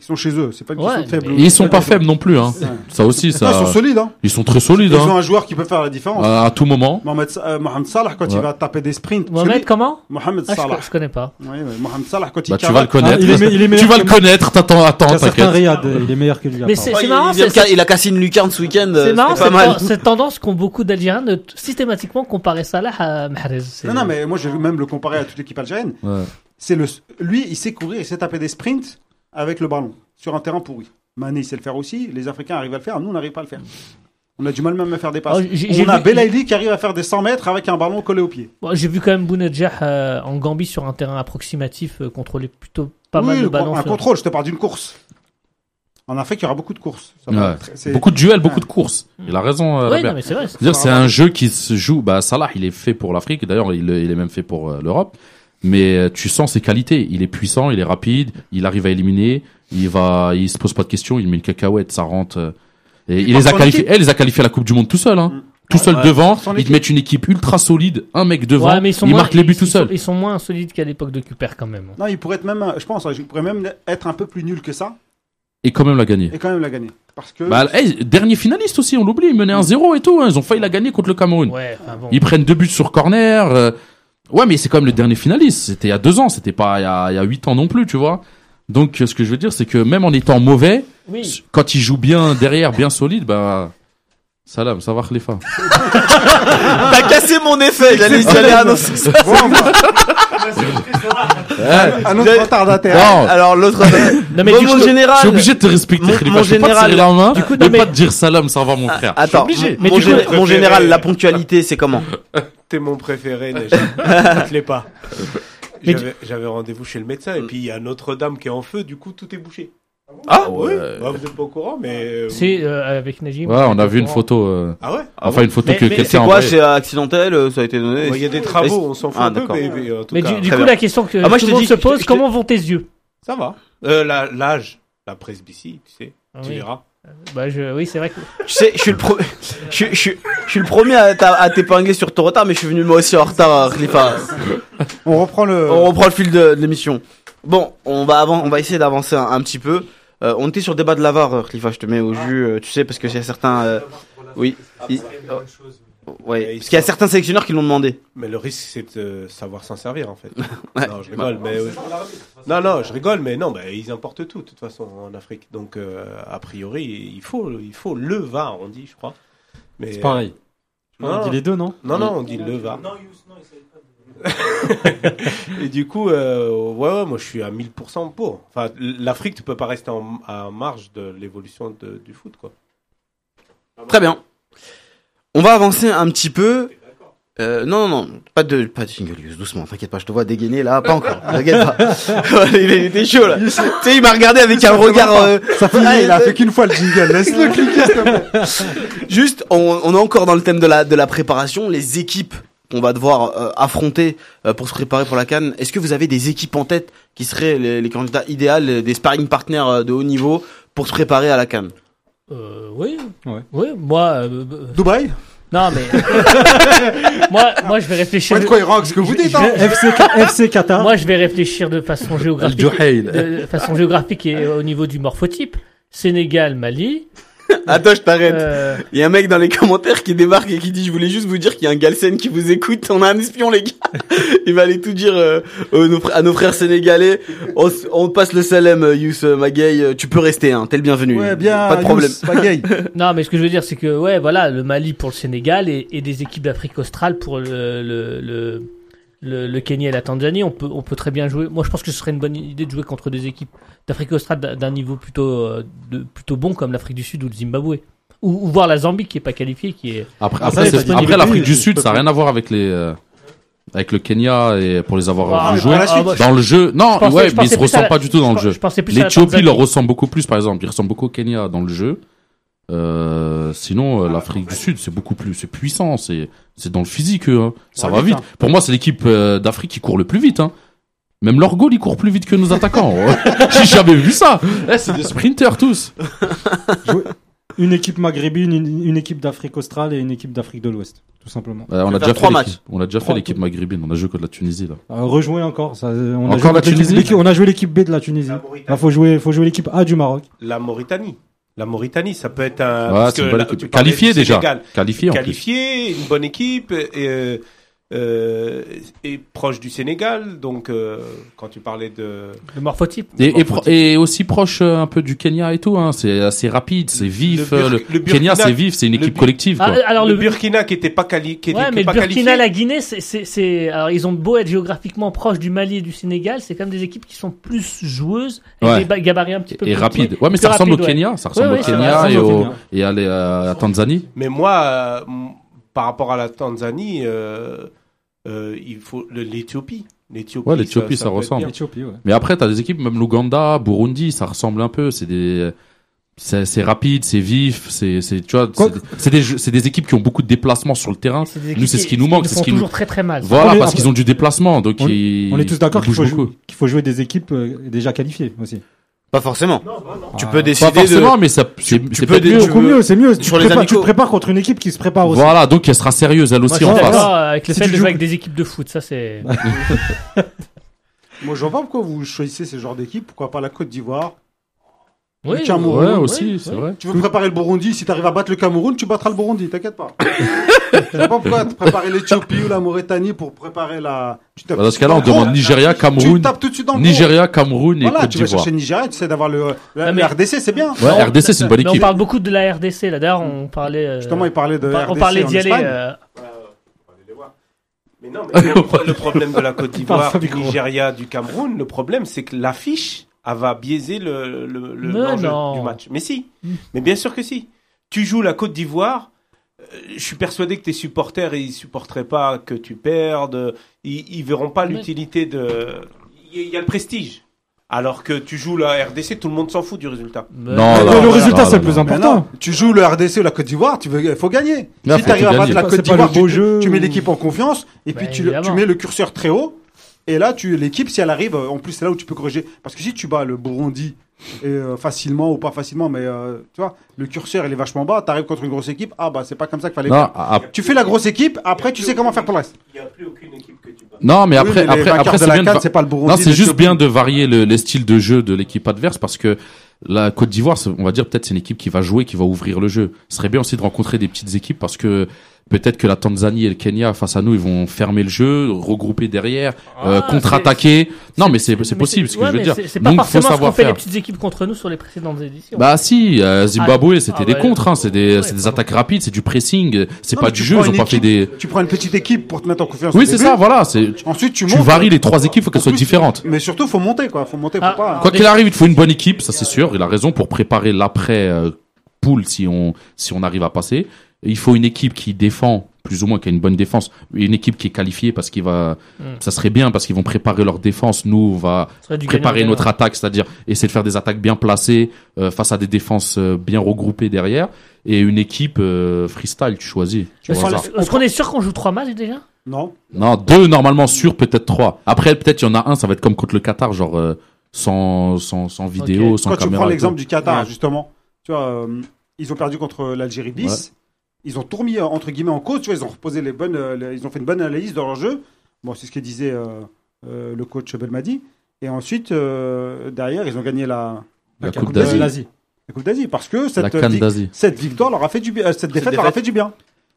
Speaker 1: Ils sont chez eux, c'est pas une question
Speaker 3: Ouais,
Speaker 1: de faible.
Speaker 3: mais-
Speaker 4: Et
Speaker 1: (laughs)
Speaker 4: ils sont pas faibles non plus, hein. Ça aussi,
Speaker 1: Non, ils
Speaker 4: ça.
Speaker 1: sont solides. Hein.
Speaker 4: Ils sont très solides,
Speaker 1: Ils ont
Speaker 4: hein.
Speaker 1: un joueur qui peut faire la différence.
Speaker 4: À à tout moment.
Speaker 1: Mohamed, Sa- euh, Mohamed Salah, quand il
Speaker 4: Ouais.
Speaker 1: va taper des sprints.
Speaker 3: Mohamed,
Speaker 1: celui-
Speaker 3: comment
Speaker 1: Mohamed
Speaker 3: ah, je,
Speaker 1: Salah.
Speaker 3: je connais pas.
Speaker 1: Oui, mais Mohamed Salah, quand il
Speaker 4: Bah, tu vas le
Speaker 1: cavale-
Speaker 4: connaître.
Speaker 2: il est me- il est
Speaker 4: tu
Speaker 2: meilleur
Speaker 4: vas le
Speaker 2: que-
Speaker 4: connaître. T'attends,
Speaker 2: Il y
Speaker 4: attends,
Speaker 2: a certains
Speaker 4: t'inquiète.
Speaker 2: Riyad, euh, il est meilleur que lui.
Speaker 3: Mais
Speaker 2: apparemment.
Speaker 3: c'est
Speaker 5: Ouais, il-
Speaker 3: marrant,
Speaker 5: il, vient de
Speaker 3: c'est-
Speaker 5: ca- il a cassé une lucarne ce week-end. euh,
Speaker 3: C'est marrant
Speaker 5: pas
Speaker 3: cette,
Speaker 5: mal.
Speaker 3: ten- cette tendance qu'ont beaucoup d'Algériens de t- systématiquement comparer Salah à Mahrez. C'est-
Speaker 1: Non, non, mais moi, je vais même le comparer à toute l'équipe algérienne.
Speaker 4: Ouais.
Speaker 1: C'est le, lui, il sait courir, il sait taper des sprints avec le ballon sur un terrain pourri. Mané, il sait le faire aussi. Les Africains arrivent à le faire. Nous, on n'arrive pas à le faire. On a du mal même à faire des passes.
Speaker 3: Oh, j'ai- j'ai
Speaker 1: on a
Speaker 3: vu-
Speaker 1: Belaïli qui arrive à faire des 100 mètres avec un ballon collé au pied.
Speaker 3: Bon, J'ai vu quand même Bounedjah euh, en Gambie sur un terrain approximatif euh, contrôler plutôt pas
Speaker 1: oui,
Speaker 3: mal de
Speaker 1: le-
Speaker 3: ballons.
Speaker 1: un
Speaker 3: sur-
Speaker 1: contrôle, je te parle d'une course. En Afrique, il y aura beaucoup de courses. Ça va
Speaker 4: Ouais.
Speaker 1: être- c'est-
Speaker 4: Beaucoup de duels, beaucoup de courses. Il a raison, euh,
Speaker 3: Ouais,
Speaker 4: Robert.
Speaker 3: non, mais c'est vrai. c'est-
Speaker 4: C'est-à-dire, c'est un jeu qui se joue. Bah, Salah, il est fait pour l'Afrique. D'ailleurs, il, il est même fait pour euh, l'Europe. Mais euh, tu sens ses qualités. Il est puissant, il est rapide, il arrive à éliminer. Il va, il se pose pas de questions. Il met une cacahuète, ça rentre. euh. Et
Speaker 1: Il
Speaker 4: il les
Speaker 1: prend
Speaker 4: a
Speaker 1: son
Speaker 4: qualifiés.
Speaker 1: équipe.
Speaker 4: Eh, il les a qualifiés à la Coupe du Monde tout seul. Hein.
Speaker 1: Mm.
Speaker 4: Tout seul
Speaker 6: Ouais.
Speaker 4: devant.
Speaker 1: Son
Speaker 4: Ils te
Speaker 1: équipe.
Speaker 4: mettent une équipe ultra solide, un mec devant.
Speaker 3: Ouais, mais ils sont
Speaker 4: il
Speaker 3: moins-
Speaker 4: marque les buts
Speaker 3: ils-
Speaker 4: tout
Speaker 3: ils sont-
Speaker 4: seul.
Speaker 3: Ils sont moins solides qu'à l'époque de Cuper quand même. hein.
Speaker 1: Non, il pourrait être même, je pense, il pourrait même être un peu plus nul que ça
Speaker 4: Et quand même l'a gagné.
Speaker 1: et quand même la gagner. Parce que (laughs)
Speaker 4: Bah, eh, dernier finaliste aussi, on l'oublie. Ils menaient 1-0 et tout. hein. Ils ont failli la gagner contre le Cameroun.
Speaker 3: Ouais, enfin bon.
Speaker 4: Ils prennent deux buts sur corner. euh, Ouais, mais c'est quand même le dernier finaliste. C'était il y a deux ans. C'était pas il y a, il y a huit ans non plus, tu vois. Donc, euh, ce que je veux dire, c'est que même en étant mauvais,
Speaker 3: Oui.
Speaker 4: quand il joue bien derrière, bien solide, bah. Salam, ça va, Khalifa.
Speaker 5: T'as cassé mon effet, j'allais j'allais annoncer ça.
Speaker 1: bon,
Speaker 4: (laughs)
Speaker 1: enfin,
Speaker 4: Eh,
Speaker 1: un autre retardataire.
Speaker 4: non,
Speaker 5: Alors l'autre. euh,
Speaker 3: Non, mais
Speaker 5: Bon,
Speaker 3: du
Speaker 5: mon
Speaker 3: coup-
Speaker 4: je suis
Speaker 5: général.
Speaker 4: obligé de te respecter,
Speaker 5: Mon-
Speaker 4: Khalifa.
Speaker 5: mon
Speaker 4: je peux pas te serrer la
Speaker 5: général-
Speaker 4: main
Speaker 3: Du coup,
Speaker 4: et
Speaker 3: non, mais-
Speaker 4: pas te dire salam, ça va, mon
Speaker 5: Ah,
Speaker 4: frère. Je suis
Speaker 5: euh, Attends,
Speaker 4: obligé.
Speaker 5: mon,
Speaker 3: Mais du
Speaker 5: gé-
Speaker 3: coup-
Speaker 5: mon général, la ponctualité, c'est comment
Speaker 7: T'es mon préféré, Neige. Ne te l'ai pas.
Speaker 3: Mais
Speaker 7: J'avais j'avais rendez-vous chez le médecin et puis il y a Notre-Dame qui est en feu, du coup tout est bouché.
Speaker 4: Ah
Speaker 7: oui
Speaker 4: ouais.
Speaker 7: Bah, Vous êtes pas au courant, mais. euh,
Speaker 3: C'est euh, avec Najim.
Speaker 4: Ouais, on a vu une photo. euh,
Speaker 7: Ah ouais
Speaker 4: Enfin, une photo
Speaker 3: Mais-
Speaker 4: que
Speaker 3: mais
Speaker 5: C'est
Speaker 4: quelqu'un a
Speaker 5: quoi
Speaker 4: envoyée.
Speaker 5: C'est accidentel, euh, ça a été donné.
Speaker 7: Bon, Il y a des travaux, on s'en fout
Speaker 5: Ah,
Speaker 7: un peu,
Speaker 5: d'accord.
Speaker 7: mais, mais en tout
Speaker 3: Mais
Speaker 7: cas,
Speaker 3: du, du
Speaker 5: très
Speaker 3: coup,
Speaker 5: bien.
Speaker 3: la question que
Speaker 5: Ah, moi,
Speaker 3: tout
Speaker 5: je
Speaker 3: le
Speaker 5: te
Speaker 3: monde
Speaker 5: dis-
Speaker 3: se
Speaker 5: je te-
Speaker 3: pose,
Speaker 5: je te-
Speaker 3: comment vont tes yeux
Speaker 7: ça va. Euh, la- L'âge, la presbytie, tu sais,
Speaker 3: Ah
Speaker 7: tu
Speaker 3: oui.
Speaker 7: verras.
Speaker 3: Bah, je, oui, c'est vrai que.
Speaker 5: Tu sais, je suis le premier. Je, suis- je, suis- je suis le premier à, t'a- à t'épingler sur ton retard, mais je suis venu moi aussi en retard, euh, Khalifa.
Speaker 1: On reprend le.
Speaker 5: On reprend le fil de, de l'émission. Bon, on va avant, on va essayer d'avancer un, un petit peu. Euh, on était sur le débat de l'avare, euh, Khalifa. Je te mets au jus, euh, tu sais, parce que c'est certains. euh, oui. il- oh, ouais, parce qu'il y a certains sélectionneurs qui l'ont demandé.
Speaker 7: Mais le risque, c'est de euh, savoir s'en servir,
Speaker 4: (laughs)
Speaker 7: en fait.
Speaker 5: Ouais.
Speaker 7: Non, je rigole, mais. euh, Non, non, je rigole, mais non, bah, ils importent tout, de toute façon, en Afrique. Donc, euh, a priori, il faut, il faut le VAR, on dit, je crois. Mais,
Speaker 2: C'est pareil.
Speaker 7: Non.
Speaker 2: On dit les deux, non
Speaker 7: Non, non, on dit le VAR. (laughs) Et du coup, euh, ouais, ouais, moi je suis à 1000% pour. Enfin, l'Afrique, tu peux pas rester en, à marge de l'évolution de- du foot, quoi.
Speaker 5: Très bien. On va avancer un petit peu. Euh, non, non, non, pas de, pas de jingle use, doucement, t'inquiète pas, je te vois dégainer là, pas (laughs) encore, t'inquiète pas. il était chaud là. tu sais, il m'a regardé avec (laughs) un regard. euh,
Speaker 1: Ça finit,
Speaker 5: Allez,
Speaker 1: il a
Speaker 5: euh,
Speaker 1: fait qu'une fois le jingle. Laisse-le cliquer, s'il te plaît.
Speaker 5: Juste, on, on est encore dans le thème de la, de la préparation, les équipes qu'on va devoir euh, affronter euh, pour se préparer pour la Cannes. Est-ce que vous avez des équipes en tête qui seraient les, les candidats idéales, euh, des sparring partners euh, de haut niveau pour se préparer à la Cannes
Speaker 3: Euh, oui.
Speaker 2: Ouais.
Speaker 3: Oui, moi. euh, euh,
Speaker 1: Dubaï
Speaker 3: non,
Speaker 5: (laughs)
Speaker 3: mais. (laughs) moi, moi, je vais réfléchir.
Speaker 1: Pas de cohérent avec ce que vous dites,
Speaker 2: Je vais-
Speaker 1: hein.
Speaker 2: FC,
Speaker 3: (laughs)
Speaker 2: FC Qatar.
Speaker 3: Ah. Moi, je vais réfléchir de façon géographique. de façon géographique et au niveau du morphotype. Sénégal, Mali.
Speaker 5: Attends, je t'arrête.
Speaker 3: euh,
Speaker 5: Il y a un mec dans les commentaires qui débarque et qui dit je voulais juste vous dire qu'il y a un Galsen qui vous écoute, on a un espion les gars. (laughs) Il va aller tout dire euh, aux- nos fr- à nos frères sénégalais. On, s- on te passe le salem euh, Youss euh, Magay, euh, tu peux rester hein, t'es le bienvenu.
Speaker 1: Ouais, bien.
Speaker 5: Pas de problème.
Speaker 1: Youss, pas gay.
Speaker 3: Non, mais ce que je veux dire, c'est que ouais, voilà, le Mali pour le Sénégal et, et des équipes d'Afrique australe pour le le, le, le- le Kenya et la Tanzanie, on peut on peut très bien jouer. Moi, je pense que ce serait une bonne idée de jouer contre des équipes d'Afrique australe d'un- d'un niveau plutôt euh, de, plutôt bon comme l'Afrique du Sud ou le Zimbabwe, ou, ou voir la Zambie qui est pas qualifiée, qui est
Speaker 4: Après,
Speaker 2: Ah,
Speaker 4: après,
Speaker 2: ça,
Speaker 4: c'est-
Speaker 2: c'est pas une
Speaker 4: après
Speaker 2: idée,
Speaker 4: l'Afrique du
Speaker 2: c'est
Speaker 4: Sud,
Speaker 2: pas
Speaker 4: ça n'a
Speaker 2: clair.
Speaker 4: rien à voir avec les, euh, avec le Kenya et pour les avoir
Speaker 3: Ah,
Speaker 4: vu
Speaker 1: à
Speaker 4: jouer.
Speaker 1: la suite.
Speaker 3: moi, je-
Speaker 4: Dans le jeu, non,
Speaker 3: je pensais-
Speaker 4: ouais,
Speaker 3: je
Speaker 4: mais ils
Speaker 3: pensais
Speaker 4: se
Speaker 3: plus à
Speaker 4: ressemblent
Speaker 3: la-
Speaker 4: pas du tout dans le
Speaker 3: je-
Speaker 4: jeu.
Speaker 3: Je pensais plus à la
Speaker 4: L'Éthiopie
Speaker 3: Tanzanie.
Speaker 4: leur ressemble beaucoup plus, par exemple. Ils ressemblent beaucoup au Kenya dans le jeu. Euh, sinon, euh, l'Afrique du Sud, c'est beaucoup plus, c'est puissant, c'est, c'est dans le physique, eux, hein. ça
Speaker 1: Ouais,
Speaker 4: va
Speaker 1: vite,
Speaker 4: vite. Pour moi, c'est l'équipe euh, d'Afrique qui court le plus vite. Hein. Même leur goal, il court plus vite que nos attaquants. (laughs) J'ai jamais vu ça. Eh, c'est des sprinters tous.
Speaker 2: Une équipe maghrébine, une, une équipe d'Afrique australe et une équipe d'Afrique de l'Ouest, tout simplement.
Speaker 4: Euh, on,
Speaker 5: vais
Speaker 4: a
Speaker 5: faire
Speaker 4: déjà fait
Speaker 5: trois
Speaker 4: l'équipe-
Speaker 5: matchs.
Speaker 4: on a déjà fait
Speaker 2: Trois.
Speaker 4: l'équipe maghrébine. On a joué contre la Tunisie là.
Speaker 2: Euh, rejouer encore. Ça, euh, on, a joué
Speaker 4: Encore la
Speaker 2: contre l'équipe-
Speaker 4: Tunisie
Speaker 2: l'équipe- on a joué l'équipe B de la Tunisie.
Speaker 7: La Mauritanie.
Speaker 2: Là, faut jouer, faut jouer l'équipe A du Maroc.
Speaker 7: La Mauritanie. La Mauritanie, ça peut être un.
Speaker 4: Ouais,
Speaker 7: parce
Speaker 4: c'est
Speaker 7: que
Speaker 4: une bonne
Speaker 7: là,
Speaker 4: équipe.
Speaker 7: tu parlais
Speaker 4: Qualifié
Speaker 7: du
Speaker 4: déjà.
Speaker 7: Sénégal.
Speaker 4: Qualifié en plus.
Speaker 7: Qualifié, une bonne équipe, et, euh, euh, et proche du Sénégal. Donc, euh, quand tu parlais de.
Speaker 3: le morphotype.
Speaker 4: Et, et, pro- et aussi proche euh, un peu du Kenya et tout. Hein. C'est assez rapide, c'est vif.
Speaker 7: Le Bur-
Speaker 4: euh, Le,
Speaker 7: le Burkina-
Speaker 4: Kenya, c'est vif, c'est une
Speaker 7: le
Speaker 4: équipe
Speaker 7: Bur-
Speaker 4: collective.
Speaker 3: Ah,
Speaker 4: Quoi.
Speaker 3: alors
Speaker 7: le,
Speaker 3: le,
Speaker 7: Burkina qui était pas, quali qui était-
Speaker 3: Ouais,
Speaker 7: qui
Speaker 3: mais
Speaker 7: est
Speaker 3: le
Speaker 7: pas qualifié.
Speaker 3: Burkina, la Guinée, c'est, c'est, c'est- alors ils ont beau être géographiquement proches du Mali et du Sénégal, c'est quand même des équipes qui sont plus joueuses, avec
Speaker 4: Ouais.
Speaker 3: des ba- gabarits un petit peu
Speaker 4: et
Speaker 3: plus
Speaker 4: rapide.
Speaker 3: petits,
Speaker 4: Ouais, mais ça
Speaker 3: plus
Speaker 4: ressemble
Speaker 3: rapides,
Speaker 4: au
Speaker 3: ouais.
Speaker 4: Kenya, ça ressemble
Speaker 3: Ouais,
Speaker 4: au
Speaker 3: ouais, ça
Speaker 4: Kenya
Speaker 2: ressemble
Speaker 4: et,
Speaker 2: au
Speaker 4: au-
Speaker 2: Kenya.
Speaker 4: et à, les- euh, à- à Tanzanie.
Speaker 7: Mais moi, euh, m- par rapport à la Tanzanie, euh, euh, il faut le- l'Éthiopie. L'Éthiopie,
Speaker 4: Ouais, l'Éthiopie, ça
Speaker 7: peut être
Speaker 4: ressemble.
Speaker 7: bien.
Speaker 2: Éthiopie, ouais.
Speaker 4: Mais après, t'as des équipes, même l'Ouganda, Burundi, ça ressemble un peu. C'est des, c'est c'est rapide, c'est vif, c'est, c'est, tu vois,
Speaker 2: Quoi
Speaker 4: c'est des- c'est des, jeux- c'est des équipes qui ont beaucoup de déplacements sur le terrain.
Speaker 3: C'est des équipes
Speaker 4: Nous, c'est ce qui nous manque,
Speaker 3: le
Speaker 4: c'est
Speaker 3: font
Speaker 4: ce qui nous.
Speaker 3: toujours très très mal.
Speaker 4: Voilà,
Speaker 2: On est-
Speaker 4: parce qu'ils ont du déplacement, donc
Speaker 2: on-
Speaker 4: ils-
Speaker 2: On est tous d'accord
Speaker 4: ils
Speaker 2: qu'il faut,
Speaker 4: bougent
Speaker 2: jouer-
Speaker 4: beaucoup.
Speaker 2: qu'il faut jouer des équipes euh, déjà qualifiées aussi.
Speaker 5: Pas forcément. Tu
Speaker 2: Ah,
Speaker 5: peux décider
Speaker 4: Pas forcément,
Speaker 5: de.
Speaker 4: mais ça, c'est
Speaker 5: tu
Speaker 4: c'est
Speaker 5: peux
Speaker 4: peut-être
Speaker 5: dé-
Speaker 4: mieux.
Speaker 5: tu
Speaker 2: Beaucoup
Speaker 5: veux-
Speaker 2: mieux, c'est mieux. Tu
Speaker 5: sur
Speaker 2: te
Speaker 5: les
Speaker 2: prépares,
Speaker 5: amicaux.
Speaker 2: tu te prépares contre une équipe qui se
Speaker 1: Ah,
Speaker 2: prépare aussi.
Speaker 4: Voilà, donc elle sera sérieuse elle aussi
Speaker 2: Moi,
Speaker 4: en
Speaker 2: je suis
Speaker 4: face.
Speaker 2: d'accord.
Speaker 3: D'accord, avec le
Speaker 2: Si
Speaker 3: fait
Speaker 2: tu
Speaker 3: de
Speaker 2: joues-
Speaker 3: jouer avec des équipes de foot, ça c'est.
Speaker 1: Moi, je vois pas pourquoi vous choisissez ce genre d'équipe. Pourquoi pas la Côte d'Ivoire
Speaker 3: Oui,
Speaker 1: Le Cameroun,
Speaker 4: Ouais,
Speaker 1: Oui,
Speaker 4: aussi, c'est vrai.
Speaker 1: Tu veux préparer le Burundi Si t'arrives à battre le Cameroun, tu battras le Burundi. T'inquiète
Speaker 4: (laughs)
Speaker 1: pas. je vois pas pourquoi te préparer l'Éthiopie ou la Mauritanie pour préparer la. Tu tapes
Speaker 4: Bah, dans ce cas-là, on
Speaker 1: dans le
Speaker 4: demande
Speaker 1: gros.
Speaker 4: Nigeria,
Speaker 1: Tu
Speaker 4: Cameroun,
Speaker 1: tapes tout de suite dans le gros.
Speaker 4: Nigeria, Cameroun et
Speaker 1: Voilà,
Speaker 4: Côte
Speaker 1: tu vas
Speaker 4: d'Ivoire.
Speaker 1: chercher Nigeria, tu sais d'avoir le. La,
Speaker 3: Non, mais-
Speaker 1: la RDC, c'est bien.
Speaker 4: Ouais, RDC, c'est une bonne
Speaker 3: Mais on
Speaker 4: équipe.
Speaker 3: parle beaucoup de la RDC là. D'ailleurs, on parlait. euh,
Speaker 1: Justement, il parlait de.
Speaker 3: on par- on
Speaker 1: RDC
Speaker 3: parlait
Speaker 1: en
Speaker 3: d'y aller.
Speaker 1: Espagne.
Speaker 3: euh,
Speaker 7: Mais non,
Speaker 3: (laughs)
Speaker 7: mais le, pro- le problème de la Côte d'Ivoire, du Nigeria, du Cameroun, le problème, c'est que l'affiche elle va biaiser le, le, le-
Speaker 3: Mais
Speaker 7: l'enjeu
Speaker 3: non. Hmm.
Speaker 7: du match. Mais si, mais bien sûr que si. Tu joues la Côte d'Ivoire, euh, je suis persuadé que tes supporters, ils supporteraient pas que tu perdes, ils, ils verront pas
Speaker 3: Mais-
Speaker 7: l'utilité de... Il y, il y a le prestige. Alors que tu joues la RDC, tout le monde s'en fout du résultat.
Speaker 3: bah,
Speaker 4: Non,
Speaker 2: Mais
Speaker 4: non,
Speaker 2: le
Speaker 4: non,
Speaker 2: résultat,
Speaker 4: non,
Speaker 2: c'est le
Speaker 4: non,
Speaker 2: plus
Speaker 4: non.
Speaker 1: Mais
Speaker 2: important.
Speaker 1: non, tu joues le RDC ou la Côte d'Ivoire, tu veux, il faut gagner.
Speaker 4: Là,
Speaker 1: si
Speaker 4: faut
Speaker 1: tu arrives à battre
Speaker 4: gagner.
Speaker 1: la
Speaker 2: C'est pas-
Speaker 1: Côte
Speaker 2: c'est pas
Speaker 1: d'Ivoire,
Speaker 2: le
Speaker 1: tu,
Speaker 2: beau jeu
Speaker 1: tu mets
Speaker 2: ou-
Speaker 1: l'équipe en confiance et
Speaker 3: Bah,
Speaker 1: puis tu, le- tu
Speaker 3: évidemment.
Speaker 1: mets le curseur très haut. Et là, tu l'équipe, si elle arrive, euh, en plus, c'est là où tu peux corriger. Parce que si tu bats le Burundi et, euh, facilement ou pas facilement, mais euh, tu vois, le curseur, il est vachement bas. Tu arrives contre une grosse équipe, ah bah c'est pas comme ça qu'il fallait
Speaker 4: Non,
Speaker 1: faire.
Speaker 4: ah,
Speaker 1: Tu fais la grosse équipe, après tu sais comment faire pour le reste.
Speaker 7: Il n'y a plus aucune équipe que tu bats.
Speaker 4: non, mais après,
Speaker 1: Oui, mais les
Speaker 4: après,
Speaker 1: vainqueurs
Speaker 4: après,
Speaker 1: de
Speaker 4: c'est
Speaker 1: la
Speaker 4: bien. de
Speaker 1: CAN,
Speaker 4: va-
Speaker 1: c'est pas le Burundi.
Speaker 4: Non, c'est juste
Speaker 1: l'Éthiopie.
Speaker 4: bien de varier le- les styles de jeu de l'équipe adverse parce que la Côte d'Ivoire, c'est- on va dire peut-être c'est une équipe qui va jouer, qui va ouvrir le jeu. Ce serait bien aussi de rencontrer des petites équipes parce que peut-être que la Tanzanie et le Kenya face à nous, ils vont fermer le jeu, regrouper derrière, euh,
Speaker 3: Ah,
Speaker 4: contre-attaquer. Non, mais c'est
Speaker 3: mais
Speaker 4: c'est possible, ce que
Speaker 3: ouais,
Speaker 4: je veux
Speaker 3: mais
Speaker 4: dire.
Speaker 3: c'est- C'est pas
Speaker 4: Donc faut
Speaker 3: forcément ce qu'ont
Speaker 4: savoir
Speaker 3: fait les
Speaker 4: faire.
Speaker 3: petites équipes contre nous sur les précédentes éditions.
Speaker 4: Bah si, euh, Zimbabwe c'était
Speaker 3: ah
Speaker 4: des
Speaker 3: ouais.
Speaker 4: contres, hein, c'est des,
Speaker 3: Ouais,
Speaker 4: c'est des
Speaker 3: pardon.
Speaker 4: attaques rapides, c'est du pressing, euh, c'est
Speaker 1: Non,
Speaker 4: pas
Speaker 1: mais
Speaker 4: du
Speaker 1: tu
Speaker 4: jeu,
Speaker 1: prends
Speaker 4: ils ont
Speaker 1: une
Speaker 4: pas fait des.
Speaker 1: Tu prends une petite équipe pour te mettre en confiance. au
Speaker 4: Oui c'est
Speaker 1: début.
Speaker 4: ça, voilà. C'est
Speaker 1: Ensuite, tu
Speaker 4: tu
Speaker 1: montes.
Speaker 3: hein.
Speaker 4: varies les trois équipes, faut qu'elles
Speaker 1: En
Speaker 4: soient
Speaker 1: plus,
Speaker 4: différentes.
Speaker 1: Mais surtout, faut monter quoi. Faut monter, faut
Speaker 3: Ah,
Speaker 1: pas.
Speaker 4: Quoi
Speaker 3: Mais-
Speaker 4: qu'il arrive, il te faut une bonne équipe, ça c'est sûr. Il a raison pour préparer l'après euh, poule si on si on arrive à passer. Il faut une équipe qui défend plus ou moins qui a une bonne défense, une équipe qui est qualifiée parce qu'il va
Speaker 3: Mm.
Speaker 4: ça serait bien parce qu'ils vont préparer leur défense, nous on va
Speaker 3: Ce serait du hein.
Speaker 4: préparer
Speaker 3: gagnant-gagnant.
Speaker 4: notre attaque, c'est-à-dire essayer de faire des attaques bien placées euh, face à des défenses euh, bien regroupées derrière et une équipe euh, freestyle tu choisis. Tu
Speaker 3: Est-ce
Speaker 4: vois ça.
Speaker 3: qu'on- est-ce qu'on est sûr qu'on joue trois matchs déjà
Speaker 1: Non.
Speaker 4: Non, deux normalement sûr, peut-être trois. Après peut-être il y en a un, ça va être comme contre le Qatar genre euh, sans sans sans vidéo, sans
Speaker 1: Quand tu
Speaker 4: caméra.
Speaker 1: prends
Speaker 4: et tout.
Speaker 1: l'exemple du Qatar,
Speaker 4: Ouais.
Speaker 1: justement, tu vois, euh, ils ont perdu contre l'Algérie bis. Ils ont tout remis euh, entre guillemets en cause. Tu vois, ils ont reposé les bonnes, euh, les- ils ont fait une bonne analyse dans leur jeu. Bon, c'est ce que disait euh, euh, le coach Belmadi. Et ensuite, euh, derrière, ils ont gagné la,
Speaker 4: La
Speaker 1: Coupe
Speaker 4: Coupe
Speaker 1: d'Asie.
Speaker 4: d'Asie.
Speaker 1: la Coupe d'Asie parce que
Speaker 4: La
Speaker 1: cette,
Speaker 4: Cannes
Speaker 1: vic-
Speaker 4: d'Asie.
Speaker 1: cette victoire leur a fait du bien, euh, cette défaite, leur a
Speaker 6: défaite.
Speaker 1: fait du bien.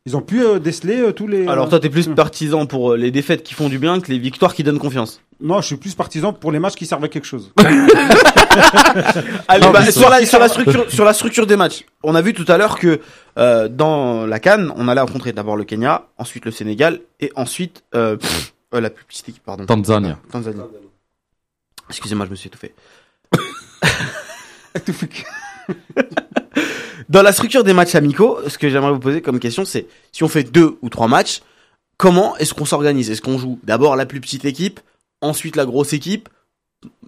Speaker 1: Ils ont pu euh, déceler euh, tous les.
Speaker 5: Alors toi, t'es plus partisan pour euh, les défaites qui font du bien que les victoires qui donnent confiance.
Speaker 1: Non, je suis plus partisan pour les matchs qui servent à quelque chose.
Speaker 5: Allez,
Speaker 4: Non,
Speaker 5: bah,
Speaker 4: mais
Speaker 5: sur, la, sur, la structure, sur la structure des matchs, on a vu tout à l'heure que euh, dans la Cannes, on allait rencontrer d'abord le Kenya, ensuite le Sénégal et ensuite euh, pff, euh, la plus petite équipe, pardon.
Speaker 4: Tanzania.
Speaker 5: Tanzanie. Excusez-moi, je me suis étouffé. (laughs) Dans la structure des matchs amicaux, ce que j'aimerais vous poser comme question, c'est si on fait deux ou trois matchs, comment est-ce qu'on s'organise Est-ce qu'on joue d'abord la plus petite équipe, ensuite la grosse équipe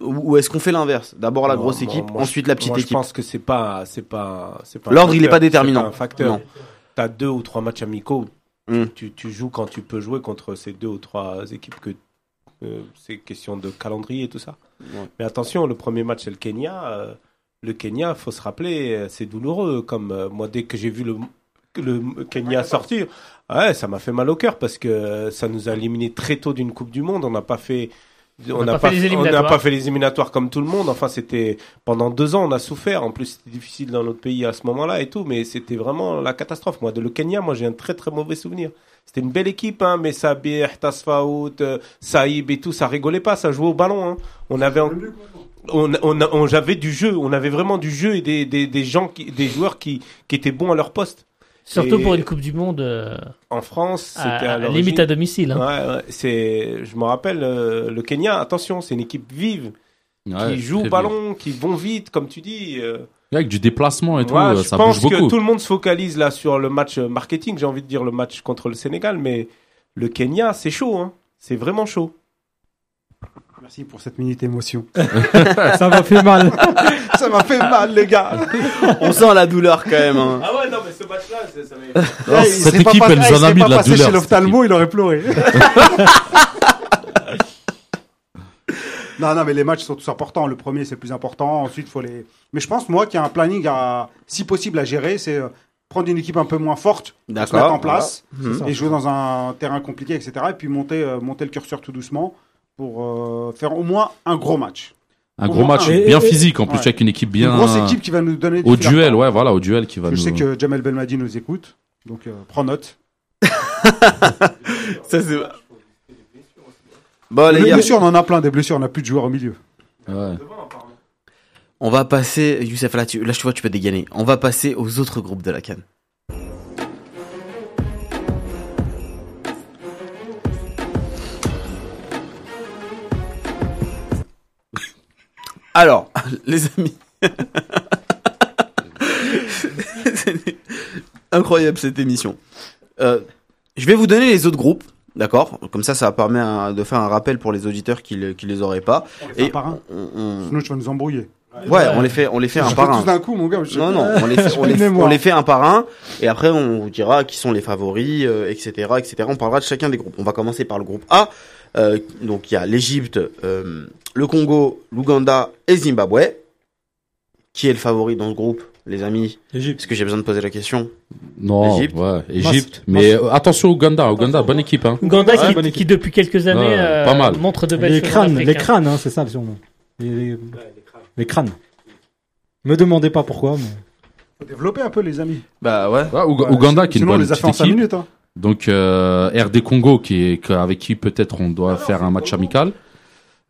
Speaker 5: ou ou est-ce qu'on fait l'inverse D'abord la
Speaker 7: Non,
Speaker 5: grosse
Speaker 7: moi-
Speaker 5: équipe,
Speaker 7: moi,
Speaker 5: ensuite la petite
Speaker 7: Moi,
Speaker 5: équipe.
Speaker 7: Je pense que c'est pas, c'est pas, c'est pas. un
Speaker 5: L'ordre, il est
Speaker 7: facteur,
Speaker 5: pas déterminant.
Speaker 7: c'est pas Un facteur.
Speaker 5: Non.
Speaker 7: T'as deux ou trois matchs amicaux.
Speaker 5: Hmm.
Speaker 7: Tu, tu joues quand tu peux jouer contre ces deux ou trois équipes que euh, c'est question de calendrier et tout ça.
Speaker 5: Ouais.
Speaker 7: Mais attention, le premier match c'est le Kenya. Euh, Le Kenya, faut se rappeler, euh, c'est douloureux. Comme euh, moi, dès que j'ai vu le le Kenya sortir, ouais, ça m'a fait mal au cœur parce que euh, ça nous a éliminé très tôt d'une Coupe du Monde. On n'a pas fait,
Speaker 3: On n'a
Speaker 7: n'a
Speaker 3: pas fait les
Speaker 7: on n'a
Speaker 3: éliminatoires.
Speaker 7: pas fait les éliminatoires comme tout le monde. Enfin, c'était pendant deux ans, on a souffert. En plus, c'était difficile dans notre pays à ce moment-là et tout, mais c'était vraiment la catastrophe. Moi, de le Kenya, moi, j'ai un très très mauvais souvenir. C'était une belle équipe, hein, mais Sabir, Tasfaout, euh, Saïb et tout, ça rigolait pas, ça jouait au ballon. Hein. On avait, en- on, on, on- j'avais du jeu, on avait vraiment du jeu et des, des, des gens, qui, des joueurs qui, qui étaient bons à leur poste.
Speaker 3: Surtout
Speaker 7: Et-
Speaker 3: pour une Coupe du Monde, euh,
Speaker 7: En France, c'était
Speaker 3: à-
Speaker 7: à,
Speaker 3: à-
Speaker 7: l'origine-
Speaker 3: limite à domicile. hein.
Speaker 7: Ouais, ouais, c'est, je me rappelle, euh, le Kenya, attention, c'est une équipe vive,
Speaker 4: Ouais,
Speaker 7: qui joue au
Speaker 4: très bien.
Speaker 7: ballon, qui vont vite, comme tu dis. euh.
Speaker 4: Avec du déplacement et tout,
Speaker 7: Moi,
Speaker 4: euh,
Speaker 7: je
Speaker 4: ça
Speaker 7: pense
Speaker 4: bouge
Speaker 7: que
Speaker 4: beaucoup.
Speaker 7: tout le monde se focalise là sur le match euh, marketing, j'ai envie de dire le match contre le Sénégal, mais le Kenya, c'est chaud, hein. C'est vraiment chaud.
Speaker 1: Merci pour cette minute émotion.
Speaker 2: Ça m'a fait mal.
Speaker 1: Ça m'a fait mal, les gars.
Speaker 5: On sent la douleur quand même.
Speaker 7: (laughs)
Speaker 5: hein.
Speaker 7: Ah ouais, non, mais ce match-là, ça (laughs)
Speaker 4: Non,
Speaker 1: Eh, il
Speaker 4: cette
Speaker 1: serait pas
Speaker 4: équipe,
Speaker 1: pas-
Speaker 4: elle
Speaker 1: eh,
Speaker 4: nous
Speaker 1: il
Speaker 4: en a
Speaker 1: serait
Speaker 4: mis
Speaker 1: pas
Speaker 4: de la
Speaker 1: passé
Speaker 4: douleur.
Speaker 1: chez
Speaker 4: cette équipe.
Speaker 1: l'ophtalmo, il aurait pleuré. (laughs) Non, non, mais les matchs sont tous importants. Le premier, c'est le plus important. Ensuite, faut les. Mais je pense, moi, qu'il y a un planning à, si possible, à gérer. C'est euh, prendre une équipe un peu moins forte, se
Speaker 5: D'accord,
Speaker 1: mettre en
Speaker 5: voilà.
Speaker 1: place
Speaker 4: Mmh.
Speaker 5: Mhm.
Speaker 1: et jouer dans un terrain compliqué, etc. Et puis monter, euh, monter le curseur tout doucement pour euh, faire au moins un gros match.
Speaker 4: Un
Speaker 1: Pour
Speaker 4: gros
Speaker 1: moi,
Speaker 4: match
Speaker 2: et-
Speaker 4: bien
Speaker 2: et-
Speaker 4: physique en plus
Speaker 1: ouais.
Speaker 4: avec une équipe
Speaker 1: Une
Speaker 4: bien
Speaker 1: grosse équipe qui va nous donner. du
Speaker 4: au
Speaker 1: fil à
Speaker 4: duel,
Speaker 1: retordre.
Speaker 4: ouais, voilà, au duel qui va
Speaker 1: Parce que
Speaker 4: nous
Speaker 1: Je sais que Jamel Belmadi nous écoute, donc euh, prends note.
Speaker 5: Ça, c'est- Bon, les
Speaker 1: Les
Speaker 5: gars,
Speaker 1: blessures, on en a plein. Des blessures, on n'a plus de joueurs au milieu.
Speaker 4: Ouais.
Speaker 5: on va passer, Youssef, là, tu, là, tu vois, tu peux dégainer. On va passer aux autres groupes de la Cannes. Alors, (laughs) les amis. C'est Incroyable cette émission. Euh, je vais vous donner les autres groupes, d'accord Comme ça, ça permet un- de faire un rappel pour les auditeurs qui, le- qui les auraient pas.
Speaker 1: fait un par un
Speaker 5: on- on-
Speaker 1: Sinon, tu vas nous embrouiller.
Speaker 5: Ouais, on les fait, on les fait un
Speaker 1: Je
Speaker 5: par
Speaker 1: fais
Speaker 5: un.
Speaker 1: tous d'un coup, mon gars. je-
Speaker 5: Non, non, on les, fait, on,
Speaker 1: J'ai
Speaker 5: les,
Speaker 1: plus de mémoire.
Speaker 5: on les fait un par un, et après on vous dira qui sont les favoris, euh, etc., etc. On parlera de chacun des groupes. On va commencer par le groupe A. euh, donc il y a l'Égypte, euh, le Congo, l'Ouganda et Zimbabwe. Qui est le favori dans ce groupe, les amis Est-ce
Speaker 2: Égypte.
Speaker 5: que j'ai besoin de poser la question
Speaker 4: Non,
Speaker 5: Égypte.
Speaker 4: ouais, Égypte. Mais euh, attention Ouganda, Ouganda, bonne équipe. Hein.
Speaker 3: Uganda
Speaker 2: Ouais,
Speaker 3: qui-
Speaker 2: bonne
Speaker 3: qui,
Speaker 2: équipe.
Speaker 3: depuis quelques années
Speaker 4: Ouais,
Speaker 3: euh,
Speaker 4: pas mal.
Speaker 3: montre de belles
Speaker 2: Les
Speaker 3: choses en
Speaker 2: crânes,
Speaker 3: Afrique,
Speaker 2: les
Speaker 3: hein.
Speaker 2: crânes, hein, c'est ça le surnom. Les, les- les crânes. Me demandez pas pourquoi. Mais...
Speaker 1: (laughs) Faut développer un peu, les amis.
Speaker 6: Bah ouais.
Speaker 4: Ouais, Oug-
Speaker 1: Ouais,
Speaker 4: Ouganda qui est une
Speaker 1: Sinon, on
Speaker 4: bonne
Speaker 1: les a
Speaker 4: petite
Speaker 1: fait en 5
Speaker 4: équipe.
Speaker 1: minutes. Hein.
Speaker 4: Donc euh, RD Congo qui est que- avec qui peut-être on doit faire un match amical.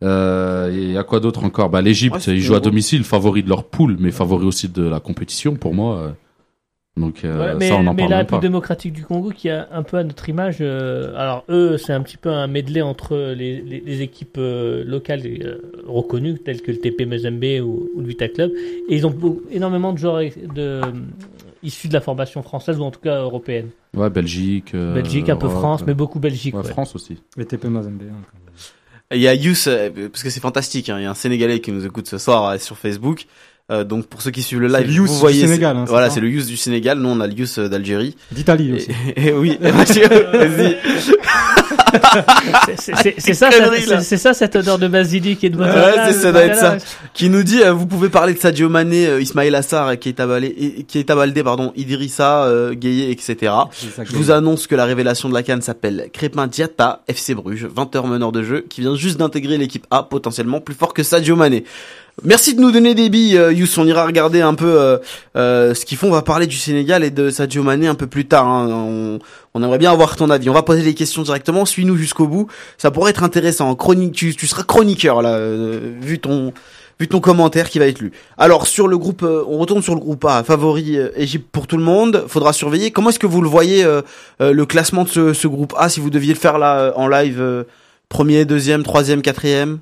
Speaker 4: Euh, et il y a quoi d'autre encore bah, L'Égypte,
Speaker 5: Ouais, c'est
Speaker 4: ils jouent à
Speaker 5: Congo.
Speaker 4: domicile, favori de leur poule, mais favori aussi de la compétition pour moi. euh. Donc euh,
Speaker 3: Ouais, mais,
Speaker 4: ça, on en
Speaker 3: mais la
Speaker 4: parle même pas.
Speaker 3: République démocratique du Congo qui a un peu à notre image. euh, alors eux, c'est un petit peu un medley entre les, les- les équipes euh, locales euh, reconnues telles que le TP Mazembe ou, ou le Vita Club, et ils ont beau- énormément de joueurs de, euh, issus de la formation française ou en tout cas européenne.
Speaker 4: Ouais, Belgique. euh,
Speaker 3: Belgique, un peu
Speaker 4: ouais,
Speaker 3: France,
Speaker 4: ouais.
Speaker 3: mais beaucoup Belgique.
Speaker 4: Ouais,
Speaker 3: ouais.
Speaker 4: France aussi.
Speaker 2: Les TP Mazembe. hein.
Speaker 5: Il y a Yous, euh, parce que c'est fantastique, hein, il y a un Sénégalais qui nous écoute ce soir euh, sur Facebook. Euh, donc pour ceux qui suivent le
Speaker 2: C'est
Speaker 5: live,
Speaker 2: le Youss
Speaker 5: vous
Speaker 2: du
Speaker 5: voyez,
Speaker 2: Sénégal, hein, c'est
Speaker 5: voilà,
Speaker 2: ça
Speaker 5: c'est le Yous du Sénégal. Nous on a le Yous euh, d'Algérie.
Speaker 2: D'Italie aussi.
Speaker 5: Et, et Eh oui, monsieur, vas-y.
Speaker 3: C'est- c'est- C'est
Speaker 4: (laughs)
Speaker 3: c'est ça,
Speaker 5: Connerie,
Speaker 3: cette-
Speaker 5: là.
Speaker 3: c'est- c'est ça cette odeur de basilic et de euh,
Speaker 5: Ouais,
Speaker 3: mozzarella,
Speaker 5: c'est-
Speaker 3: de
Speaker 5: ça doit être ça.
Speaker 3: mozzarella.
Speaker 5: qui nous dit euh, vous pouvez parler de Sadio Mané, euh, Ismail Assar, euh, Keita Balé- et- Keita Baldé, pardon, Idrissa euh, Gueye, etc. Je vous annonce que la révélation de la canne s'appelle Crépin Diatta, FC Bruges, 20h meneur de jeu, qui vient juste d'intégrer l'équipe A, potentiellement plus fort que Sadio Mané. Merci de nous donner des billes, euh, Youss. On ira regarder un peu euh, euh, ce qu'ils font. On va parler du Sénégal et de Sadio Mané un peu plus tard. hein. On, on aimerait bien avoir ton avis. On va poser les questions directement. Suis-nous jusqu'au bout. Ça pourrait être intéressant. Chronique, tu, tu seras chroniqueur là, euh, vu ton vu ton commentaire qui va être lu. Alors sur le groupe, euh, on retourne sur le groupe A, favori euh, Égypte pour tout le monde. Faudra surveiller. Comment est-ce que vous le voyez euh, euh, le classement de ce, ce groupe A si vous deviez le faire là euh, en live, euh, premier, deuxième, troisième, quatrième.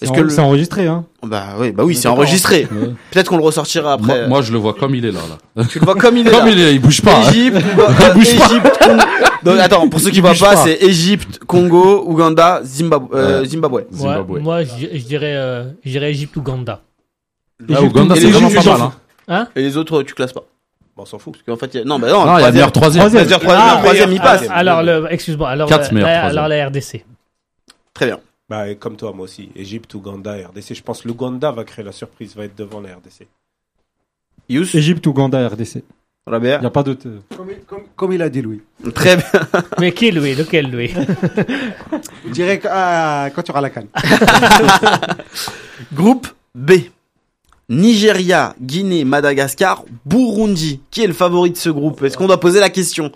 Speaker 2: C'est
Speaker 5: Est-ce
Speaker 2: en-
Speaker 5: que le-
Speaker 2: c'est enregistré hein
Speaker 5: bah oui, bah oui, c'est
Speaker 2: D'accord.
Speaker 5: enregistré.
Speaker 4: Ouais.
Speaker 5: Peut-être qu'on le ressortira après.
Speaker 4: moi, moi, je le vois comme il est là. là.
Speaker 5: tu le vois comme il est là.
Speaker 4: Comme il est, il bouge pas. hein. (laughs)
Speaker 5: Égypte, euh,
Speaker 4: bouge pas.
Speaker 5: Égypte, Congo- Donc, attends, pour ceux qui
Speaker 4: Il
Speaker 5: voient
Speaker 4: bouge
Speaker 5: pas,
Speaker 4: pas.
Speaker 5: c'est Égypte, Congo, Ouganda, Zimbabwe, euh, Zimbabwe.
Speaker 3: Moi-
Speaker 4: Zimbabwe.
Speaker 3: Moi, je je dirais, euh, je dirais Égypte-Ouganda.
Speaker 4: Ah,
Speaker 2: Égypte,
Speaker 4: Ouganda,
Speaker 5: et
Speaker 4: c'est
Speaker 5: les
Speaker 4: vraiment
Speaker 5: Égyptiens,
Speaker 4: pas mal. Hein.
Speaker 5: Et les autres, tu classes pas.
Speaker 7: Bon, on s'en fout.
Speaker 5: Parce qu'en fait, il y a- non, bah non,
Speaker 4: Non, il y a
Speaker 5: troisième.
Speaker 4: meilleur troisième.
Speaker 5: Troisième, troisième,
Speaker 3: Ah,
Speaker 5: troisième, il
Speaker 7: meilleur.
Speaker 5: passe.
Speaker 7: Ah,
Speaker 3: Alors, le- excuse-moi, alors, euh,
Speaker 4: Quatre
Speaker 3: la-
Speaker 4: meilleurs,
Speaker 3: la-
Speaker 4: troisième.
Speaker 3: alors la RDC.
Speaker 5: Très bien.
Speaker 7: Bah, et comme toi, moi aussi. Égypte, Ouganda, RDC. Je pense que l'Ouganda va créer la surprise, va être devant la RDC.
Speaker 5: Yous,
Speaker 2: Égypte, Ouganda, RDC.
Speaker 5: Robert.
Speaker 2: Il y a pas euh. d'autre.
Speaker 1: Comme, il- comme- comme il a dit Louis.
Speaker 5: Très bien.
Speaker 3: Mais qui est Louis Lequel Louis
Speaker 1: Je dirais que, ah, quand tu auras la
Speaker 5: (laughs)
Speaker 1: canne.
Speaker 5: Groupe B. Nigeria, Guinée, Madagascar, Burundi. Qui est le favori de ce groupe Est-ce qu'on doit poser la question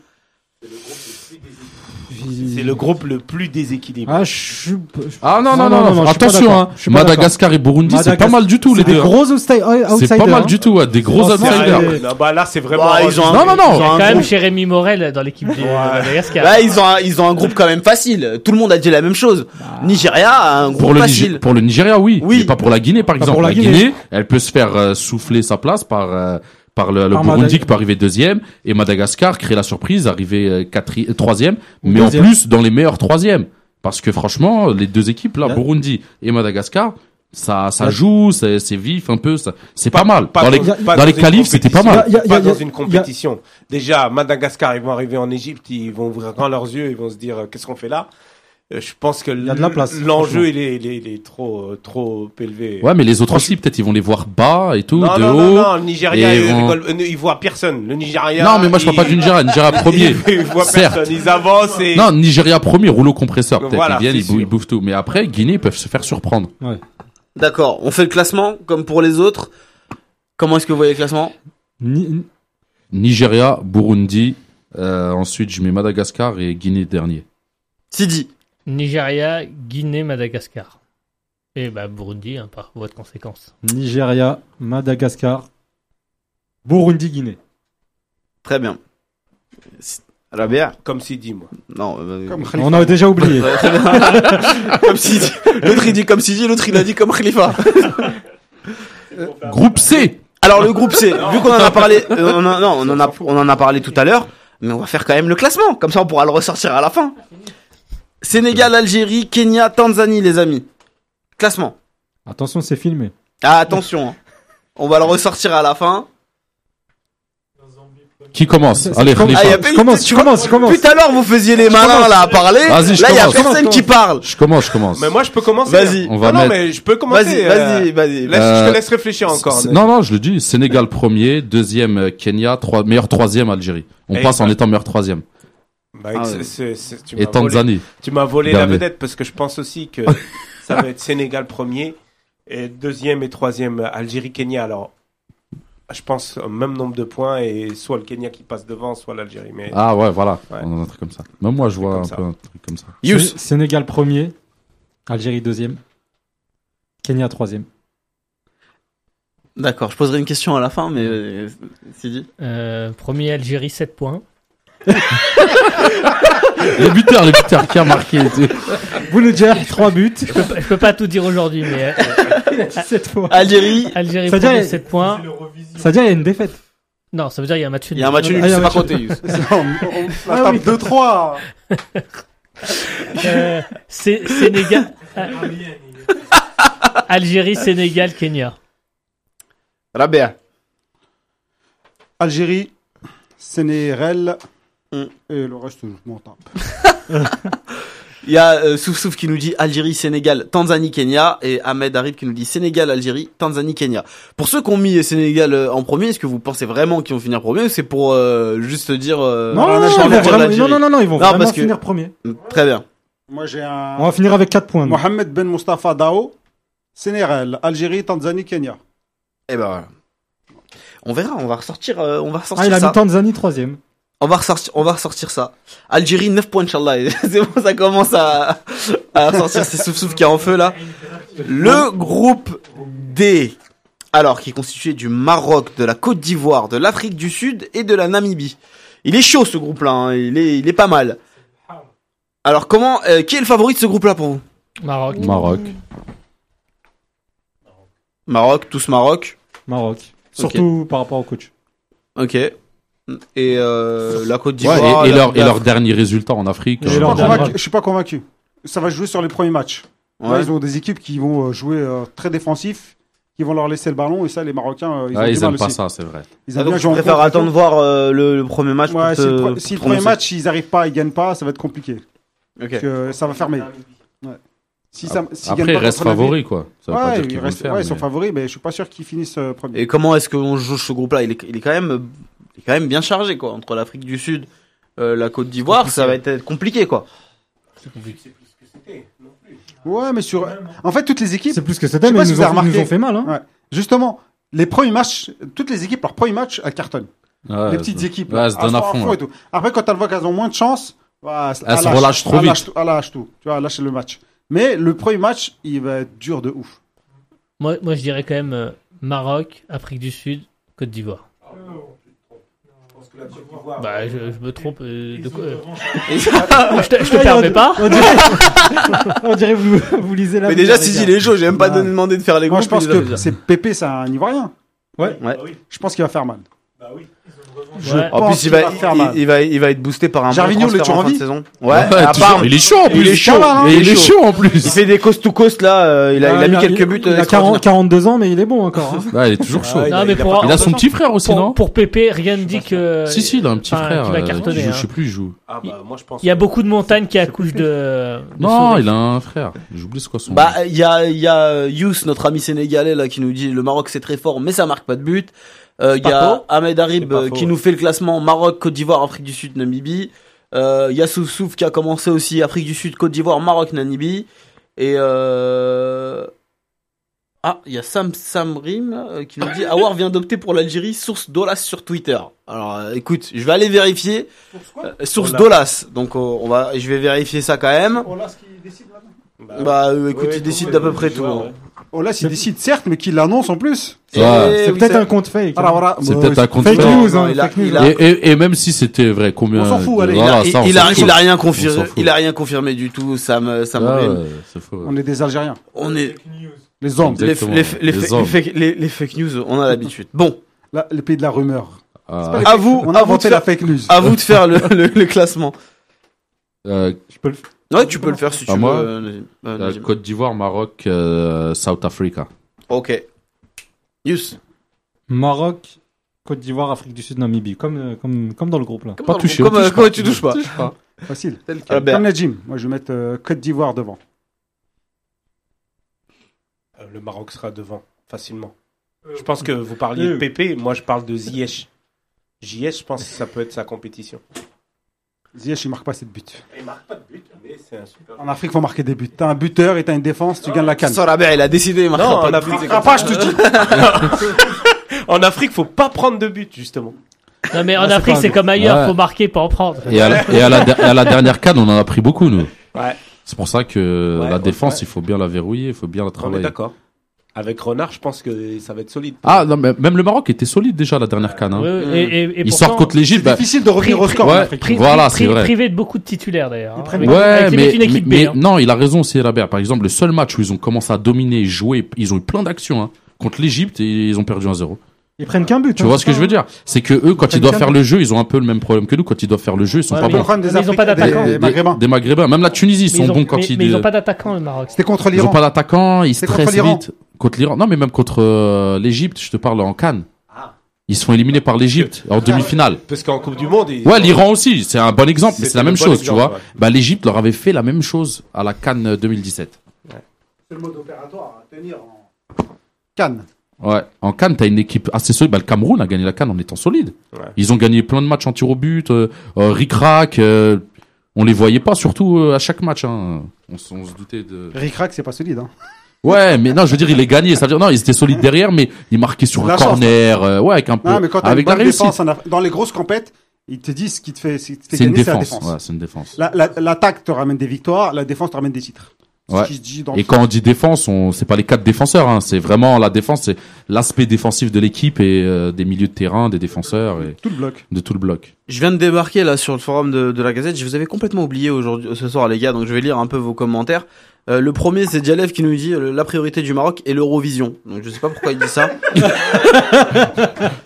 Speaker 7: C'est le groupe le plus déséquilibré.
Speaker 2: Ah, je suis. je-
Speaker 4: Ah non, non,
Speaker 2: Ah,
Speaker 4: non,
Speaker 2: non,
Speaker 4: non,
Speaker 2: non, je suis pas
Speaker 4: attention,
Speaker 2: d'accord.
Speaker 4: hein.
Speaker 2: Je suis pas
Speaker 4: Madagascar et Burundi, c'est pas
Speaker 2: Madagascar-
Speaker 4: mal du tout, les
Speaker 2: C'est des
Speaker 4: deux. hein.
Speaker 2: gros outside- outsiders.
Speaker 4: C'est pas mal
Speaker 2: hein.
Speaker 4: du tout, ouais, des gros
Speaker 2: Franchement,
Speaker 4: outsiders.
Speaker 7: Sérieux, là, bah, là, c'est vraiment.
Speaker 5: Bah, ils ont un-
Speaker 4: Non, non,
Speaker 5: ils
Speaker 4: non.
Speaker 5: ont un
Speaker 3: Quand même,
Speaker 5: groupe-
Speaker 3: Jérémy Morel dans l'équipe du de Madagascar.
Speaker 5: Bah, ils ont un, ils ont un groupe quand même facile. Tout le monde a dit la même chose.
Speaker 4: Bah.
Speaker 5: Nigeria a un groupe
Speaker 4: Pour le, Nige-
Speaker 5: facile.
Speaker 4: pour le Nigeria, oui.
Speaker 5: Oui.
Speaker 4: Mais pas pour la Guinée, par
Speaker 2: Pas
Speaker 4: exemple.
Speaker 2: pour la
Speaker 4: la Guinée. elle peut se faire euh, souffler sa place par, euh, par le, le
Speaker 2: Par
Speaker 4: Burundi
Speaker 2: Madag-
Speaker 4: qui peut arriver deuxième. Et Madagascar créer la surprise, arriver euh, quatri- euh, troisième.
Speaker 2: Ou
Speaker 4: Mais
Speaker 2: deuxième.
Speaker 4: en plus, dans les meilleurs troisièmes. Parce que franchement, les deux équipes, là,
Speaker 2: Là.
Speaker 4: Burundi et Madagascar, ça, ça
Speaker 2: Là.
Speaker 4: joue, c'est c'est vif un peu, ça- c'est pas, mal.
Speaker 7: Pas
Speaker 4: dans les,
Speaker 7: dans- pas
Speaker 4: dans les
Speaker 7: dans une
Speaker 4: qualifs, c'était pas mal.
Speaker 2: compétition. Y a- y a-
Speaker 7: pas
Speaker 2: y a-
Speaker 7: dans
Speaker 2: y a-
Speaker 7: une compétition. Déjà, Madagascar, ils vont arriver en Égypte, ils vont ouvrir grand leurs yeux, ils vont se dire euh, qu'est-ce qu'on fait là euh, je pense que
Speaker 2: y a de la place, franchement.
Speaker 7: L'enjeu, il est, il est- il est trop, euh, trop élevé.
Speaker 4: Ouais, mais les autres aussi, peut-être ils vont les voir bas et tout,
Speaker 7: non,
Speaker 4: de
Speaker 7: non,
Speaker 4: haut.
Speaker 7: non, non, le Nigeria,
Speaker 4: et
Speaker 7: ils
Speaker 4: vont-
Speaker 7: rigolent- euh, ils voient personne. Le Nigeria.
Speaker 4: Non, mais moi je parle
Speaker 7: il-
Speaker 4: pas du Nigeria, Nigeria premier.
Speaker 7: (laughs) Ils voient
Speaker 4: Certes.
Speaker 7: personne. Ils avancent et.
Speaker 4: Non, Nigeria premier, rouleau compresseur. Peut-être
Speaker 7: Voilà,
Speaker 4: ils viennent,
Speaker 7: c'est
Speaker 4: ils, bou-
Speaker 7: sûr.
Speaker 4: ils bouffent tout. Mais après, Guinée, ils peuvent se faire surprendre.
Speaker 5: D'accord, on fait le classement comme pour les autres. Comment est-ce que vous voyez le classement
Speaker 2: Ni- ni-
Speaker 4: Nigeria, Burundi, euh, ensuite je mets Madagascar et Guinée dernier.
Speaker 5: Sidi.
Speaker 3: Nigeria, Guinée, Madagascar. Et bah Burundi, hein, par voie de conséquence.
Speaker 2: Nigeria, Madagascar, Burundi, Guinée.
Speaker 5: Très bien. À la BR
Speaker 7: Comme si dit, moi.
Speaker 5: Non. euh,
Speaker 1: Comme Khalifa.
Speaker 2: On a déjà oublié.
Speaker 5: Ouais, très bien. comme Sidi. L'autre il dit comme Sidi, l'autre il a dit comme Khalifa.
Speaker 4: Groupe C
Speaker 5: Alors le groupe C, vu qu'on en a parlé, euh, on en- non, on en a, on en a parlé tout à l'heure, mais on va faire quand même le classement, comme ça on pourra le ressortir à la fin. Sénégal, Algérie, Kenya, Tanzanie, les amis. Classement.
Speaker 2: Attention, c'est filmé.
Speaker 5: Ah, attention, hein. on va le ressortir à la fin.
Speaker 4: Qui commence
Speaker 2: C'est- c'est
Speaker 4: Allez,
Speaker 2: comme-
Speaker 4: Khalifa.
Speaker 5: Ah, y a-
Speaker 2: Je commence, je commence, je commence.
Speaker 5: Tout à l'heure vous faisiez les malins
Speaker 2: commence.
Speaker 5: là à parler.
Speaker 4: Vas-y, je
Speaker 5: Là il y a
Speaker 4: commence.
Speaker 5: personne qui parle.
Speaker 4: Je commence, je commence.
Speaker 7: Mais moi, je peux commencer.
Speaker 5: Vas-y.
Speaker 7: hein.
Speaker 4: On va
Speaker 7: non, non,
Speaker 4: mettre-
Speaker 7: mais je peux commencer.
Speaker 5: Vas-y,
Speaker 7: euh,
Speaker 5: vas-y, vas-y.
Speaker 7: Laisse, je
Speaker 4: Euh,
Speaker 7: te laisse réfléchir encore.
Speaker 4: C'est-
Speaker 7: Ned.
Speaker 4: Non, non, je le dis. Sénégal premier, deuxième euh, Kenya, trois, meilleur troisième Algérie. On
Speaker 7: Et
Speaker 4: passe en
Speaker 7: ça-
Speaker 4: étant meilleur troisième.
Speaker 7: Bah,
Speaker 5: Ah
Speaker 7: c'est-
Speaker 5: ouais.
Speaker 7: c'est- c'est- tu
Speaker 4: Et
Speaker 7: m'as volé-
Speaker 4: Tanzanie.
Speaker 7: Tu m'as volé la
Speaker 4: Dernier.
Speaker 7: vedette parce que je pense aussi
Speaker 4: (laughs)
Speaker 7: que ça va être Sénégal premier et deuxième et troisième euh, Algérie-Kenya. Alors, je pense au même nombre de points et soit le Kenya qui passe devant, soit l'Algérie. Mais
Speaker 4: Ah ouais, voilà.
Speaker 7: Ouais.
Speaker 4: On a un truc comme ça. Même moi, je vois
Speaker 7: comme
Speaker 4: un
Speaker 7: ça.
Speaker 4: peu un truc comme ça.
Speaker 2: Sé-
Speaker 5: Yous.
Speaker 2: Sénégal premier, Algérie deuxième, Kenya troisième.
Speaker 5: D'accord, je poserai une question à la fin, mais euh, Sidi.
Speaker 3: Euh, premier Algérie, 7 points.
Speaker 4: Les buteurs, les buteurs qui a marqué. et tout.
Speaker 2: Bouloudjah, trois buts.
Speaker 3: Je peux, pas- je peux pas tout dire aujourd'hui, mais euh,
Speaker 2: (laughs) Cette fois.
Speaker 5: Algérie,
Speaker 3: Algérie,
Speaker 2: Ça veut dire-
Speaker 3: premier, 7 points.
Speaker 2: Ça veut dire il y a une défaite.
Speaker 3: Non, ça veut dire il y a un match
Speaker 5: il
Speaker 3: nul.
Speaker 5: y a un match nul,
Speaker 2: Ah, il y a
Speaker 5: c'est
Speaker 2: un
Speaker 5: pas
Speaker 2: match nul.
Speaker 5: compté. Yous.
Speaker 1: La
Speaker 5: Ah
Speaker 1: table 2-3.
Speaker 3: Euh, c'est Sénégal. euh, Algérie, Sénégal, Kenya.
Speaker 5: Rabea.
Speaker 1: Algérie, Sénégal.
Speaker 5: Mm.
Speaker 1: Et le reste, je m'en tape.
Speaker 5: Il y a euh, Souf Souf qui nous dit Algérie, Sénégal, Tanzanie, Kenya et Ahmed Harib qui nous dit Sénégal, Algérie, Tanzanie, Kenya. Pour ceux qui ont mis Sénégal euh, en premier, est-ce que vous pensez vraiment qu'ils vont finir premier ou c'est pour euh, juste dire euh,
Speaker 2: Non, non,
Speaker 5: on a
Speaker 2: non, ils
Speaker 5: changé de
Speaker 2: vont
Speaker 5: dire
Speaker 2: vraiment-
Speaker 5: l'Algérie
Speaker 2: non, non, non, non, ils vont
Speaker 5: Non,
Speaker 2: vraiment
Speaker 5: parce que-
Speaker 2: finir premier.
Speaker 5: Très bien.
Speaker 1: Moi, j'ai
Speaker 2: On
Speaker 1: un.
Speaker 2: va finir avec 4 points. nous.
Speaker 1: Mohamed Ben Mustafa Dao, Sénégal, Algérie, Tanzanie, Kenya.
Speaker 5: Et ben voilà. On verra, on va ressortir euh, on va
Speaker 2: Ah,
Speaker 5: ressortir
Speaker 2: il a
Speaker 5: ça.
Speaker 2: mis Tanzanie troisième.
Speaker 5: On va ressortir on va ressortir ça. Algérie 9 points inchallah. (laughs) c'est bon, ça commence à à ressortir c'est Souf Souf qui est en feu là. Le groupe D alors qui est constitué du Maroc, de la Côte d'Ivoire, de l'Afrique du Sud et de la Namibie. Il est chaud ce groupe là, il est il est pas mal. Alors comment euh, qui est le favori de ce groupe là pour vous
Speaker 3: Maroc.
Speaker 4: Maroc.
Speaker 5: Maroc, tous Maroc.
Speaker 2: Maroc. Surtout par rapport au coach.
Speaker 5: OK. Et euh, la Côte
Speaker 4: Ouais,
Speaker 5: d'Ivoire
Speaker 4: et, et
Speaker 5: la-
Speaker 4: leur, et
Speaker 5: la-
Speaker 4: leur dernier résultat en Afrique.
Speaker 2: Et
Speaker 1: Je suis,
Speaker 4: euh,
Speaker 1: pas
Speaker 2: leur-
Speaker 1: convaincu, je suis pas convaincu. Ça va se jouer sur les premiers matchs. Là,
Speaker 5: Ouais.
Speaker 1: ils ont des équipes qui vont euh, jouer euh, très défensif, qui vont leur laisser le ballon, et ça, les Marocains, euh, ils, ont
Speaker 4: ah,
Speaker 1: du
Speaker 4: ils
Speaker 1: mal
Speaker 4: aiment pas
Speaker 1: aussi.
Speaker 4: ça, c'est vrai.
Speaker 1: Ils
Speaker 5: Ah,
Speaker 1: aiment
Speaker 5: donc
Speaker 1: bien
Speaker 5: je
Speaker 1: jouer en
Speaker 5: préfère
Speaker 1: contre.
Speaker 5: attendre voir euh, le, le premier match
Speaker 1: Ouais,
Speaker 5: pour
Speaker 1: si, le
Speaker 5: te,
Speaker 1: pre-
Speaker 5: pour
Speaker 1: si le
Speaker 5: prononcer.
Speaker 1: premier match, ils arrivent pas, ils gagnent pas, ça va être compliqué.
Speaker 5: Ok.
Speaker 1: Parce que ça va fermer. Ouais. Si ça, s'ils gagnent
Speaker 4: Après, ils
Speaker 1: pas
Speaker 4: restent
Speaker 1: contre la Namibie-
Speaker 4: favoris, quoi. Ça veut pas
Speaker 1: Ouais,
Speaker 4: dire
Speaker 1: ils,
Speaker 4: qu'ils vont le
Speaker 1: restent-
Speaker 4: faire.
Speaker 1: ouais, ils sont
Speaker 4: mais-
Speaker 1: favoris, mais je suis pas sûr qu'ils finissent euh, premier.
Speaker 5: Et comment est-ce qu'on jauge ce groupe-là il est, il est quand même, il est quand même bien chargé quoi. Entre l'Afrique du Sud, euh, la Côte d'Ivoire, ça va être compliqué quoi.
Speaker 1: Ouais, mais sur. En fait, toutes les équipes,
Speaker 2: C'est plus que
Speaker 1: Je
Speaker 2: c'était,
Speaker 1: sais
Speaker 2: mais
Speaker 1: pas
Speaker 2: ils
Speaker 1: si
Speaker 2: nous,
Speaker 1: vous avez
Speaker 2: ont, ils nous
Speaker 1: remarqué.
Speaker 2: ont fait mal. Hein.
Speaker 5: (laughs)
Speaker 1: Ouais. justement, les premiers matchs, toutes les équipes, leurs premiers matchs, elles cartonnent.
Speaker 4: Ouais,
Speaker 1: les
Speaker 4: c'est-
Speaker 1: petites équipes.
Speaker 4: ouais,
Speaker 1: là,
Speaker 4: elles se donnent à fond.
Speaker 1: et tout. Après, quand elles voient qu'elles ont moins de chance, bah,
Speaker 4: Elles se relâchent trop
Speaker 1: elles
Speaker 4: vite.
Speaker 1: lâchent tout- elles lâchent tout. Tu vois, elles lâchent le match. Mais le premier match, il va être dur de ouf.
Speaker 3: Moi, moi, je dirais quand même euh, Maroc, Afrique du Sud, Côte d'Ivoire. Bah, je, je me trompe. euh, de quoi- je te, je te
Speaker 2: Ouais,
Speaker 3: permets
Speaker 2: on-
Speaker 3: pas.
Speaker 2: On dirait, on dirait (laughs) vous, vous lisez la.
Speaker 5: Mais
Speaker 2: Bible,
Speaker 5: déjà,
Speaker 2: les
Speaker 5: si
Speaker 2: gars.
Speaker 5: il est chaud, j'ai même pas
Speaker 2: Ouais.
Speaker 5: demandé de faire les
Speaker 1: Moi,
Speaker 5: groupes.
Speaker 1: je pense
Speaker 5: il les a
Speaker 1: que
Speaker 5: fait.
Speaker 1: c'est Pépé, c'est un Ivoirien.
Speaker 5: Ouais.
Speaker 1: Je pense qu'il va faire mal. Je
Speaker 3: Ouais.
Speaker 1: pense
Speaker 5: En plus, il
Speaker 1: qu'il
Speaker 5: va,
Speaker 1: faire
Speaker 5: il-
Speaker 1: mal.
Speaker 5: il, va, il va être boosté par un bon
Speaker 1: Gervinho, il est
Speaker 5: transfert en
Speaker 1: toujours en
Speaker 5: fin de
Speaker 1: vie
Speaker 5: saison. Ouais,
Speaker 4: Ouais,
Speaker 5: à part,
Speaker 4: toujours, il est chaud en
Speaker 1: il
Speaker 4: plus.
Speaker 1: est chaud, hein,
Speaker 4: Et il est chaud en
Speaker 5: il
Speaker 4: plus.
Speaker 5: fait des coast to coast là. euh, il a, il a mis quelques buts.
Speaker 2: Ah, Il
Speaker 5: euh,
Speaker 2: a 40 42 ans, mais il est
Speaker 5: (laughs)
Speaker 2: bon encore. hein.
Speaker 4: Ah, il est toujours chaud.
Speaker 3: Non, mais pour,
Speaker 4: Il a son petit frère aussi, non
Speaker 3: pour, pour Pépé, rien ne dit que.
Speaker 4: Si, si, il a un petit
Speaker 3: Enfin,
Speaker 4: frère.
Speaker 3: qui va
Speaker 4: euh,
Speaker 3: cartonner,
Speaker 4: il joue,
Speaker 3: hein.
Speaker 4: Je sais plus, il joue.
Speaker 7: Ah bah, moi je pense.
Speaker 3: Il y a beaucoup de montagnes qui accouchent de. de
Speaker 4: Non,
Speaker 3: souris.
Speaker 4: il a un frère. J'oublie ce quoi son nom.
Speaker 5: Bah, il y a, il y a Yous, notre ami sénégalais là, qui nous dit le Maroc c'est très fort, mais ça marque pas de but. Euh, Il y
Speaker 3: Pas
Speaker 5: a
Speaker 3: faux.
Speaker 5: Ahmed
Speaker 7: C'est
Speaker 5: Harib
Speaker 7: pas
Speaker 5: euh,
Speaker 7: faux,
Speaker 5: qui
Speaker 7: ouais.
Speaker 5: nous fait le classement Maroc, Côte d'Ivoire, Afrique du Sud, Namibie. Euh, Il y a Souf Souf qui a commencé aussi Afrique du Sud, Côte d'Ivoire, Maroc, Namibie. Et euh... ah, il y a Sam Samrim euh, qui nous dit Awar vient d'opter pour l'Algérie, source Dolas sur Twitter. Alors, euh, écoute, je vais aller vérifier Euh, source Dolas. Donc, euh, on va, je vais vérifier ça quand même. Bah, euh, écoute,
Speaker 7: ouais,
Speaker 5: il décide
Speaker 7: ouais,
Speaker 5: d'à peu
Speaker 7: ouais,
Speaker 5: près
Speaker 7: ouais,
Speaker 5: tout.
Speaker 7: ouais.
Speaker 5: hein.
Speaker 1: Oh là, s'il décide, certes, mais qu'il l'annonce en plus.
Speaker 4: Ouais.
Speaker 5: Eh
Speaker 2: C'est
Speaker 5: oui,
Speaker 2: peut-être
Speaker 5: ça-
Speaker 2: un compte fake. hein.
Speaker 1: Ah là, voilà.
Speaker 4: C'est
Speaker 1: Bon,
Speaker 4: peut-être un
Speaker 2: Fake
Speaker 4: conflit.
Speaker 5: Non,
Speaker 2: news,
Speaker 5: non,
Speaker 2: hein,
Speaker 5: il a-
Speaker 2: fake news.
Speaker 5: il a-
Speaker 4: Et, et, et même si c'était vrai, combien
Speaker 1: On s'en fout,
Speaker 4: de-
Speaker 1: allez,
Speaker 4: voilà,
Speaker 5: il,
Speaker 4: ça, on
Speaker 5: il
Speaker 4: s'en
Speaker 5: a,
Speaker 4: fout.
Speaker 5: il a rien
Speaker 4: On
Speaker 5: confirmé,
Speaker 4: s'en fout.
Speaker 5: il a rien confirmé du tout. Ça me, ça me
Speaker 4: Ah,
Speaker 5: brûle.
Speaker 4: ouais, c'est faux.
Speaker 1: On est des Algériens.
Speaker 5: On est
Speaker 1: Les hommes.
Speaker 5: les,
Speaker 4: Exactement,
Speaker 5: les- les-
Speaker 4: les
Speaker 5: les-
Speaker 4: hommes.
Speaker 5: les fake- les- les fake news, on a l'habitude. Bon,
Speaker 1: Là, le pays de la rumeur.
Speaker 4: Ah,
Speaker 1: pas-
Speaker 5: à vous,
Speaker 1: On a
Speaker 5: à vous de
Speaker 1: inventé la
Speaker 5: faire,
Speaker 1: fake news.
Speaker 5: à vous de
Speaker 4: (laughs)
Speaker 5: faire le, le- le classement.
Speaker 4: euh,
Speaker 2: Je peux le faire.
Speaker 5: Ouais, tu peux le faire si tu
Speaker 4: Ah,
Speaker 5: veux.
Speaker 4: moi
Speaker 5: euh, Nazim. Euh,
Speaker 4: euh,
Speaker 5: Nazim.
Speaker 4: Côte d'Ivoire, Maroc, euh, South Africa.
Speaker 5: Ok. Yus.
Speaker 2: Maroc, Côte d'Ivoire, Afrique du Sud, Namibie. Comme, euh, comme, comme dans le groupe là.
Speaker 5: Comme
Speaker 4: Pas
Speaker 5: dans le
Speaker 4: touché,
Speaker 5: groupe,
Speaker 4: on
Speaker 5: Comme,
Speaker 4: touche
Speaker 5: euh, comme tu touches pas.
Speaker 4: Ah.
Speaker 1: Facile.
Speaker 5: Albert.
Speaker 1: Comme Najim. Moi, je vais mettre euh, Côte d'Ivoire devant.
Speaker 7: Euh, Le Maroc sera devant, facilement. Je pense que vous parliez de
Speaker 2: euh.
Speaker 7: Pépé, moi je parle de Ziyech. Ziyech, je pense que ça peut être sa compétition.
Speaker 1: Ziyech, il marque pas assez de buts.
Speaker 7: Il marque pas de but, mais c'est un super.
Speaker 1: En Afrique, faut marquer des buts. T'as un buteur et t'as une défense, tu gagnes la canne.
Speaker 5: Sorabert, il a décidé, il marquera
Speaker 7: Non,
Speaker 5: pas
Speaker 7: en
Speaker 5: de
Speaker 7: Afrique,
Speaker 5: but.
Speaker 7: c'est comme ça. (laughs) en Afrique, faut pas prendre de but, justement.
Speaker 3: Non, mais en
Speaker 2: Ah, c'est
Speaker 3: Afrique,
Speaker 2: pas un
Speaker 3: c'est
Speaker 2: but.
Speaker 3: comme ailleurs,
Speaker 4: Ouais.
Speaker 3: faut marquer, pas en prendre.
Speaker 4: Et à, la, et à la der- à la dernière canne, on en a pris beaucoup, nous.
Speaker 7: Ouais.
Speaker 4: C'est pour ça que
Speaker 7: Ouais,
Speaker 4: la
Speaker 7: ouais,
Speaker 4: défense,
Speaker 7: ouais.
Speaker 4: il faut bien la verrouiller, il faut bien la
Speaker 7: On est
Speaker 4: travailler.
Speaker 7: d'accord. Avec Renard, je pense que ça va être solide.
Speaker 4: Ah, non, mais même le Maroc était solide déjà la dernière canne. hein.
Speaker 3: Ouais, ouais, et, et, et
Speaker 4: Ils
Speaker 3: pourtant,
Speaker 4: sortent contre l'Égypte.
Speaker 1: C'est
Speaker 4: bah,
Speaker 1: difficile de revenir au
Speaker 3: Pris-
Speaker 1: score.
Speaker 4: ouais.
Speaker 1: en Afrique.
Speaker 3: pri-
Speaker 4: Voilà,
Speaker 3: pri-
Speaker 4: c'est vrai.
Speaker 3: Privé de beaucoup de titulaires d'ailleurs. hein. Avec-
Speaker 4: Ouais,
Speaker 3: avec les mecs
Speaker 4: mais,
Speaker 3: d'une équipe
Speaker 4: mais-
Speaker 3: B, hein.
Speaker 4: mais non, il a raison, c'est Rabert. Par exemple, le seul match où ils ont commencé à dominer, jouer, ils ont eu plein d'actions hein, contre l'Égypte et ils ont perdu 1-0.
Speaker 2: Ils prennent qu'un but.
Speaker 4: Tu
Speaker 2: hein,
Speaker 4: vois
Speaker 2: c'est
Speaker 4: ce que
Speaker 2: ça,
Speaker 4: je veux
Speaker 2: hein.
Speaker 4: dire C'est que eux, quand ils doivent
Speaker 2: Prennent
Speaker 4: faire le jeu, ils ont un peu le même problème que nous. Quand ils doivent faire le jeu, ils sont
Speaker 3: Ouais,
Speaker 4: pas
Speaker 3: mais-
Speaker 4: bons.
Speaker 1: Prendre des
Speaker 3: mais ils ont pas
Speaker 1: Africains,
Speaker 3: d'attaquants.
Speaker 1: des-
Speaker 4: Des,
Speaker 1: des Maghrébins.
Speaker 4: des Maghrébins, même la Tunisie, ils
Speaker 3: Mais
Speaker 4: sont
Speaker 3: ils ont-
Speaker 4: bons quand
Speaker 3: mais-
Speaker 4: ils.
Speaker 3: mais ils ont pas d'attaquants, le Maroc.
Speaker 1: C'était contre
Speaker 4: Ils ont
Speaker 1: l'Iran.
Speaker 4: pas d'attaquant, ils
Speaker 1: C'est
Speaker 4: stressent
Speaker 1: contre l'Iran.
Speaker 4: vite. Contre l'Iran. Non, mais même contre euh, l'Égypte, je te parle en Cannes.
Speaker 7: Ah.
Speaker 4: Ils se font éliminer par l'Égypte en demi-finale.
Speaker 7: Parce qu'en Coupe du Monde. Ah, ils-
Speaker 4: Ouais, l'Iran aussi, c'est un bon exemple, mais
Speaker 7: C'était
Speaker 4: c'est la
Speaker 7: le
Speaker 4: même
Speaker 7: bon
Speaker 4: chose,
Speaker 7: exemple,
Speaker 4: tu vois.
Speaker 7: ouais.
Speaker 4: Bah, l'Égypte leur avait fait la même chose à la Cannes euh, 2017.
Speaker 1: C'est le mode opératoire à tenir en Cannes.
Speaker 4: Ouais. En Cannes, t'as une équipe assez solide. Bah, le Cameroun a gagné la Cannes en étant solide.
Speaker 7: Ouais.
Speaker 4: Ils ont gagné plein de matchs en tir au but, euh, euh, ric-rac. euh, on les voyait pas, surtout euh, à chaque match. Hein. On, s- on se doutait de.
Speaker 1: Ricrac, c'est pas solide. Hein.
Speaker 4: Ouais, mais non, je veux dire, il est gagné. Ça veut dire, non, ils étaient solides derrière, mais ils marquaient sur
Speaker 1: La
Speaker 4: un
Speaker 1: chance. hein.
Speaker 4: corner. euh, ouais, avec un peu.
Speaker 1: Non, mais quand t'as une
Speaker 4: avec la
Speaker 1: bonne
Speaker 4: réussite.
Speaker 1: défense, en Afrique- dans les grosses compètes, ils te disent ce qui te fait, ce qui te fait
Speaker 4: C'est une
Speaker 1: gagner, c'est la
Speaker 4: défense.
Speaker 1: défense.
Speaker 4: Ouais, c'est une défense.
Speaker 1: La- la- L'attaque te ramène des victoires, la défense te ramène des titres. C'est
Speaker 4: Ouais.
Speaker 1: Ce qui se dit dans
Speaker 4: Et
Speaker 1: le
Speaker 4: quand on dit défense, on c'est pas les quatre défenseurs. Hein. C'est vraiment la défense, c'est l'aspect défensif de l'équipe et euh, des milieux de terrain, des défenseurs et
Speaker 1: tout le bloc.
Speaker 4: de tout le bloc.
Speaker 5: Je viens de débarquer là sur le forum de, de la Gazette. Je vous avais complètement oublié aujourd'hui, euh, ce soir, les gars. Donc je vais lire un peu vos commentaires. Euh, le premier, c'est Dialev qui nous dit euh, la priorité du Maroc est l'Eurovision. Donc je sais pas pourquoi il dit (laughs) ça.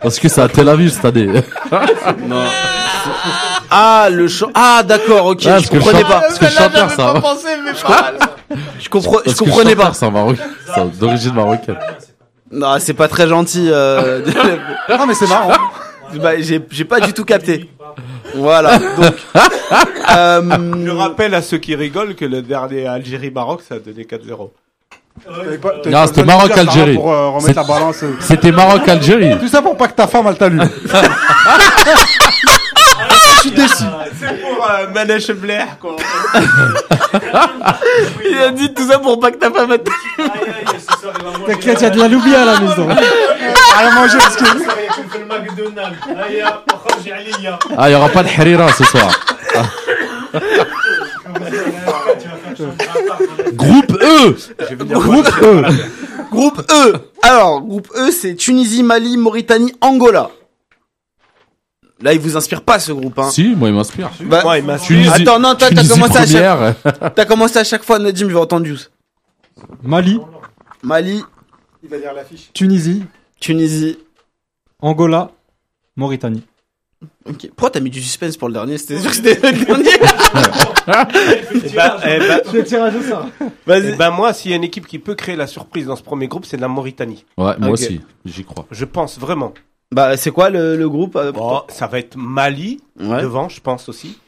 Speaker 4: Parce que c'est à Tel Aviv cette année.
Speaker 5: Ah le chant. Ah d'accord, ok.
Speaker 4: Ah, parce
Speaker 5: je
Speaker 4: que le
Speaker 5: comprenais
Speaker 4: chant-
Speaker 5: pas.
Speaker 4: parce que le chanteur, ça. va.
Speaker 5: Je, compre-
Speaker 4: Parce
Speaker 5: je
Speaker 4: que le
Speaker 5: comprenais
Speaker 4: chanteur,
Speaker 5: pas.
Speaker 4: C'est un Maroc- c'est un- d'origine marocaine.
Speaker 5: Non, c'est pas très gentil.
Speaker 4: (laughs)
Speaker 5: euh, Dialev.
Speaker 1: Non, mais c'est marrant.
Speaker 5: (laughs) Bah, j'ai, j'ai pas du tout capté.
Speaker 4: (laughs)
Speaker 5: Voilà. Donc. euh,
Speaker 7: Je rappelle à ceux qui rigolent que le dernier Algérie-Maroc, ça a donné 4-0.
Speaker 1: T'avais pas- t'avais
Speaker 4: Non,
Speaker 1: pas besoin de
Speaker 4: c'était Maroc,
Speaker 1: dire, Sarah,
Speaker 4: Algérie.
Speaker 1: Pour euh,
Speaker 4: C'est-
Speaker 1: remettre la balance. euh.
Speaker 4: C'était Maroc-Algérie.
Speaker 1: (laughs) Tout ça pour pas que ta femme elle t'a (laughs) lu. Je suis déçu.
Speaker 7: C'est pour euh, Manesh Blair, quoi.
Speaker 5: il a dit tout ça pour pas que ta femme. atte-
Speaker 2: T'inquiète, il y a de la loubia à la maison.
Speaker 5: (laughs)
Speaker 1: Rien manger parce que.
Speaker 4: Ah, il y aura pas de Herrera ce soir. Groupe E. Groupe E.
Speaker 5: Groupe E. Alors, groupe E, c'est Tunisie, Mali, Mauritanie, Angola. Là, il vous inspire pas ce groupe. Hein.
Speaker 4: Si, moi il m'inspire.
Speaker 5: Bah,
Speaker 7: Moi, il m'a
Speaker 4: Tunisie-
Speaker 5: Attends, non, toi, t'as
Speaker 4: Tunisie
Speaker 5: commencé à chaque-
Speaker 4: première.
Speaker 5: T'as commencé à chaque fois, Nadim, je vais entendre Yous.
Speaker 2: Mali,
Speaker 5: Mali,
Speaker 1: Il va lire l'affiche.
Speaker 2: Tunisie,
Speaker 5: Tunisie,
Speaker 2: Angola, Mauritanie.
Speaker 5: Ok. Pourquoi t'as mis du suspense pour le dernier C'était sûr que c'était le
Speaker 1: (laughs)
Speaker 5: dernier
Speaker 7: Eh ben, eh ben,
Speaker 2: Le tirage au sort.
Speaker 7: eh ben, moi, s'il y a une équipe qui peut créer la surprise dans ce premier groupe, c'est la Mauritanie.
Speaker 4: Ouais, moi
Speaker 5: Ok.
Speaker 4: aussi, j'y crois.
Speaker 7: Je pense vraiment.
Speaker 5: Bah, c'est quoi le, le groupe euh, pour
Speaker 7: Oh,
Speaker 4: Bah.
Speaker 7: ça va être Mali
Speaker 5: toi Ouais.
Speaker 7: devant, je pense aussi.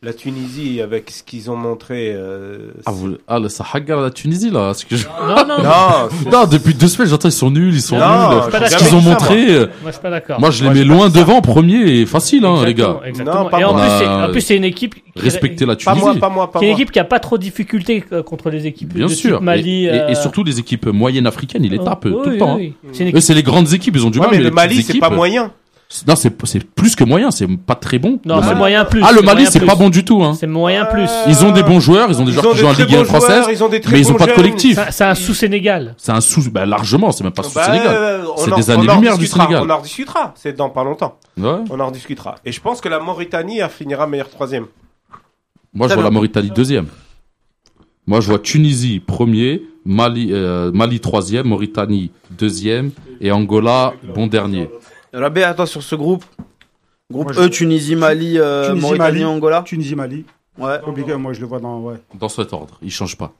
Speaker 7: La Tunisie avec ce qu'ils ont montré. euh,
Speaker 4: Ah, vous... ah le Sahagha, la Tunisie, là. ce que je-
Speaker 3: Non, non, moi
Speaker 7: Non, c'est-
Speaker 4: Non, depuis deux semaines, j'entends, ils sont nuls, ils sont
Speaker 7: Non,
Speaker 4: nuls.
Speaker 7: je
Speaker 3: suis pas
Speaker 4: Ce qu'ils ont
Speaker 7: d'accord avec ça,
Speaker 4: montré, euh,
Speaker 3: je suis pas d'accord.
Speaker 4: moi, je les
Speaker 7: Moi, je
Speaker 4: mets
Speaker 7: suis pas
Speaker 4: loin
Speaker 7: d'accord.
Speaker 4: devant, premier et facile, hein, les gars.
Speaker 3: Exactement, exactement.
Speaker 7: Non, pas
Speaker 3: Et en
Speaker 7: moi.
Speaker 3: plus, c'est-
Speaker 4: Euh,
Speaker 3: en plus, c'est une équipe. qui-
Speaker 4: Respectez la
Speaker 7: pas
Speaker 4: Tunisie.
Speaker 7: moi, pas moi, pas
Speaker 3: Qui est une
Speaker 7: moi.
Speaker 3: équipe qui a pas trop de difficultés euh, contre les équipes
Speaker 4: Bien
Speaker 3: de type
Speaker 4: sûr. Et-
Speaker 3: Mali.
Speaker 4: et, et
Speaker 3: euh,
Speaker 4: surtout les équipes moyennes africaines, il les tape
Speaker 3: oui,
Speaker 4: euh, tout le
Speaker 3: oui,
Speaker 4: temps. hein.
Speaker 3: oui. C'est une
Speaker 4: Eux,
Speaker 3: équipe.
Speaker 4: c'est les grandes équipes, ils ont du
Speaker 7: Ouais,
Speaker 4: mal.
Speaker 7: mais
Speaker 4: les
Speaker 7: le Mali,
Speaker 4: petites
Speaker 7: c'est pas
Speaker 4: équipes, euh,
Speaker 7: moyen.
Speaker 4: c'est- Non, c'est c'est plus que moyen, c'est pas très bon.
Speaker 3: Non,
Speaker 4: Le
Speaker 3: c'est
Speaker 4: Mali.
Speaker 3: moyen plus.
Speaker 4: Ah, le Mali,
Speaker 3: moyen
Speaker 4: c'est
Speaker 3: plus.
Speaker 4: pas bon du tout. Hein.
Speaker 3: C'est moyen plus.
Speaker 7: Euh,
Speaker 4: Ils ont des bons joueurs, ils ont des joueurs qui jouent en
Speaker 7: très
Speaker 4: Ligue 1
Speaker 7: bons joueurs,
Speaker 4: française,
Speaker 7: ils ont des très
Speaker 4: mais ils ont
Speaker 7: bons
Speaker 4: pas de
Speaker 7: jeunes.
Speaker 4: collectif.
Speaker 3: C'est- C'est un sous-Sénégal.
Speaker 4: C'est un sous, bah, largement, c'est même pas sous
Speaker 7: Bah,
Speaker 4: Sénégal.
Speaker 7: euh, on
Speaker 4: C'est
Speaker 7: en-
Speaker 4: des
Speaker 7: on en
Speaker 4: années-lumière du
Speaker 7: discutera,
Speaker 4: Sénégal.
Speaker 7: On en discutera, c'est dans pas longtemps.
Speaker 4: Ouais.
Speaker 7: On en rediscutera. Et je pense que la Mauritanie elle finira meilleure troisième.
Speaker 4: Moi, je
Speaker 5: Très
Speaker 4: vois
Speaker 5: bien.
Speaker 4: la Mauritanie deuxième. Moi, je vois Tunisie premier, Mali, euh, Mali troisième, Mauritanie deuxième et Angola bon dernier.
Speaker 5: Rabé, toi sur ce groupe. Groupe
Speaker 1: Moi, je-
Speaker 5: E, Tunisie, Mali, euh,
Speaker 1: Tunisie,
Speaker 5: Mauritanie,
Speaker 1: Mali.
Speaker 5: Angola.
Speaker 1: Tunisie, Mali.
Speaker 5: Ouais.
Speaker 1: Obligé, moi je le vois dans. Ouais.
Speaker 4: Dans cet ordre, ils changent pas.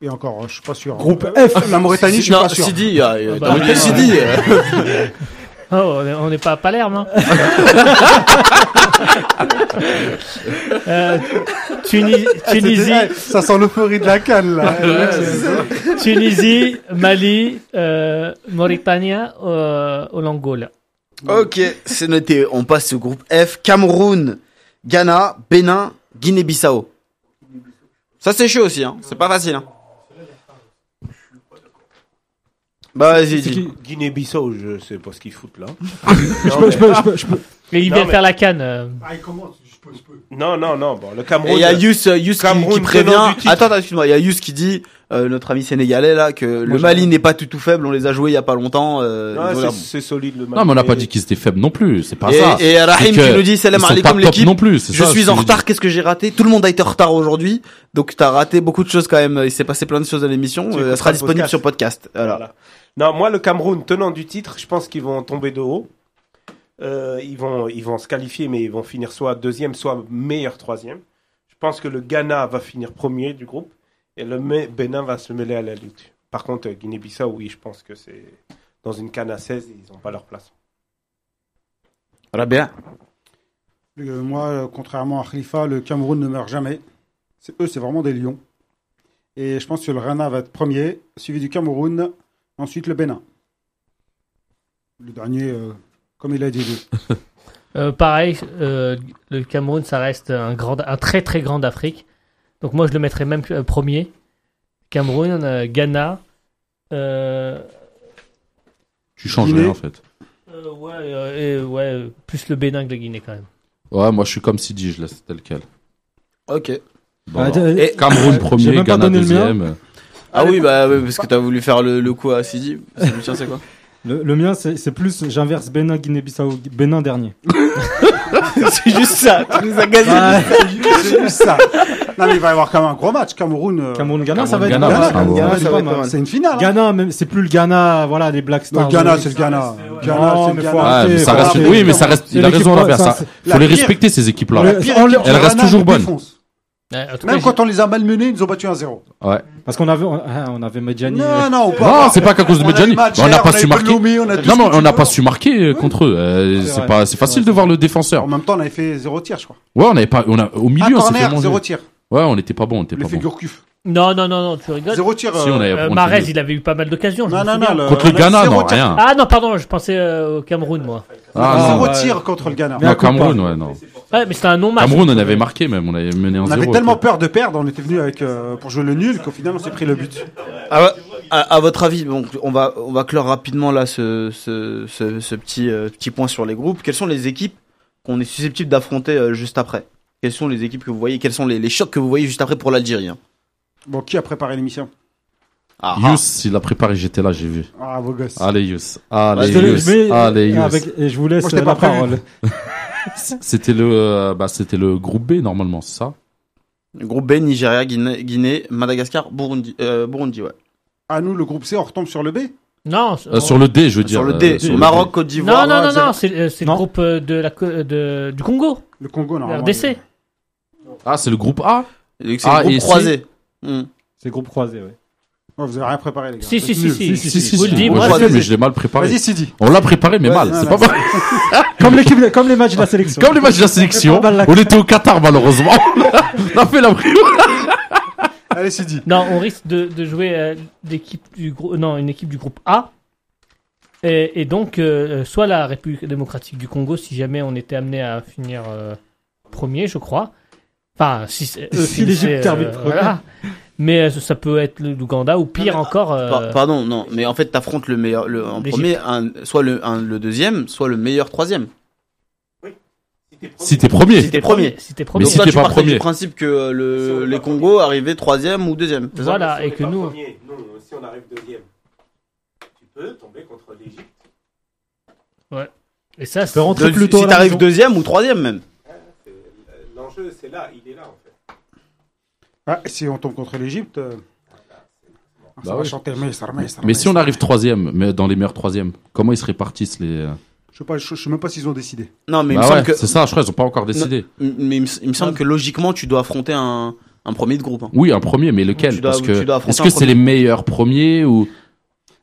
Speaker 1: Et encore, je suis pas sûr.
Speaker 2: Groupe
Speaker 1: Euh, La Mauritanie, je suis
Speaker 5: Non,
Speaker 1: pas sûr.
Speaker 5: Sidi, euh, euh,
Speaker 3: Bah,
Speaker 5: t'as oublié
Speaker 3: ouais.
Speaker 5: Sidi. euh.
Speaker 3: Oh, on est- on n'est pas à Palerme.
Speaker 7: (laughs)
Speaker 3: Hein. Euh, Tuni-
Speaker 7: Ah,
Speaker 3: Tunisie,
Speaker 1: Ça sent l'euphorie de la canne
Speaker 2: (laughs)
Speaker 1: là.
Speaker 3: Tunisie, Mali, euh, Mauritanie, euh, au Angola.
Speaker 5: Ok, c'est noté. On passe au groupe F. Cameroun, Ghana, Bénin, Guinée-Bissau. Ça, c'est chaud aussi, hein. C'est pas facile, hein. Bah, vas-y, dis.
Speaker 7: Guinée-Bissau, je sais pas ce qu'ils
Speaker 4: (laughs)
Speaker 7: foutent là.
Speaker 2: Je peux, je peux, je peux, je peux.
Speaker 3: Et ils
Speaker 7: Non,
Speaker 3: viennent
Speaker 7: mais-
Speaker 3: faire la canne. euh.
Speaker 7: Non, non, non. Bon, le Cameroun.
Speaker 5: Et il y a Yous, euh, Yous qui- qui,
Speaker 7: Cameroun,
Speaker 5: prévient.
Speaker 7: tenant du titre.
Speaker 5: Attends, attends, excuse-moi. Il y a Yous qui dit, euh, notre ami sénégalais là, que le Mali n'est pas tout tout faible. On les a joués il y a pas longtemps. euh,
Speaker 7: Ouais,
Speaker 5: voilà.
Speaker 7: Ah, c'est- c'est solide le match.
Speaker 4: Non, mais on n'a pas dit qu'ils étaient faibles non plus. C'est pas
Speaker 5: et,
Speaker 4: ça.
Speaker 5: et Rahim
Speaker 4: C'est que
Speaker 5: qui nous dit,
Speaker 4: Ils
Speaker 5: salam
Speaker 4: sont pas
Speaker 5: alaikum
Speaker 4: top
Speaker 5: l'équipe.
Speaker 4: non plus. c'est
Speaker 5: Je
Speaker 4: ça,
Speaker 5: suis
Speaker 4: ce
Speaker 5: en
Speaker 4: que
Speaker 5: retard, qu'est-ce que j'ai raté Tout le monde a été en retard aujourd'hui, donc t'as raté beaucoup de choses quand même. Il s'est passé plein de choses à l'émission, euh,
Speaker 7: Tu écouteras
Speaker 5: elle sera
Speaker 7: le
Speaker 5: disponible
Speaker 7: podcast.
Speaker 5: sur podcast. Voilà.
Speaker 7: Voilà. Non, moi, le Cameroun, tenant du titre, je pense qu'ils vont tomber de haut. Euh, ils, vont, ils vont se qualifier, mais ils vont finir soit deuxième, soit meilleur troisième. Je pense que le Ghana va finir premier du groupe et le Me- Bénin va se mêler à la lutte. Par contre, euh, Guinée-Bissau, oui, je pense que c'est dans une canne à 16, ils n'ont pas leur place.
Speaker 5: Rabia
Speaker 1: Euh, moi, euh, contrairement à Khalifa, le Cameroun ne meurt jamais. C'est eux, c'est vraiment des lions. Et je pense que le Rana va être premier, suivi du Cameroun, ensuite le Bénin. Le dernier, euh, comme il a dit.
Speaker 2: (laughs)
Speaker 1: lui.
Speaker 3: Euh, pareil, euh, le Cameroun, ça reste un, grand, un très très grand d'Afrique. Donc moi, je le mettrais même euh, premier. Cameroun, euh, Ghana. Euh,
Speaker 4: Tu changes
Speaker 1: Guinée.
Speaker 4: rien, en fait.
Speaker 3: euh, ouais, euh, et, ouais, euh, plus le Bénin que la Guinée quand même.
Speaker 4: Ouais, moi, je suis comme Sidi, je laisse tel quel.
Speaker 5: Ok.
Speaker 4: Dans
Speaker 2: Ah,
Speaker 4: l'ordre.
Speaker 2: et-
Speaker 4: Cameroun
Speaker 2: J'ai
Speaker 4: premier,
Speaker 2: même pas
Speaker 4: Ghana
Speaker 2: donné le mien.
Speaker 4: deuxième.
Speaker 5: Ah oui, bah oui, parce que t'as voulu faire le, le coup à Sidi. C'est Lucien, c'est quoi
Speaker 2: Le, le mien, c'est c'est plus, j'inverse Bénin, Guinée-Bissau, Bénin dernier.
Speaker 5: (laughs) C'est juste ça, tu nous as gazé.
Speaker 1: C'est juste ça. Non, mais il va y avoir quand même un gros match. Cameroun. euh,
Speaker 2: (laughs) Cameroun-Ghana, ça va être
Speaker 4: Cameroun-Ghana,
Speaker 2: Ghana,
Speaker 1: Ghana,
Speaker 2: Ghana,
Speaker 4: ouais, ça va
Speaker 2: c'est
Speaker 1: ça va
Speaker 2: pas
Speaker 1: être
Speaker 2: mal.
Speaker 1: pas mal. c'est une finale. hein.
Speaker 2: Ghana, même, c'est plus le Ghana, voilà, les Black
Speaker 1: Le
Speaker 2: Stars. Euh,
Speaker 1: Ghana,
Speaker 2: les-
Speaker 1: c'est le Ghana. Ghana,
Speaker 2: Non,
Speaker 1: c'est
Speaker 2: mais
Speaker 1: le
Speaker 2: faut
Speaker 1: Ghana.
Speaker 4: Ouais,
Speaker 2: arrêter,
Speaker 4: Ah, mais ça
Speaker 2: faut
Speaker 4: reste,
Speaker 2: arrêter.
Speaker 4: oui, mais ça reste,
Speaker 2: C'est
Speaker 4: il a
Speaker 2: l'équipe,
Speaker 4: raison à
Speaker 2: ouais,
Speaker 4: l'envers,
Speaker 2: ça,
Speaker 4: ça.
Speaker 2: c'est-
Speaker 1: La
Speaker 4: Faut les
Speaker 1: pire-
Speaker 4: respecter, ces équipes-là.
Speaker 1: la
Speaker 2: On
Speaker 1: pire
Speaker 2: les- on
Speaker 1: équipe
Speaker 2: les-
Speaker 1: du
Speaker 4: elles restent
Speaker 1: Rana,
Speaker 4: toujours
Speaker 1: les
Speaker 4: bonnes.
Speaker 1: défonce.
Speaker 3: Euh, en tout
Speaker 1: Même
Speaker 3: cas,
Speaker 1: quand on les a malmenés, ils nous ont battu 1-0.
Speaker 4: Ouais.
Speaker 2: Parce qu'on avait, on, ah, on avait Medjani.
Speaker 1: Non, non,
Speaker 4: Non, c'est pas qu'à cause de
Speaker 1: On a eu
Speaker 4: Medjani.
Speaker 1: Madjer,
Speaker 4: On n'a
Speaker 1: on
Speaker 4: pas
Speaker 1: a eu
Speaker 4: su marquer.
Speaker 1: Bellomi, on a tout
Speaker 4: Non,
Speaker 1: ce
Speaker 4: mais
Speaker 1: que
Speaker 4: on
Speaker 1: tu
Speaker 4: n'a
Speaker 1: veux.
Speaker 4: pas su marquer euh, contre eux. Euh,
Speaker 2: C'est
Speaker 4: C'est
Speaker 2: vrai,
Speaker 4: pas, c'est
Speaker 2: c'est
Speaker 4: facile
Speaker 2: vrai.
Speaker 4: de voir le
Speaker 1: En
Speaker 4: défenseur.
Speaker 1: même temps, on avait fait 0 tir, je crois.
Speaker 4: Ouais, on n'avait pas, on a, au
Speaker 1: Un
Speaker 4: milieu, on s'est fait
Speaker 1: corner,
Speaker 4: manger.
Speaker 1: 0 tir.
Speaker 4: Ouais, on n'était pas bon, on n'était
Speaker 1: Le
Speaker 4: pas
Speaker 1: fait
Speaker 4: bon.
Speaker 1: Gourcuff.
Speaker 3: Non, non, non, non, tu rigoles.
Speaker 1: 0 tir.
Speaker 4: Si, on avait-
Speaker 3: Euh,
Speaker 4: on
Speaker 3: Mahrez,
Speaker 4: était-
Speaker 3: il avait eu pas mal d'occasions. je
Speaker 1: Non,
Speaker 3: me
Speaker 1: non,
Speaker 3: souviens.
Speaker 1: non. le-
Speaker 4: Contre le
Speaker 1: on a
Speaker 4: Ghana,
Speaker 1: zéro
Speaker 4: non,
Speaker 1: tir.
Speaker 4: rien.
Speaker 3: Ah non, pardon, je pensais euh, au Cameroun, moi.
Speaker 4: Ah,
Speaker 1: zéro
Speaker 4: non.
Speaker 2: ouais.
Speaker 1: tir contre le Ghana.
Speaker 2: Mais
Speaker 4: Non, Cameroun, ouais, non.
Speaker 3: Ouais, mais c'était un non-match.
Speaker 4: Cameroun, on avait marqué même, on avait mené en
Speaker 1: On
Speaker 4: zéro.
Speaker 1: avait tellement peur de perdre, on était venu avec euh, pour jouer le nul qu'au final on s'est pris le but.
Speaker 5: À, Ah, à- à votre avis, bon, on va on va clore rapidement là ce ce, ce, ce petit euh, petit point sur les groupes. Quelles sont les équipes qu'on est susceptible d'affronter euh, juste après Quelles sont les équipes que vous voyez Quels sont les, les chocs que vous voyez juste après pour l'Algérie hein
Speaker 1: Bon, qui a préparé l'émission
Speaker 5: Ah, ah.
Speaker 4: Yous, il a préparé, j'étais là, j'ai vu.
Speaker 1: Ah, vos gosses.
Speaker 4: Allez, Yous.
Speaker 2: Je
Speaker 4: Allez,
Speaker 2: te le- je
Speaker 4: Yous.
Speaker 2: mets-
Speaker 4: Allez, Yous.
Speaker 2: avec- et je vous laisse
Speaker 1: Moi, je t'ai
Speaker 2: euh, la
Speaker 1: pas prévu.
Speaker 2: parole.
Speaker 4: C'était le, euh, bah, c'était le groupe B, normalement, c'est ça?
Speaker 5: Le Groupe B, Nigeria, Guinée, Guinée Madagascar, Burundi, euh, Burundi, ouais.
Speaker 1: Ah, À nous, le groupe C, on retombe sur le B
Speaker 3: Non,
Speaker 4: Euh, sur le D, je veux dire.
Speaker 5: Sur le
Speaker 4: euh,
Speaker 5: D,
Speaker 4: sur le
Speaker 5: Maroc, Côte d'Ivoire.
Speaker 3: Non, non, non, non,
Speaker 5: Algérie.
Speaker 3: c'est euh, c'est le
Speaker 2: Non.
Speaker 3: groupe euh, de la, co- euh, de, du Congo,
Speaker 1: Le Congo,
Speaker 3: la
Speaker 1: normalement.
Speaker 3: RDC.
Speaker 4: Ah, c'est le groupe A
Speaker 5: Donc, C'est
Speaker 4: Ah,
Speaker 5: le
Speaker 4: et
Speaker 5: groupe
Speaker 4: si-
Speaker 5: croisé. Hmm.
Speaker 2: C'est groupe croisé, ouais.
Speaker 1: il- Oh, vous avez rien préparé, les gars.
Speaker 3: Si, si,
Speaker 2: nul. Si,
Speaker 3: si, si.
Speaker 4: Si, si, si.
Speaker 3: Vous le dites,
Speaker 4: Ouais,
Speaker 3: moi,
Speaker 4: je sais,
Speaker 1: je-
Speaker 4: mais je l'ai mal préparé.
Speaker 1: Vas-y, Sidi.
Speaker 4: On l'a préparé, mais
Speaker 1: Ouais,
Speaker 4: mal.
Speaker 1: non,
Speaker 4: C'est
Speaker 1: non,
Speaker 4: pas
Speaker 1: c'est-
Speaker 4: pareil.
Speaker 2: Comme l'équipe, de- (laughs) comme les matchs de la sélection.
Speaker 4: Comme les matchs de la sélection, on était au Qatar, malheureusement. (laughs) On a fait la
Speaker 1: Allez, Sidi.
Speaker 3: Non, on risque de, de jouer euh, d'équipe du grou- non, une équipe du groupe A. Et, et donc, euh, soit la République démocratique du Congo, si jamais on était amené à finir euh, premier, je crois. Enfin, si c'est- eux
Speaker 2: Si l'Égypte
Speaker 3: finissaient, euh,
Speaker 2: termine premier.
Speaker 3: Mais euh, ça peut être le- l'Ouganda ou pire
Speaker 5: Non, mais,
Speaker 3: encore. euh,
Speaker 5: Par- Pardon, non, mais en fait, t'affrontes le meilleur, le, en
Speaker 3: l'Égypte.
Speaker 5: premier, un- soit le, un- le deuxième, soit le meilleur troisième.
Speaker 4: (laughs) Si t'es premier.
Speaker 5: Si t'es premier.
Speaker 3: Si t'es
Speaker 4: Mais
Speaker 3: premier.
Speaker 5: Donc
Speaker 4: si
Speaker 5: toi,
Speaker 4: t'es
Speaker 5: tu
Speaker 4: pas
Speaker 5: partais
Speaker 4: premier.
Speaker 5: du principe que euh,
Speaker 7: Si on
Speaker 5: le,
Speaker 7: est
Speaker 5: les
Speaker 7: pas premier.
Speaker 5: Congos arrivaient troisième ou deuxième. c'est ça
Speaker 3: Voilà,
Speaker 7: Si on
Speaker 3: et
Speaker 7: est
Speaker 3: que
Speaker 7: pas
Speaker 3: nous.
Speaker 7: premier, non, si on arrive deuxième, tu peux tomber contre l'Égypte.
Speaker 3: Et ça,
Speaker 2: peux
Speaker 3: c'est-
Speaker 2: rentrer
Speaker 5: Deux-
Speaker 2: plus tôt à
Speaker 5: si
Speaker 2: la
Speaker 5: t'arrives
Speaker 2: maison.
Speaker 5: deuxième ou troisième même.
Speaker 7: C'est- euh, L'enjeu, c'est là, il est là en fait.
Speaker 1: Ah, si on tombe contre l'Égypte, euh, ça va
Speaker 4: oui.
Speaker 1: chanter Meissar, Meissar,
Speaker 4: Mais si
Speaker 1: Meissar.
Speaker 4: on arrive troisième, mais dans les meilleurs troisièmes, comment ils se répartissent les. euh,
Speaker 1: Je sais pas, je, je sais même pas s'ils ont décidé.
Speaker 5: Non, mais il me
Speaker 4: Bah
Speaker 5: semble
Speaker 4: ouais,
Speaker 5: que,
Speaker 4: c'est ça, je crois, ils ont pas encore décidé.
Speaker 5: m- mais il me, il me semble que logiquement, tu dois affronter un, un premier de groupe. hein.
Speaker 4: Oui, un premier, mais lequel
Speaker 5: Tu dois-
Speaker 4: Parce que
Speaker 5: tu dois affronter
Speaker 4: est-ce
Speaker 5: un
Speaker 4: que c'est
Speaker 5: premier.
Speaker 4: les meilleurs premiers ou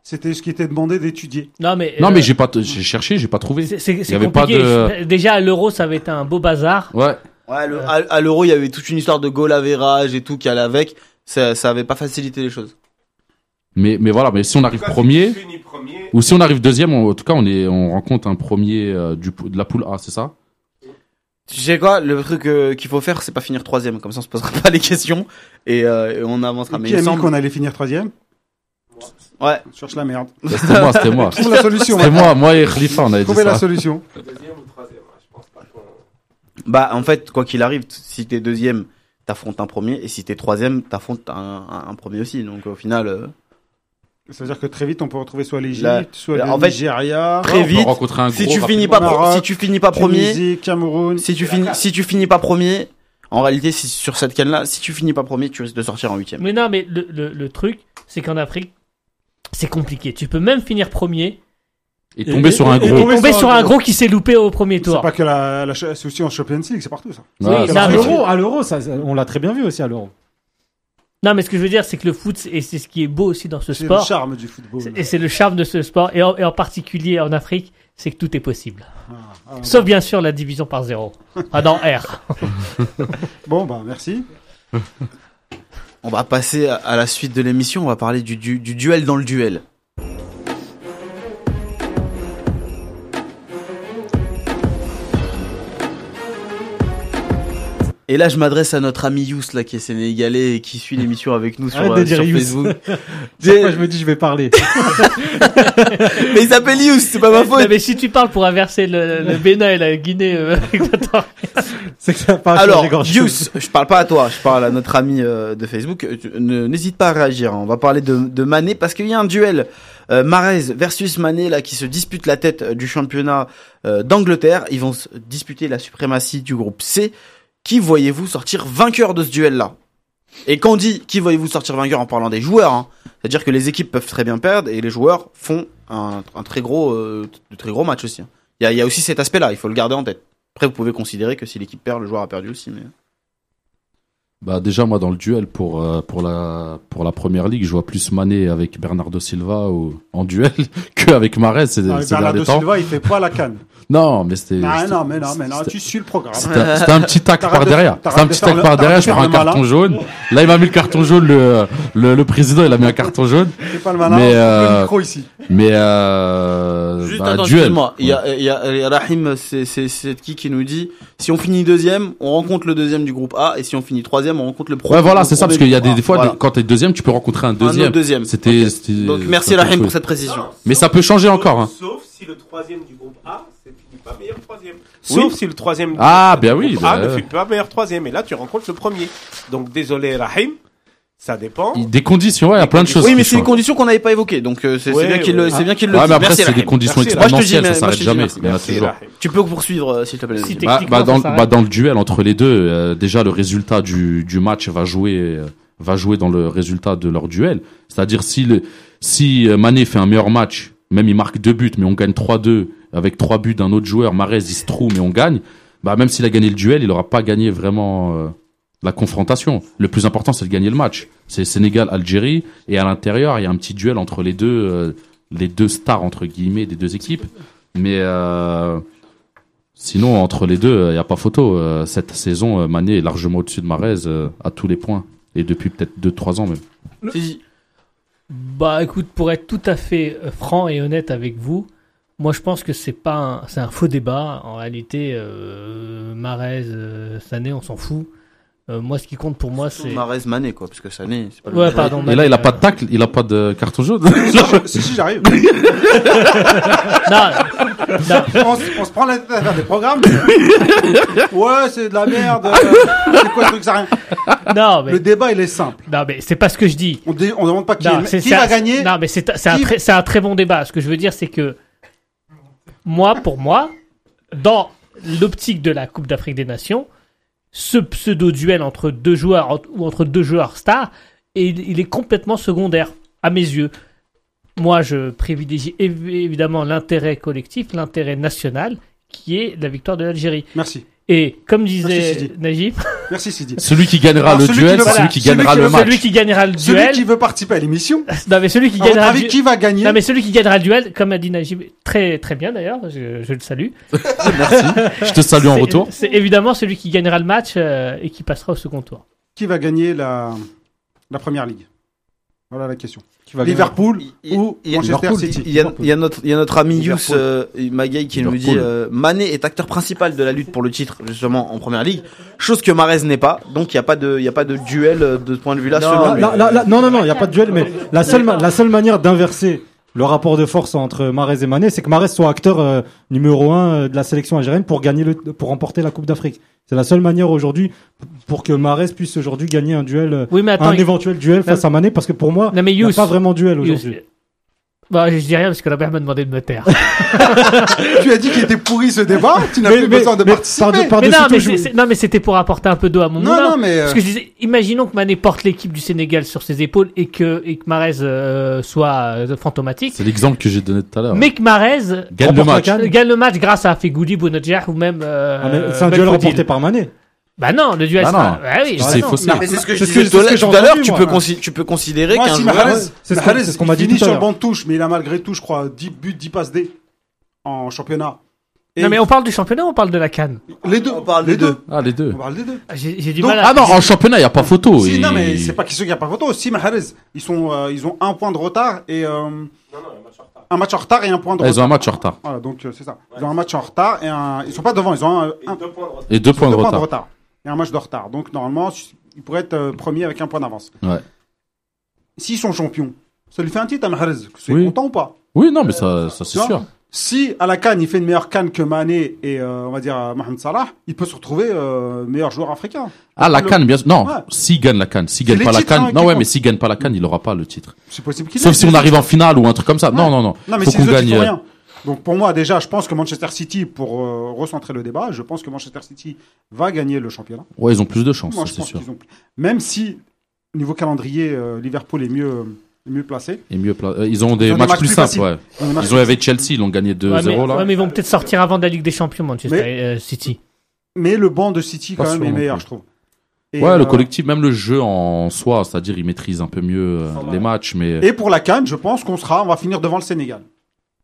Speaker 1: C'était ce qui était demandé d'étudier.
Speaker 3: Non, mais.
Speaker 4: Non, mais
Speaker 3: euh,
Speaker 4: j'ai pas, t- j'ai cherché, j'ai pas trouvé.
Speaker 3: C'est c'est- c'est
Speaker 4: avait pas
Speaker 3: compliqué.
Speaker 4: de-
Speaker 3: Je- Déjà, à l'euro, ça avait été un beau bazar.
Speaker 4: Ouais,
Speaker 5: Ouais, le-
Speaker 3: Ouais.
Speaker 5: à, à l'Euro, il y avait toute une histoire de goal average et tout qui allait avec. Ça, ça avait pas facilité les choses.
Speaker 4: mais mais voilà, mais si on arrive
Speaker 7: En tout cas, si
Speaker 4: premier
Speaker 7: tu finis premier,
Speaker 4: ou si on arrive deuxième, on- en tout cas, on est, on rencontre un premier euh, du pou- de la poule A, c'est ça
Speaker 5: Tu sais quoi Le truc euh, qu'il faut faire, c'est pas finir troisième. Comme ça, on se posera (laughs) pas les questions et, euh, et on avancera.
Speaker 1: Et
Speaker 5: Mais
Speaker 1: qui
Speaker 5: il
Speaker 1: a
Speaker 5: me
Speaker 1: mis
Speaker 5: semble.
Speaker 1: qu'on allait finir troisième
Speaker 5: Ouais.
Speaker 1: Je Cherche la merde.
Speaker 4: Ouais, C'était moi, c'était
Speaker 1: (laughs)
Speaker 4: moi,
Speaker 1: Trouve la
Speaker 4: (laughs)
Speaker 1: solution.
Speaker 4: c'était moi, moi et Khalifa, on avait dit
Speaker 1: Trouvez la
Speaker 4: ça.
Speaker 1: solution.
Speaker 7: deuxième ou troisième, hein, je pense pas qu'on.
Speaker 5: Bah, en fait, quoi qu'il arrive, t- si t'es deuxième, t'affrontes un premier. Et si t'es troisième, t'affrontes un, un, un premier aussi. Donc, au final, euh,
Speaker 1: Ça veut dire que très vite, on peut retrouver soit
Speaker 5: La-
Speaker 1: l'Égypte, soit
Speaker 5: la-
Speaker 1: le
Speaker 5: en fait,
Speaker 1: Nigeria,
Speaker 5: très
Speaker 4: On peut
Speaker 5: vite.
Speaker 4: rencontrer un
Speaker 5: Si
Speaker 4: gros
Speaker 5: tu,
Speaker 4: rapide.
Speaker 5: finis pas pro-
Speaker 1: Maroc,
Speaker 5: si tu finis pas premier,
Speaker 1: Tunisie, Cameroun.
Speaker 5: si tu finis, si tu finis pas premier, en réalité, si, sur cette canne-là, si tu finis pas premier, tu risques de sortir en huitième.
Speaker 3: Mais non, mais le, le- le truc, c'est qu'en Afrique, c'est compliqué. Tu peux même finir premier
Speaker 4: et tomber sur un
Speaker 2: Et- et-
Speaker 4: gros.
Speaker 2: Tomber
Speaker 3: tomber
Speaker 2: sur
Speaker 3: sur
Speaker 2: un
Speaker 3: un gros qui s'est loupé au premier
Speaker 1: C'est
Speaker 3: tour.
Speaker 1: pas que la, la ch- c'est aussi en Champions League, c'est partout ça.
Speaker 3: Oui,
Speaker 4: Ouais,
Speaker 3: non,
Speaker 2: À
Speaker 3: mais-
Speaker 2: l'euro, à l'euro, ça, ça- on l'a très bien vu aussi à l'euro.
Speaker 3: Non, mais ce que je veux dire, c'est que le foot, c'est- et c'est ce qui est beau aussi dans ce
Speaker 1: C'est le
Speaker 3: sport,
Speaker 1: charme du football.
Speaker 3: c'est- et c'est le charme de ce sport, et en, et en particulier en Afrique, c'est que tout est possible.
Speaker 1: Ah, ah,
Speaker 3: Sauf bien sûr la division par zéro. Ah, dans
Speaker 1: (laughs)
Speaker 3: R.
Speaker 1: Bon, bah merci.
Speaker 5: On va passer à- à la suite de l'émission. On va parler du, du, du duel dans le duel. Et là, je m'adresse à notre ami Yous, là, qui est sénégalais et qui suit l'émission avec nous sur,
Speaker 2: Arrête de
Speaker 5: euh,
Speaker 2: dire
Speaker 5: sur
Speaker 2: Yous.
Speaker 5: Facebook.
Speaker 2: Chaque fois, je me dis, je vais parler. (laughs)
Speaker 5: Mais il s'appelle Yous, c'est pas ma faute.
Speaker 3: Non, mais si tu parles pour inverser le,
Speaker 1: (laughs)
Speaker 3: le Bénin et la Guinée, euh, (laughs) équatoriale.
Speaker 2: C'est que ça part sur
Speaker 5: Alors,
Speaker 2: les gorges.
Speaker 5: Yous, je parle pas à toi, je parle à notre ami euh, de Facebook. Euh, tu- ne- N'hésite pas à réagir. hein. On va parler de, de Mané parce qu'il y a un duel euh, Marez versus Mané là qui se dispute la tête euh, du championnat euh, d'Angleterre. Ils vont se disputer la suprématie du groupe C. Qui voyez-vous sortir vainqueur de ce duel là Et quand on dit qui voyez-vous sortir vainqueur en parlant des joueurs, hein, c'est-à-dire que les équipes peuvent très bien perdre et les joueurs font un, un très gros, euh, de très gros match aussi. hein. Il y a- il y a aussi cet aspect-là, il faut le garder en tête. Après, vous pouvez considérer que si l'équipe perd, le joueur a perdu aussi. Mais...
Speaker 4: Bah déjà moi dans le duel pour euh, pour la pour la première ligue, je vois plus Mané avec Bernardo Silva au- en duel (laughs) que avec Marais ces,
Speaker 1: Ah, mais
Speaker 4: ces
Speaker 1: Bernardo
Speaker 4: derniers temps.
Speaker 1: Silva, il fait pas la canne.
Speaker 4: Non, mais c'était
Speaker 1: Ah
Speaker 4: c'était-
Speaker 1: non, mais non, mais non,
Speaker 4: c'était-
Speaker 1: tu suis le programme.
Speaker 4: C'était un c'était un petit tac
Speaker 1: T'arrêtes
Speaker 4: par
Speaker 1: de-
Speaker 4: derrière.
Speaker 1: t'arrêtes
Speaker 4: C'était un
Speaker 1: de
Speaker 4: petit
Speaker 1: faire
Speaker 4: tac
Speaker 1: le-
Speaker 4: par
Speaker 1: t'arrêtes
Speaker 4: derrière, je
Speaker 1: de
Speaker 4: prends un
Speaker 1: faire le
Speaker 4: carton jaune. Là, il m'a mis le carton jaune, le, le, le président, il a mis un carton jaune.
Speaker 1: C'est pas le malin. on
Speaker 4: Mais,
Speaker 1: coupe le
Speaker 4: euh,
Speaker 1: micro ici.
Speaker 4: Mais, euh,
Speaker 5: Juste
Speaker 4: bah,
Speaker 5: attends,
Speaker 4: duel.
Speaker 5: excuse-moi. Il y a, il y a- il y a Rahim, c'est c'est- c'est qui qui nous dit si on finit deuxième, on rencontre le deuxième du groupe A, et si on finit troisième, on rencontre le premier.
Speaker 4: Ouais, voilà, c'est ça,
Speaker 5: premier
Speaker 4: parce qu'il y a
Speaker 5: du
Speaker 4: des,
Speaker 5: groupe
Speaker 4: des fois,
Speaker 5: Voilà.
Speaker 4: des- quand t'es deuxième, tu peux rencontrer un
Speaker 5: Un
Speaker 4: deuxième.
Speaker 5: autre deuxième.
Speaker 4: C'était, c'était-
Speaker 5: Donc merci
Speaker 4: c'était
Speaker 5: Rahim
Speaker 4: cool.
Speaker 5: pour cette précision.
Speaker 4: Mais ça peut changer encore, hein.
Speaker 7: Sauf si le troisième du groupe A ne finit pas meilleur troisième. Sauf si le troisième du
Speaker 4: Ah,
Speaker 7: groupe
Speaker 4: bien oui,
Speaker 7: A
Speaker 4: bah,
Speaker 7: ne
Speaker 4: ouais.
Speaker 7: finit pas meilleur troisième. Et là, tu rencontres le premier. Donc désolé, Rahim, ça dépend.
Speaker 4: Des conditions, ouais, il y a plein de choses.
Speaker 5: Oui, mais
Speaker 4: qui
Speaker 5: c'est les
Speaker 4: changent.
Speaker 5: conditions qu'on n'avait pas évoquées, donc euh, c'est c'est
Speaker 7: Ouais,
Speaker 5: bien qu'il le,
Speaker 7: ouais.
Speaker 5: c'est bien qu'il le
Speaker 4: Ouais,
Speaker 5: dise.
Speaker 4: mais après,
Speaker 5: Merci,
Speaker 4: c'est
Speaker 5: Rahim.
Speaker 4: des conditions
Speaker 7: Merci,
Speaker 5: Rahim. Moi, je te dis,
Speaker 4: exponentielles, ça
Speaker 5: mais- moi, je
Speaker 4: s'arrête
Speaker 5: te dis
Speaker 4: jamais.
Speaker 5: merci.
Speaker 4: Il y en a
Speaker 7: Merci,
Speaker 4: toujours.
Speaker 7: Rahim.
Speaker 5: Tu peux poursuivre euh, s'il te plaît.
Speaker 3: Si
Speaker 5: Nazim.
Speaker 3: t'es-
Speaker 4: Bah,
Speaker 3: Techniquement,
Speaker 4: bah, dans,
Speaker 3: ça
Speaker 4: bah,
Speaker 3: s'arrête.
Speaker 4: dans le duel entre les deux, euh, déjà le résultat du, du match va jouer euh, va jouer dans le résultat de leur duel. C'est-à-dire si le, si euh, Mané fait un meilleur match, même il marque deux buts, mais on gagne 3-2 avec trois buts d'un autre joueur, Marez il se trouve mais on gagne. Bah même s'il a gagné le duel, il n'aura pas gagné vraiment euh, la confrontation. Le plus important c'est de gagner le match. C'est Sénégal Algérie et à l'intérieur il y a un petit duel entre les deux euh, les deux stars entre guillemets des deux équipes. Mais euh, sinon entre les deux il n'y a pas photo. Euh, Cette saison euh, Mané est largement au-dessus de Marez euh, à tous les points et depuis peut-être 2-3 ans même.
Speaker 3: Bah écoute, pour être tout à fait euh, franc et honnête avec vous, moi je pense que c'est pas un, c'est un faux débat. En réalité, euh, Marez, euh, Sané, on s'en fout. Euh, moi, ce qui compte pour moi, c'est.
Speaker 5: Marez Mané, quoi, parce que ça n'est. c'est pas le
Speaker 3: Ouais,
Speaker 5: même joueur.
Speaker 3: pardon. euh,
Speaker 4: Et là il a
Speaker 3: mais,
Speaker 4: pas de tacle, il a pas de carton jaune. (laughs)
Speaker 1: si, si, j'arrive.
Speaker 3: Non,
Speaker 1: on, se- on se prend la tête à faire des programmes. ouais, c'est de la merde. euh, c'est quoi ce truc, ça rien.
Speaker 3: non, mais,
Speaker 1: Le débat, il est simple.
Speaker 3: non, mais c'est pas ce que je dis.
Speaker 1: On, dé- on demande pas qui,
Speaker 3: Non,
Speaker 1: est-
Speaker 3: c'est-
Speaker 1: qui
Speaker 3: c'est
Speaker 1: va
Speaker 3: un-
Speaker 1: gagner.
Speaker 3: Non, mais c'est c'est un,
Speaker 1: Qui-
Speaker 3: très- c'est un très bon débat. Ce que je veux dire, c'est que moi, pour moi, dans l'optique de la Coupe d'Afrique des Nations, ce pseudo-duel entre deux joueurs ent- ou entre deux joueurs stars, et il, il est complètement secondaire, à mes yeux. Moi, je privilégie évi- évidemment l'intérêt collectif, l'intérêt national, qui est la victoire de l'Algérie.
Speaker 1: Merci.
Speaker 3: Et
Speaker 1: Ah,
Speaker 3: comme
Speaker 1: Merci,
Speaker 3: disait
Speaker 1: Sidi.
Speaker 3: Najib,
Speaker 1: Merci, Sidi.
Speaker 4: Celui qui gagnera
Speaker 1: Alors,
Speaker 4: le
Speaker 1: celui qui
Speaker 4: duel,
Speaker 1: le-
Speaker 4: c'est
Speaker 3: voilà,
Speaker 4: celui qui
Speaker 1: celui
Speaker 4: gagnera
Speaker 1: qui le-
Speaker 4: le match.
Speaker 3: celui qui gagnera le
Speaker 1: Celui
Speaker 3: duel,
Speaker 1: qui veut participer à l'émission,
Speaker 3: non mais celui Ah, qui
Speaker 1: à votre
Speaker 3: gagnera le
Speaker 1: avis,
Speaker 3: duel-
Speaker 1: qui va gagner
Speaker 3: Non mais celui qui gagnera le duel, comme a dit Najib, très très bien d'ailleurs, je, je le salue.
Speaker 4: Je te salue en
Speaker 3: C'est-
Speaker 4: retour.
Speaker 3: C'est évidemment celui qui gagnera le match euh, et qui passera au second tour.
Speaker 1: Qui va gagner la, la première ligue Voilà la question.
Speaker 2: Qui va gagner.
Speaker 1: Liverpool
Speaker 5: Il-
Speaker 1: ou
Speaker 5: il- il-
Speaker 1: Manchester
Speaker 2: Liverpool,
Speaker 1: City
Speaker 5: Il y, a, il y a notre, il y a notre ami Yous
Speaker 1: Liverpool.
Speaker 5: euh, Magay qui nous dit
Speaker 4: Liverpool.
Speaker 5: euh, Mané est acteur principal de la lutte pour le titre justement en première ligue, chose que Marez n'est pas. Donc il y a pas de, il y a pas de duel euh, de ce point de vue-là. selon
Speaker 2: Là,
Speaker 5: lui.
Speaker 2: là, là, là, non, non, non, il n'y a pas de duel, mais la seule, ma- la seule manière d'inverser le rapport de force entre Marez et Mané, c'est que Marez soit acteur euh, numéro un euh, de la sélection algérienne pour gagner le, pour remporter la Coupe d'Afrique. C'est la seule manière aujourd'hui p- pour que Marez puisse aujourd'hui gagner un duel, euh,
Speaker 3: Oui mais attends,
Speaker 2: un
Speaker 3: il-
Speaker 2: éventuel duel face à Mané, parce que pour moi,
Speaker 3: non mais
Speaker 2: il n'y
Speaker 3: Yous,
Speaker 2: a pas vraiment duel
Speaker 3: Yous-
Speaker 2: aujourd'hui. Ah,
Speaker 3: Bah, je dis rien parce que la mère m'a demandé de me taire.
Speaker 1: Tu as dit qu'il était pourri ce débat, tu n'as
Speaker 2: Mais-
Speaker 1: plus
Speaker 2: mais-
Speaker 1: besoin de
Speaker 2: mais
Speaker 1: participer.
Speaker 2: pardon, pardon.
Speaker 3: mais non,
Speaker 2: Par-dessus
Speaker 3: mais
Speaker 2: tout, je-
Speaker 3: c'est- c'est- non, mais c'était pour apporter un peu d'eau à mon
Speaker 1: Non,
Speaker 3: moulin.
Speaker 1: non, mais euh,
Speaker 3: Parce que je disais, imaginons que Mané porte l'équipe du Sénégal sur ses épaules et que, et que Marez euh, soit euh, fantomatique.
Speaker 4: C'est l'exemple que j'ai donné tout à l'heure.
Speaker 3: Mais que Marez
Speaker 4: Gagne le
Speaker 2: Remporte la
Speaker 4: match.
Speaker 2: canne.
Speaker 3: gagne le match grâce à Fegouli, Bounedjah ou même. euh,
Speaker 2: Ah, mais c'est un duel
Speaker 3: Belfodil.
Speaker 2: remporté par Mané.
Speaker 3: Bah non, le duel.
Speaker 4: Bah
Speaker 3: sera-
Speaker 4: non.
Speaker 3: Bah oui,
Speaker 4: C'est
Speaker 3: bah non.
Speaker 4: faussé.
Speaker 5: Non, mais c'est ce que je
Speaker 2: C'est ce
Speaker 5: disais
Speaker 2: que-
Speaker 5: tout
Speaker 2: c'est
Speaker 5: à
Speaker 2: ce que
Speaker 5: l'heure-
Speaker 2: j'ai
Speaker 5: tout à l'heure.
Speaker 2: entendu,
Speaker 5: Tu
Speaker 2: moi,
Speaker 5: peux
Speaker 2: là.
Speaker 5: consi- tu peux considérer
Speaker 1: moi,
Speaker 5: qu'un
Speaker 1: si
Speaker 5: joueur-
Speaker 1: Mahrez,
Speaker 2: ouais, c'est ce qu'on-
Speaker 1: Mahrez,
Speaker 2: c'est ce qu'on
Speaker 1: il
Speaker 2: m'a dit
Speaker 1: finit
Speaker 2: tout
Speaker 1: sur
Speaker 2: à
Speaker 1: le
Speaker 2: l'heure.
Speaker 1: banc de touche, mais il a malgré tout, je crois, 10 buts, 10 passes D en championnat. Et
Speaker 3: Non mais on parle du championnat, ou on parle de la canne.
Speaker 1: les deux,
Speaker 5: On parle
Speaker 1: les
Speaker 5: des deux.
Speaker 1: deux.
Speaker 4: Ah, les deux.
Speaker 1: On parle des deux.
Speaker 3: J'ai j'ai du
Speaker 1: Donc-
Speaker 3: mal à.
Speaker 4: Ah non, en championnat, il n'y a pas photo.
Speaker 1: Si, non, mais
Speaker 4: Et-
Speaker 1: c'est pas question qu'il n'y a pas photo. Si Mahrez, ils, sont, euh, ils ont un point de retard et. euh, un match en retard et un point de
Speaker 4: Ah, ils
Speaker 1: retard.
Speaker 4: ont un match en retard.
Speaker 1: Voilà, donc euh, c'est ça. Ils ont un match en retard et un. Ils sont pas devant, ils ont un, un- deux
Speaker 4: Et deux points de
Speaker 1: points de
Speaker 4: retard.
Speaker 1: retard. Et un match de retard. Donc normalement, ils pourraient être euh, premiers avec un point d'avance.
Speaker 4: Ouais.
Speaker 1: S'ils sont champions, ça lui fait un titre à Mahrez. Que C'est
Speaker 4: Oui.
Speaker 1: content ou pas
Speaker 4: Oui, non, mais ça, ça c'est
Speaker 1: Euh, Non.
Speaker 4: sûr.
Speaker 1: Si à la Cannes, il fait une meilleure Cannes que Mané et euh, on va dire euh, Mohamed Salah, il peut se retrouver euh, meilleur joueur africain.
Speaker 4: Ah, la
Speaker 1: Le-
Speaker 4: canne, bien sûr. Non,
Speaker 1: Ouais.
Speaker 4: s'il gagne la canne. S'il
Speaker 1: C'est
Speaker 4: gagne
Speaker 1: les
Speaker 4: pas la
Speaker 1: titres, hein,
Speaker 4: canne.
Speaker 1: qui
Speaker 4: Non, ouais,
Speaker 1: comptent.
Speaker 4: mais s'il gagne pas la canne, il aura pas le titre.
Speaker 1: C'est possible qu'il
Speaker 4: Sauf
Speaker 1: l'ait.
Speaker 4: si on arrive en finale ou un truc comme ça. Non, non, non.
Speaker 1: Non, mais
Speaker 4: Faut
Speaker 1: si les
Speaker 4: qu'on
Speaker 1: autres, ils
Speaker 4: gagne.
Speaker 1: font
Speaker 4: euh,
Speaker 1: rien. Donc pour moi, déjà, je pense que Manchester City, pour euh, recentrer le débat, je pense que Manchester City va gagner le championnat.
Speaker 4: Ouais, ils ont plus de chance,
Speaker 1: Moi,
Speaker 4: ça,
Speaker 1: je
Speaker 4: c'est
Speaker 1: pense
Speaker 4: sûr.
Speaker 1: qu'ils ont. Même si niveau calendrier, euh, Liverpool est mieux, euh, mieux placé.
Speaker 4: Et mieux pla- euh, Ils ont des
Speaker 1: ont des
Speaker 4: matchs
Speaker 1: matchs
Speaker 4: plus
Speaker 1: plus
Speaker 4: simples,
Speaker 1: faciles.
Speaker 4: ouais.
Speaker 1: Dans les matchs-
Speaker 4: Ils ont avec Chelsea, ils l'ont gagné
Speaker 3: Ouais,
Speaker 4: 2-0
Speaker 3: mais,
Speaker 4: là.
Speaker 3: ouais, mais ils vont peut-être sortir avant de la Ligue des Champions, Manchester
Speaker 1: Mais-
Speaker 3: euh, City.
Speaker 1: Mais le banc de City quand
Speaker 4: Pas
Speaker 1: même
Speaker 4: sûr
Speaker 1: est
Speaker 4: non
Speaker 1: meilleur,
Speaker 4: plus.
Speaker 1: je trouve. Et,
Speaker 4: ouais, le
Speaker 1: euh,
Speaker 4: collectif, même le jeu en soi, c'est-à-dire ils maîtrisent un peu mieux euh, les matchs, mais
Speaker 1: Et pour la Cannes, je pense qu'on sera, on va finir devant le Sénégal.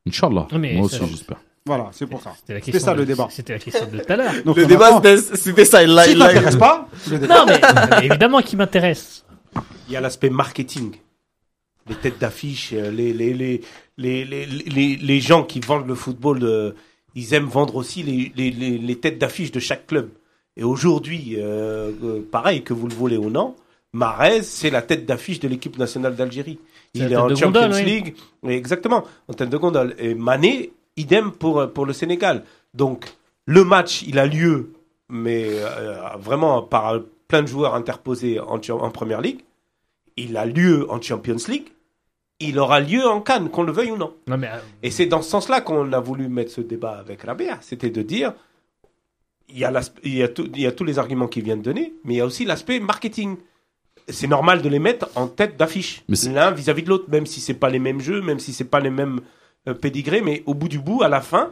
Speaker 4: Inch'Allah.
Speaker 3: Mais
Speaker 4: Moi
Speaker 3: ça-
Speaker 4: aussi, j'espère.
Speaker 1: Voilà, c'est pour ça.
Speaker 3: C'était la
Speaker 1: C'était ça,
Speaker 3: de-
Speaker 1: le débat.
Speaker 3: C'était la question de tout à l'heure.
Speaker 1: Donc,
Speaker 5: Le
Speaker 1: on
Speaker 5: débat,
Speaker 1: attend.
Speaker 5: c'était- c'était ça. il l'a-
Speaker 1: si
Speaker 5: il l'a-
Speaker 1: t'intéresse pas,
Speaker 5: (laughs)
Speaker 1: le débat.
Speaker 3: Non, mais, mais évidemment qui m'intéresse.
Speaker 7: Il y a l'aspect marketing. Les têtes d'affiche, euh, les, les, les, les, les, les, les gens qui vendent le football, euh, ils aiment vendre aussi les, les, les, les têtes d'affiche de chaque club. Et aujourd'hui, euh, euh, pareil, que vous le voulez ou non, Marez, c'est la tête d'affiche de l'équipe nationale d'Algérie.
Speaker 3: C'est la
Speaker 7: Il est
Speaker 3: tête
Speaker 7: en
Speaker 3: de
Speaker 7: Champions
Speaker 3: gondole, oui.
Speaker 7: League. Oui, Exactement, en tête de gondole. Et Mané, idem pour, euh, pour le Sénégal. Donc, le match, il a lieu, mais euh, vraiment par euh, plein de joueurs interposés en, Cha- en Première Ligue. Il a lieu en Champions League. Il aura lieu en Cannes, qu'on le veuille ou non.
Speaker 3: Non, mais, euh,
Speaker 7: Et c'est dans ce sens-là qu'on a voulu mettre ce débat avec Rabea. C'était de dire, il y, a l'aspe- il, y a tout- il y a tous les arguments qu'il vient de donner, mais il y a aussi l'aspect marketing. c'est normal de les mettre en tête d'affiche.
Speaker 4: Mais c'est-
Speaker 7: L'un vis-à-vis de l'autre, même si c'est pas les mêmes jeux, même si c'est pas les mêmes euh, pédigrés, mais au bout du bout, à la fin,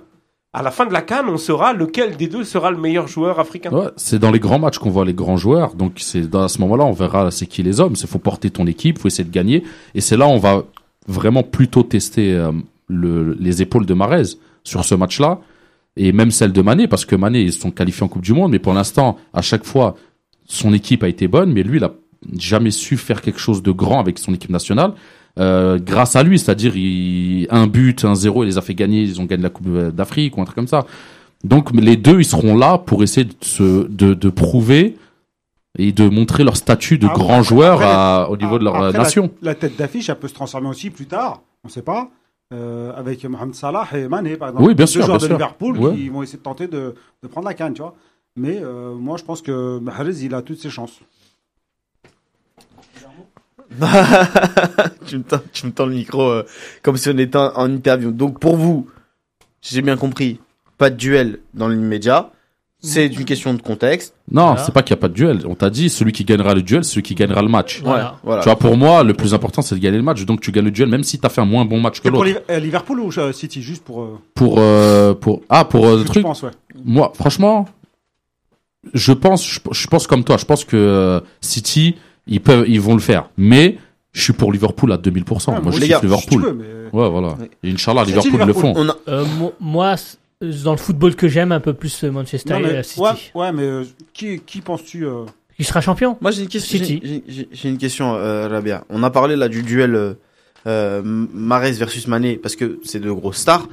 Speaker 7: à la fin de la canne, on saura lequel des deux sera le meilleur joueur africain.
Speaker 4: Ouais, c'est dans les grands matchs qu'on voit les grands joueurs. Donc c'est dans- à ce moment-là, on verra c'est qui les hommes. Il faut porter ton équipe, faut essayer de gagner. Et c'est là on va vraiment plutôt tester euh, le- les épaules de Marez sur ce match-là et même celle de Mané parce que Mané ils se sont qualifiés en Coupe du Monde, mais pour l'instant à chaque fois son équipe a été bonne, mais lui il a jamais su faire quelque chose de grand avec son équipe nationale. Euh, grâce à lui, c'est-à-dire il- un but, un zéro, il les a fait gagner, ils ont gagné la Coupe euh, d'Afrique ou un truc comme ça. Donc les deux, ils seront là pour essayer de, se, de, de prouver et de montrer leur statut de
Speaker 1: Ah,
Speaker 4: grand
Speaker 1: après,
Speaker 4: joueur
Speaker 1: après,
Speaker 4: à- au niveau de leur
Speaker 1: Ah, Après,
Speaker 4: euh,
Speaker 1: la-
Speaker 4: nation.
Speaker 1: La, tête d'affiche, elle peut se transformer aussi plus tard, on ne sait pas, euh, avec Mohamed Salah et Mané, par exemple.
Speaker 4: Oui, bien
Speaker 1: Deux
Speaker 4: sûr,
Speaker 1: joueurs
Speaker 4: bien
Speaker 1: de
Speaker 4: sûr.
Speaker 1: Liverpool
Speaker 4: Ouais.
Speaker 1: qui vont essayer de tenter de, de prendre la canne, tu vois. Mais euh, moi, je pense que Mahrez, il a toutes ses chances.
Speaker 5: (laughs) tu, me tends, tu me tends le micro euh, comme si on était en, en interview. Donc pour vous, si j'ai bien compris, pas de duel dans l'immédiat.
Speaker 2: Mm.
Speaker 5: C'est une question de contexte.
Speaker 4: Non,
Speaker 3: Voilà.
Speaker 4: c'est pas qu'il n'y a pas de duel. On t'a dit, celui qui gagnera le duel, c'est celui qui gagnera le match.
Speaker 3: Voilà.
Speaker 5: Ouais, voilà.
Speaker 4: Tu vois, pour moi, le plus important, c'est de gagner le match. Donc tu gagnes le duel, même si t'as fait un moins bon match que
Speaker 1: C'est pour
Speaker 4: l'autre.
Speaker 1: Liv- euh, Liverpool ou euh, City, juste pour euh,
Speaker 4: Pour, euh, pour, ah, pour euh,
Speaker 1: ce
Speaker 4: le
Speaker 1: que tu
Speaker 4: truc.
Speaker 1: penses, ouais.
Speaker 4: Moi, franchement, je pense, je, je pense comme toi. Je pense que euh, City, ils peuvent, ils vont le faire. Mais je suis pour Liverpool à 2000%.
Speaker 1: Ouais,
Speaker 4: moi, je
Speaker 5: Ah, les
Speaker 4: kiffe
Speaker 5: gars,
Speaker 1: Si tu
Speaker 4: Liverpool.
Speaker 1: veux, mais-
Speaker 4: Ouais, voilà.
Speaker 5: Ouais.
Speaker 4: Et Inch'Allah,
Speaker 1: City,
Speaker 4: Liverpool, le
Speaker 1: Liverpool.
Speaker 4: font.
Speaker 5: On a-
Speaker 3: Euh, mo- moi, c- dans le football que j'aime, un peu plus euh, Manchester
Speaker 1: Non, mais-
Speaker 3: City.
Speaker 1: ouais, ouais, mais euh, qui, qui penses-tu euh,
Speaker 3: Qui sera champion
Speaker 5: Moi j'ai une question.
Speaker 3: City.
Speaker 5: j'ai- j'ai- J'ai une question, euh, Rabia. On a parlé là du duel euh, euh, Mahrez versus Mané parce que c'est deux grosses stars.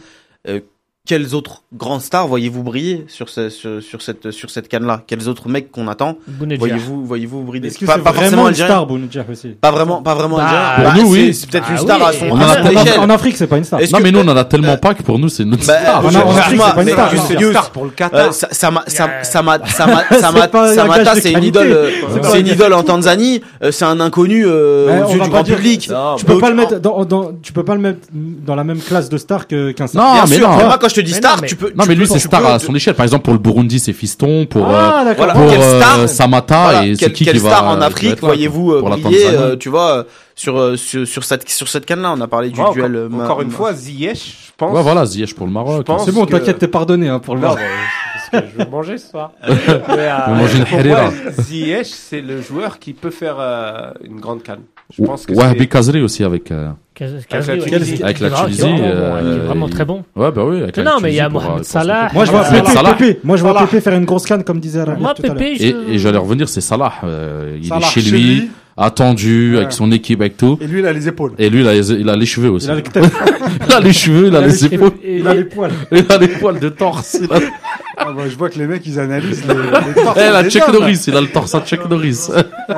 Speaker 5: Euh, quelles autres grandes stars voyez-vous briller sur, ce- sur, sur cette sur cette canne là Quels autres mecs qu'on attend
Speaker 3: Bounedjah.
Speaker 5: Voyez-vous voyez-vous briller
Speaker 2: Est-ce que
Speaker 5: Pas-
Speaker 2: c'est
Speaker 5: pas
Speaker 2: vraiment une
Speaker 5: algérien.
Speaker 2: star, Bounedjah aussi
Speaker 5: Pas vraiment, pas vraiment
Speaker 3: Bah,
Speaker 5: algérien.
Speaker 3: Pour
Speaker 4: nous,
Speaker 5: c'est-
Speaker 4: oui.
Speaker 5: C'est peut-être
Speaker 3: Bah
Speaker 5: une star
Speaker 3: oui.
Speaker 5: à son
Speaker 4: On
Speaker 5: à
Speaker 4: en a
Speaker 5: son
Speaker 4: pas
Speaker 2: En Af-
Speaker 5: échelle.
Speaker 2: En Afrique, c'est pas une star.
Speaker 5: Est-ce
Speaker 4: Non,
Speaker 5: que
Speaker 4: mais nous, on en a
Speaker 5: euh,
Speaker 4: tellement pas que pour nous, c'est une autre
Speaker 5: Bah,
Speaker 4: star.
Speaker 5: euh,
Speaker 2: On a- on a-
Speaker 5: excuse-moi,
Speaker 2: c'est pas une
Speaker 5: mais
Speaker 2: star,
Speaker 5: juste
Speaker 2: non.
Speaker 5: Younes,
Speaker 7: pour le
Speaker 5: euh,
Speaker 7: Qatar.
Speaker 5: ça- Sama- Sam-
Speaker 3: Yeah.
Speaker 5: Sama- Sama- Sama-
Speaker 2: pas un
Speaker 5: Samata,
Speaker 2: gage de
Speaker 5: c'est une
Speaker 2: qualité.
Speaker 5: idole, euh,
Speaker 2: Ouais.
Speaker 5: c'est une idole en Tanzanie. euh, C'est un inconnu euh,
Speaker 2: Ouais,
Speaker 5: aux
Speaker 2: on
Speaker 5: yeux
Speaker 2: va pas
Speaker 5: du grand
Speaker 2: dire-
Speaker 5: public.
Speaker 6: Non,
Speaker 2: Tu peux pas le mettre dans, dans- tu peux pas le mettre dans la même classe de star que qu'un star.
Speaker 4: Non,
Speaker 5: Bien
Speaker 4: mais
Speaker 5: sûr,
Speaker 4: non.
Speaker 5: mais moi quand je te dis
Speaker 3: Mais
Speaker 5: star,
Speaker 3: non, mais-
Speaker 5: tu peux.
Speaker 4: Non,
Speaker 5: tu
Speaker 4: mais lui,
Speaker 5: peux-
Speaker 4: c'est
Speaker 5: tu
Speaker 4: star
Speaker 5: peux-
Speaker 4: à son échelle. Par exemple, pour le Burundi, c'est Fiston. Pour, euh,
Speaker 2: Ah, d'accord.
Speaker 5: voilà.
Speaker 4: pour
Speaker 5: quelle
Speaker 4: euh,
Speaker 5: star-
Speaker 4: Samata,
Speaker 5: Voilà,
Speaker 4: et c'est
Speaker 5: quelle,
Speaker 4: qui
Speaker 5: quelle
Speaker 4: qui
Speaker 5: star
Speaker 4: va.
Speaker 5: en
Speaker 4: qui va
Speaker 5: Afrique
Speaker 4: être là,
Speaker 5: voyez-vous euh,
Speaker 4: pour la
Speaker 5: briller
Speaker 4: Tanzanie.
Speaker 5: euh, Tu vois, euh, sur, euh, sur sur cette sur cette canne-là, on a parlé du
Speaker 7: Moi, encore-
Speaker 5: duel. euh,
Speaker 7: encore,
Speaker 5: ma-
Speaker 7: une
Speaker 5: ma-
Speaker 7: fois, Ziyech, je pense.
Speaker 4: Ouais, voilà, Ziyech pour le Maroc.
Speaker 7: Je pense-
Speaker 2: C'est bon,
Speaker 7: que-
Speaker 2: t'inquiète, t'es pardonné hein, pour le
Speaker 7: Non,
Speaker 2: moment.
Speaker 7: mais c'est ce que je veux manger ce (laughs) soir. Mais, euh,
Speaker 4: manger une
Speaker 7: pour
Speaker 4: harira.
Speaker 7: moi, Ziyech, c'est le joueur qui peut faire euh, une grande canne. Je pense que
Speaker 4: Ouais,
Speaker 7: c'est-
Speaker 4: Bekazri aussi avec. euh,
Speaker 3: Quas-
Speaker 7: Avec la
Speaker 3: Quasri, ouais.
Speaker 7: Tunisie.
Speaker 4: Avec la
Speaker 3: Qui est vraiment- qui est
Speaker 4: Tunisie,
Speaker 3: vraiment bon,
Speaker 4: euh,
Speaker 3: il est vraiment
Speaker 4: il-
Speaker 3: très bon.
Speaker 4: Ouais, bah oui. Avec la
Speaker 3: Non, mais il y a
Speaker 4: Tunisie pour,
Speaker 3: Mohamed
Speaker 4: euh,
Speaker 3: Salah.
Speaker 2: Moi je vois
Speaker 4: Salah.
Speaker 2: Pépé,
Speaker 4: Salah.
Speaker 2: Pépé. Moi je vois
Speaker 1: Salah.
Speaker 2: Pépé faire une grosse canne comme disait Rabia
Speaker 3: Moi,
Speaker 2: tout à l'heure.
Speaker 3: Pépé,
Speaker 4: Et,
Speaker 3: je-
Speaker 4: et j'allais revenir, c'est Salah. euh, il est chez lui, attendu,
Speaker 1: Ouais.
Speaker 4: avec son équipe, avec tout.
Speaker 1: Et lui, il a les épaules.
Speaker 4: Et lui, il a, les- il a les cheveux aussi.
Speaker 2: Il a le tête,
Speaker 4: Il a (laughs) les cheveux, il a les
Speaker 3: Et-
Speaker 4: épaules,
Speaker 3: et-
Speaker 2: il a les poils.
Speaker 4: il a les poils de torse. Il a,
Speaker 1: Ah, bah, je vois que les mecs, ils analysent les, les torses
Speaker 4: (laughs) Eh, la
Speaker 1: des
Speaker 4: Chuck
Speaker 1: hommes.
Speaker 4: Norris, il a le torse à Chuck (laughs) Norris.
Speaker 1: Ouais.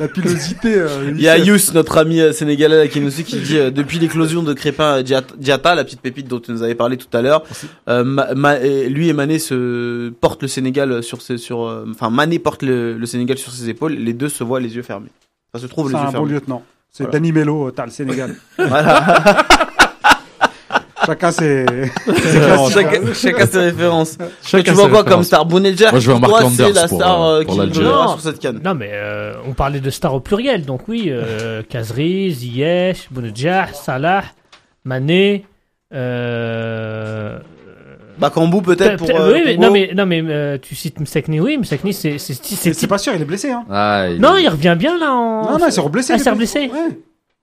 Speaker 1: La pilosité.
Speaker 4: (laughs)
Speaker 1: euh,
Speaker 5: Il y a
Speaker 1: lycée.
Speaker 5: Yous, notre ami euh, sénégalais là, qui nous suit, qui dit euh, depuis l'éclosion de Crépin euh, Diat- Diata, la petite pépite dont tu nous avais parlé tout à l'heure, euh, Ma- Ma- et lui et Mané se portent le Sénégal sur ses, sur, euh, enfin Mané porte le, le Sénégal sur ses épaules. Les deux se voient les yeux fermés. Ça se trouve
Speaker 1: C'est
Speaker 5: les yeux
Speaker 1: un bon
Speaker 5: fermés.
Speaker 1: lieutenant. C'est
Speaker 5: Voilà.
Speaker 1: Danny Mello, euh, t'as le Sénégal.
Speaker 5: (laughs) Voilà.
Speaker 1: (laughs) Chacun ses.
Speaker 5: (laughs) chacun, chacun ses références.
Speaker 4: Chacun
Speaker 5: tu vois
Speaker 4: ses
Speaker 5: quoi
Speaker 4: références.
Speaker 5: comme star Bounedjah
Speaker 4: Moi, je vois Mark
Speaker 5: Toi, c'est
Speaker 4: Landers
Speaker 5: la
Speaker 4: pour,
Speaker 5: star
Speaker 4: euh,
Speaker 5: euh,
Speaker 4: pour
Speaker 5: qui
Speaker 4: l'Algérie.
Speaker 5: brillera
Speaker 3: Non.
Speaker 5: sur cette canne.
Speaker 3: Non, mais euh, on parlait de stars au pluriel, donc oui, euh, Kazri, Ziyech, Bounedjah, Salah, Mané. Euh...
Speaker 5: Bakambu peut-être pour.
Speaker 3: peut-être-
Speaker 5: euh,
Speaker 3: oui, mais-
Speaker 5: Congo.
Speaker 3: non, mais, non, mais euh, tu cites Msekni, oui, Msekni, c'est. c'est- c'est-
Speaker 1: C'est
Speaker 3: c'est-
Speaker 1: c'est pas sûr, il est blessé. Hein.
Speaker 4: Ah, il-
Speaker 3: Non, il revient bien là en.
Speaker 1: Non, non, il s'est reblessé.
Speaker 3: Ah, il s'est
Speaker 1: depuis.
Speaker 3: reblessé
Speaker 1: Ouais.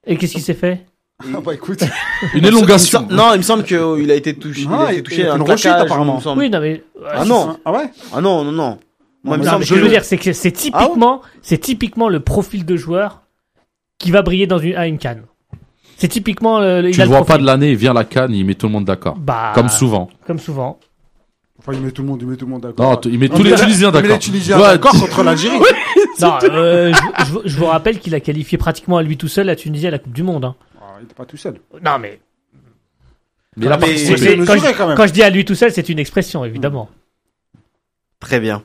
Speaker 3: Et qu'est-ce qui s'est fait
Speaker 1: Ah, bah écoute.
Speaker 4: Une
Speaker 5: Il me
Speaker 4: élongation.
Speaker 5: semble- Non, il me semble qu'il a été touché.
Speaker 1: Ah,
Speaker 5: il a
Speaker 1: il-
Speaker 5: été
Speaker 1: il
Speaker 5: touché
Speaker 1: a
Speaker 5: à
Speaker 1: fait
Speaker 5: un
Speaker 1: une rechute,
Speaker 5: claquage, il me
Speaker 1: apparemment.
Speaker 5: semble.
Speaker 3: Oui, non, mais. euh,
Speaker 5: Ah non,
Speaker 1: Ah ouais
Speaker 5: ah non, non, non. Moi, il me
Speaker 3: Non,
Speaker 5: semble
Speaker 3: mais ce que je veux
Speaker 5: que-
Speaker 3: dire, c'est que c'est typiquement, c'est typiquement le profil de joueur qui va briller dans une, à une canne. C'est typiquement euh, le, le- il
Speaker 4: Tu
Speaker 3: a
Speaker 4: le
Speaker 3: le
Speaker 4: vois
Speaker 3: profil.
Speaker 4: pas de l'année, il vient la canne, il met tout le monde d'accord.
Speaker 3: Bah,
Speaker 4: Comme souvent.
Speaker 3: Comme souvent.
Speaker 1: Enfin, il met tout le monde, il met tout le monde d'accord.
Speaker 4: Non, t- il met
Speaker 1: Non,
Speaker 4: tous
Speaker 1: mais
Speaker 4: les
Speaker 1: là-
Speaker 4: Tunisiens
Speaker 1: mais les
Speaker 4: d'accord.
Speaker 1: Tunisiens
Speaker 4: Ouais,
Speaker 1: d'accord
Speaker 4: tu-
Speaker 1: contre l'Algérie.
Speaker 3: Non, euh, je, je vous- je vous rappelle qu'il a qualifié pratiquement à lui tout seul la Tunisie à la Coupe du Monde. hein.
Speaker 1: Ah, il est pas tout seul.
Speaker 3: Non, mais
Speaker 4: (laughs) Mais la
Speaker 5: Mais-
Speaker 1: C'est
Speaker 3: c'est-
Speaker 4: partie-
Speaker 3: c'est- quand,
Speaker 1: mesuré, quand
Speaker 3: je,
Speaker 1: même.
Speaker 3: quand je dis à lui tout seul, c'est une expression, évidemment.
Speaker 5: Très bien.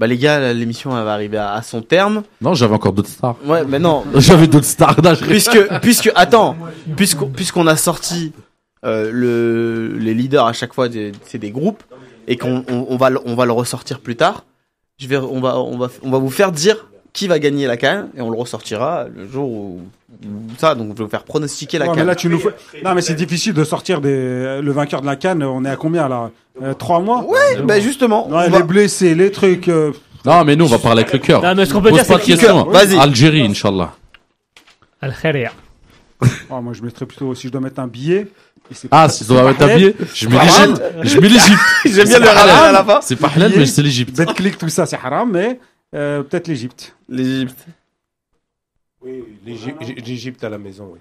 Speaker 5: Bah les gars, là, l'émission elle va arriver à, à son terme.
Speaker 4: Non, j'avais encore d'autres stars. (laughs)
Speaker 5: Ouais, mais non,
Speaker 4: J'avais d'autres stars. Non, je-
Speaker 5: (laughs) puisque puisque attends, puisqu'on puisqu'on a sorti euh, le les leaders à chaque fois des- c'est des groupes et qu'on on, on va le- on va le ressortir plus tard. Je vais on va on va on va vous faire dire qui va gagner la CAN et on le ressortira le jour où où ça. Donc, je vais vous faire pronostiquer la
Speaker 1: Ouais, mais
Speaker 5: CAN.
Speaker 1: là, tu nous fais- Non, mais c'est difficile de sortir des... euh, le vainqueur de la canne. On est à combien là Euh, Trois mois
Speaker 5: Ouais, bah justement.
Speaker 1: Ouais,
Speaker 5: on
Speaker 1: les
Speaker 5: va-
Speaker 1: blessés, les trucs. euh,
Speaker 4: Non, mais nous, on va parler avec le
Speaker 5: Oh.
Speaker 4: cœur.
Speaker 3: Non, mais ce qu'on peut
Speaker 4: Pose
Speaker 3: dire,
Speaker 4: pas
Speaker 3: c'est
Speaker 4: de
Speaker 3: que-
Speaker 4: questions. hein.
Speaker 5: Vas-y.
Speaker 4: Algérie, Inch'Allah.
Speaker 3: Al-Kharia.
Speaker 1: oh, moi, je mettrais plutôt si je dois mettre un billet. et c'est
Speaker 4: Ah, si tu dois mettre un billet, je mets
Speaker 5: Pas
Speaker 4: l'Égypte. Je mets l'Égypte.
Speaker 5: (laughs) J'aime bien le ramener à la fin.
Speaker 4: C'est pas halal, mais c'est l'Égypte.
Speaker 1: Betclic, tout ça, c'est haram, mais euh, peut-être l'Égypte.
Speaker 5: L'Égypte.
Speaker 7: Oui, l'Égy- l'Égypte à la maison, oui.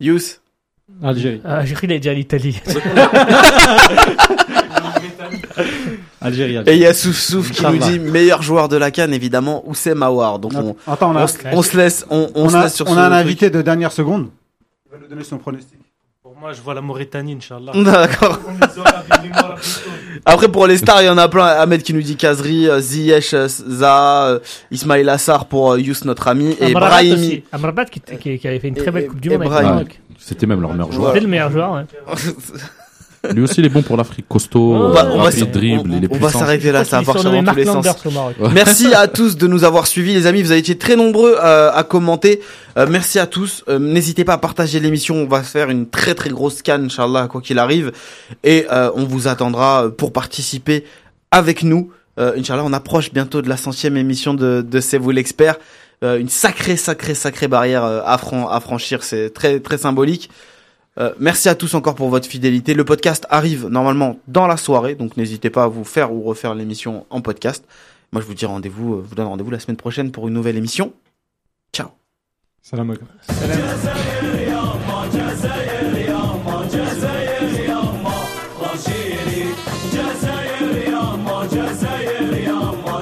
Speaker 5: Yous.
Speaker 2: Algérie.
Speaker 3: Ah, j'ai cru qu'il allait dire l'Italie.
Speaker 2: Algérie.
Speaker 5: Et il
Speaker 2: Algérie.
Speaker 5: y a Souf Souf qui nous dit meilleur joueur de la Cannes évidemment Oussem Aouar. Donc on,
Speaker 1: Attends, on a,
Speaker 5: on, se- on se laisse on, on
Speaker 1: on
Speaker 5: se
Speaker 1: a-
Speaker 5: laisse sur
Speaker 1: on
Speaker 5: ce
Speaker 1: a un
Speaker 5: truc. (laughs)
Speaker 1: invité de dernière seconde. Il va nous donner son pronostic.
Speaker 8: Pour moi, je vois la Mauritanie, Inch'Allah.
Speaker 5: D'accord. Après pour les stars, il y en a plein. Ahmed qui nous dit Kazri, euh, Ziyech, euh, Zaha, euh, Ismail Assar pour euh, Yous notre ami et
Speaker 3: Amrabat
Speaker 5: Brahimi.
Speaker 3: aussi. Amrabat qui, qui, qui avait fait une très
Speaker 5: Et-
Speaker 3: belle
Speaker 5: et-
Speaker 3: Coupe du Monde avec le
Speaker 5: Brahimi.
Speaker 3: Maroc.
Speaker 4: C'était même leur meilleur joueur.
Speaker 3: C'était le meilleur joueur, ouais.
Speaker 4: Lui aussi, il est bon pour l'Afrique. Costaud,
Speaker 3: On
Speaker 5: On
Speaker 4: euh,
Speaker 5: va, on va s-
Speaker 4: rapide, dribble,
Speaker 5: on-
Speaker 4: il est
Speaker 5: on va
Speaker 4: puissant.
Speaker 5: s'arrêter là, ça
Speaker 3: Il
Speaker 5: va partir
Speaker 3: surnommé
Speaker 5: dans tous les
Speaker 3: Mark
Speaker 5: sens.
Speaker 3: Landers au Maroc.
Speaker 5: (laughs) Merci à tous de nous avoir suivis, les amis. Vous avez été très nombreux euh, à commenter. Euh, merci à tous. Euh, N'hésitez pas à partager l'émission. On va faire une très très grosse canne, Inch'Allah, quoi qu'il arrive. Et euh, on vous attendra pour participer avec nous. Euh, Inch'Allah, on approche bientôt de la centième émission de, de C'est vous l'expert. Euh, une sacrée, sacrée, sacrée barrière euh, à, fran- à franchir. C'est très, très symbolique. Euh, merci à tous encore pour votre fidélité. Le podcast arrive normalement dans la soirée, donc n'hésitez pas à vous faire ou refaire l'émission en podcast. Moi, je vous dis rendez-vous, euh, vous donne rendez-vous la semaine prochaine pour une nouvelle émission. Ciao.
Speaker 2: Salam alaikum.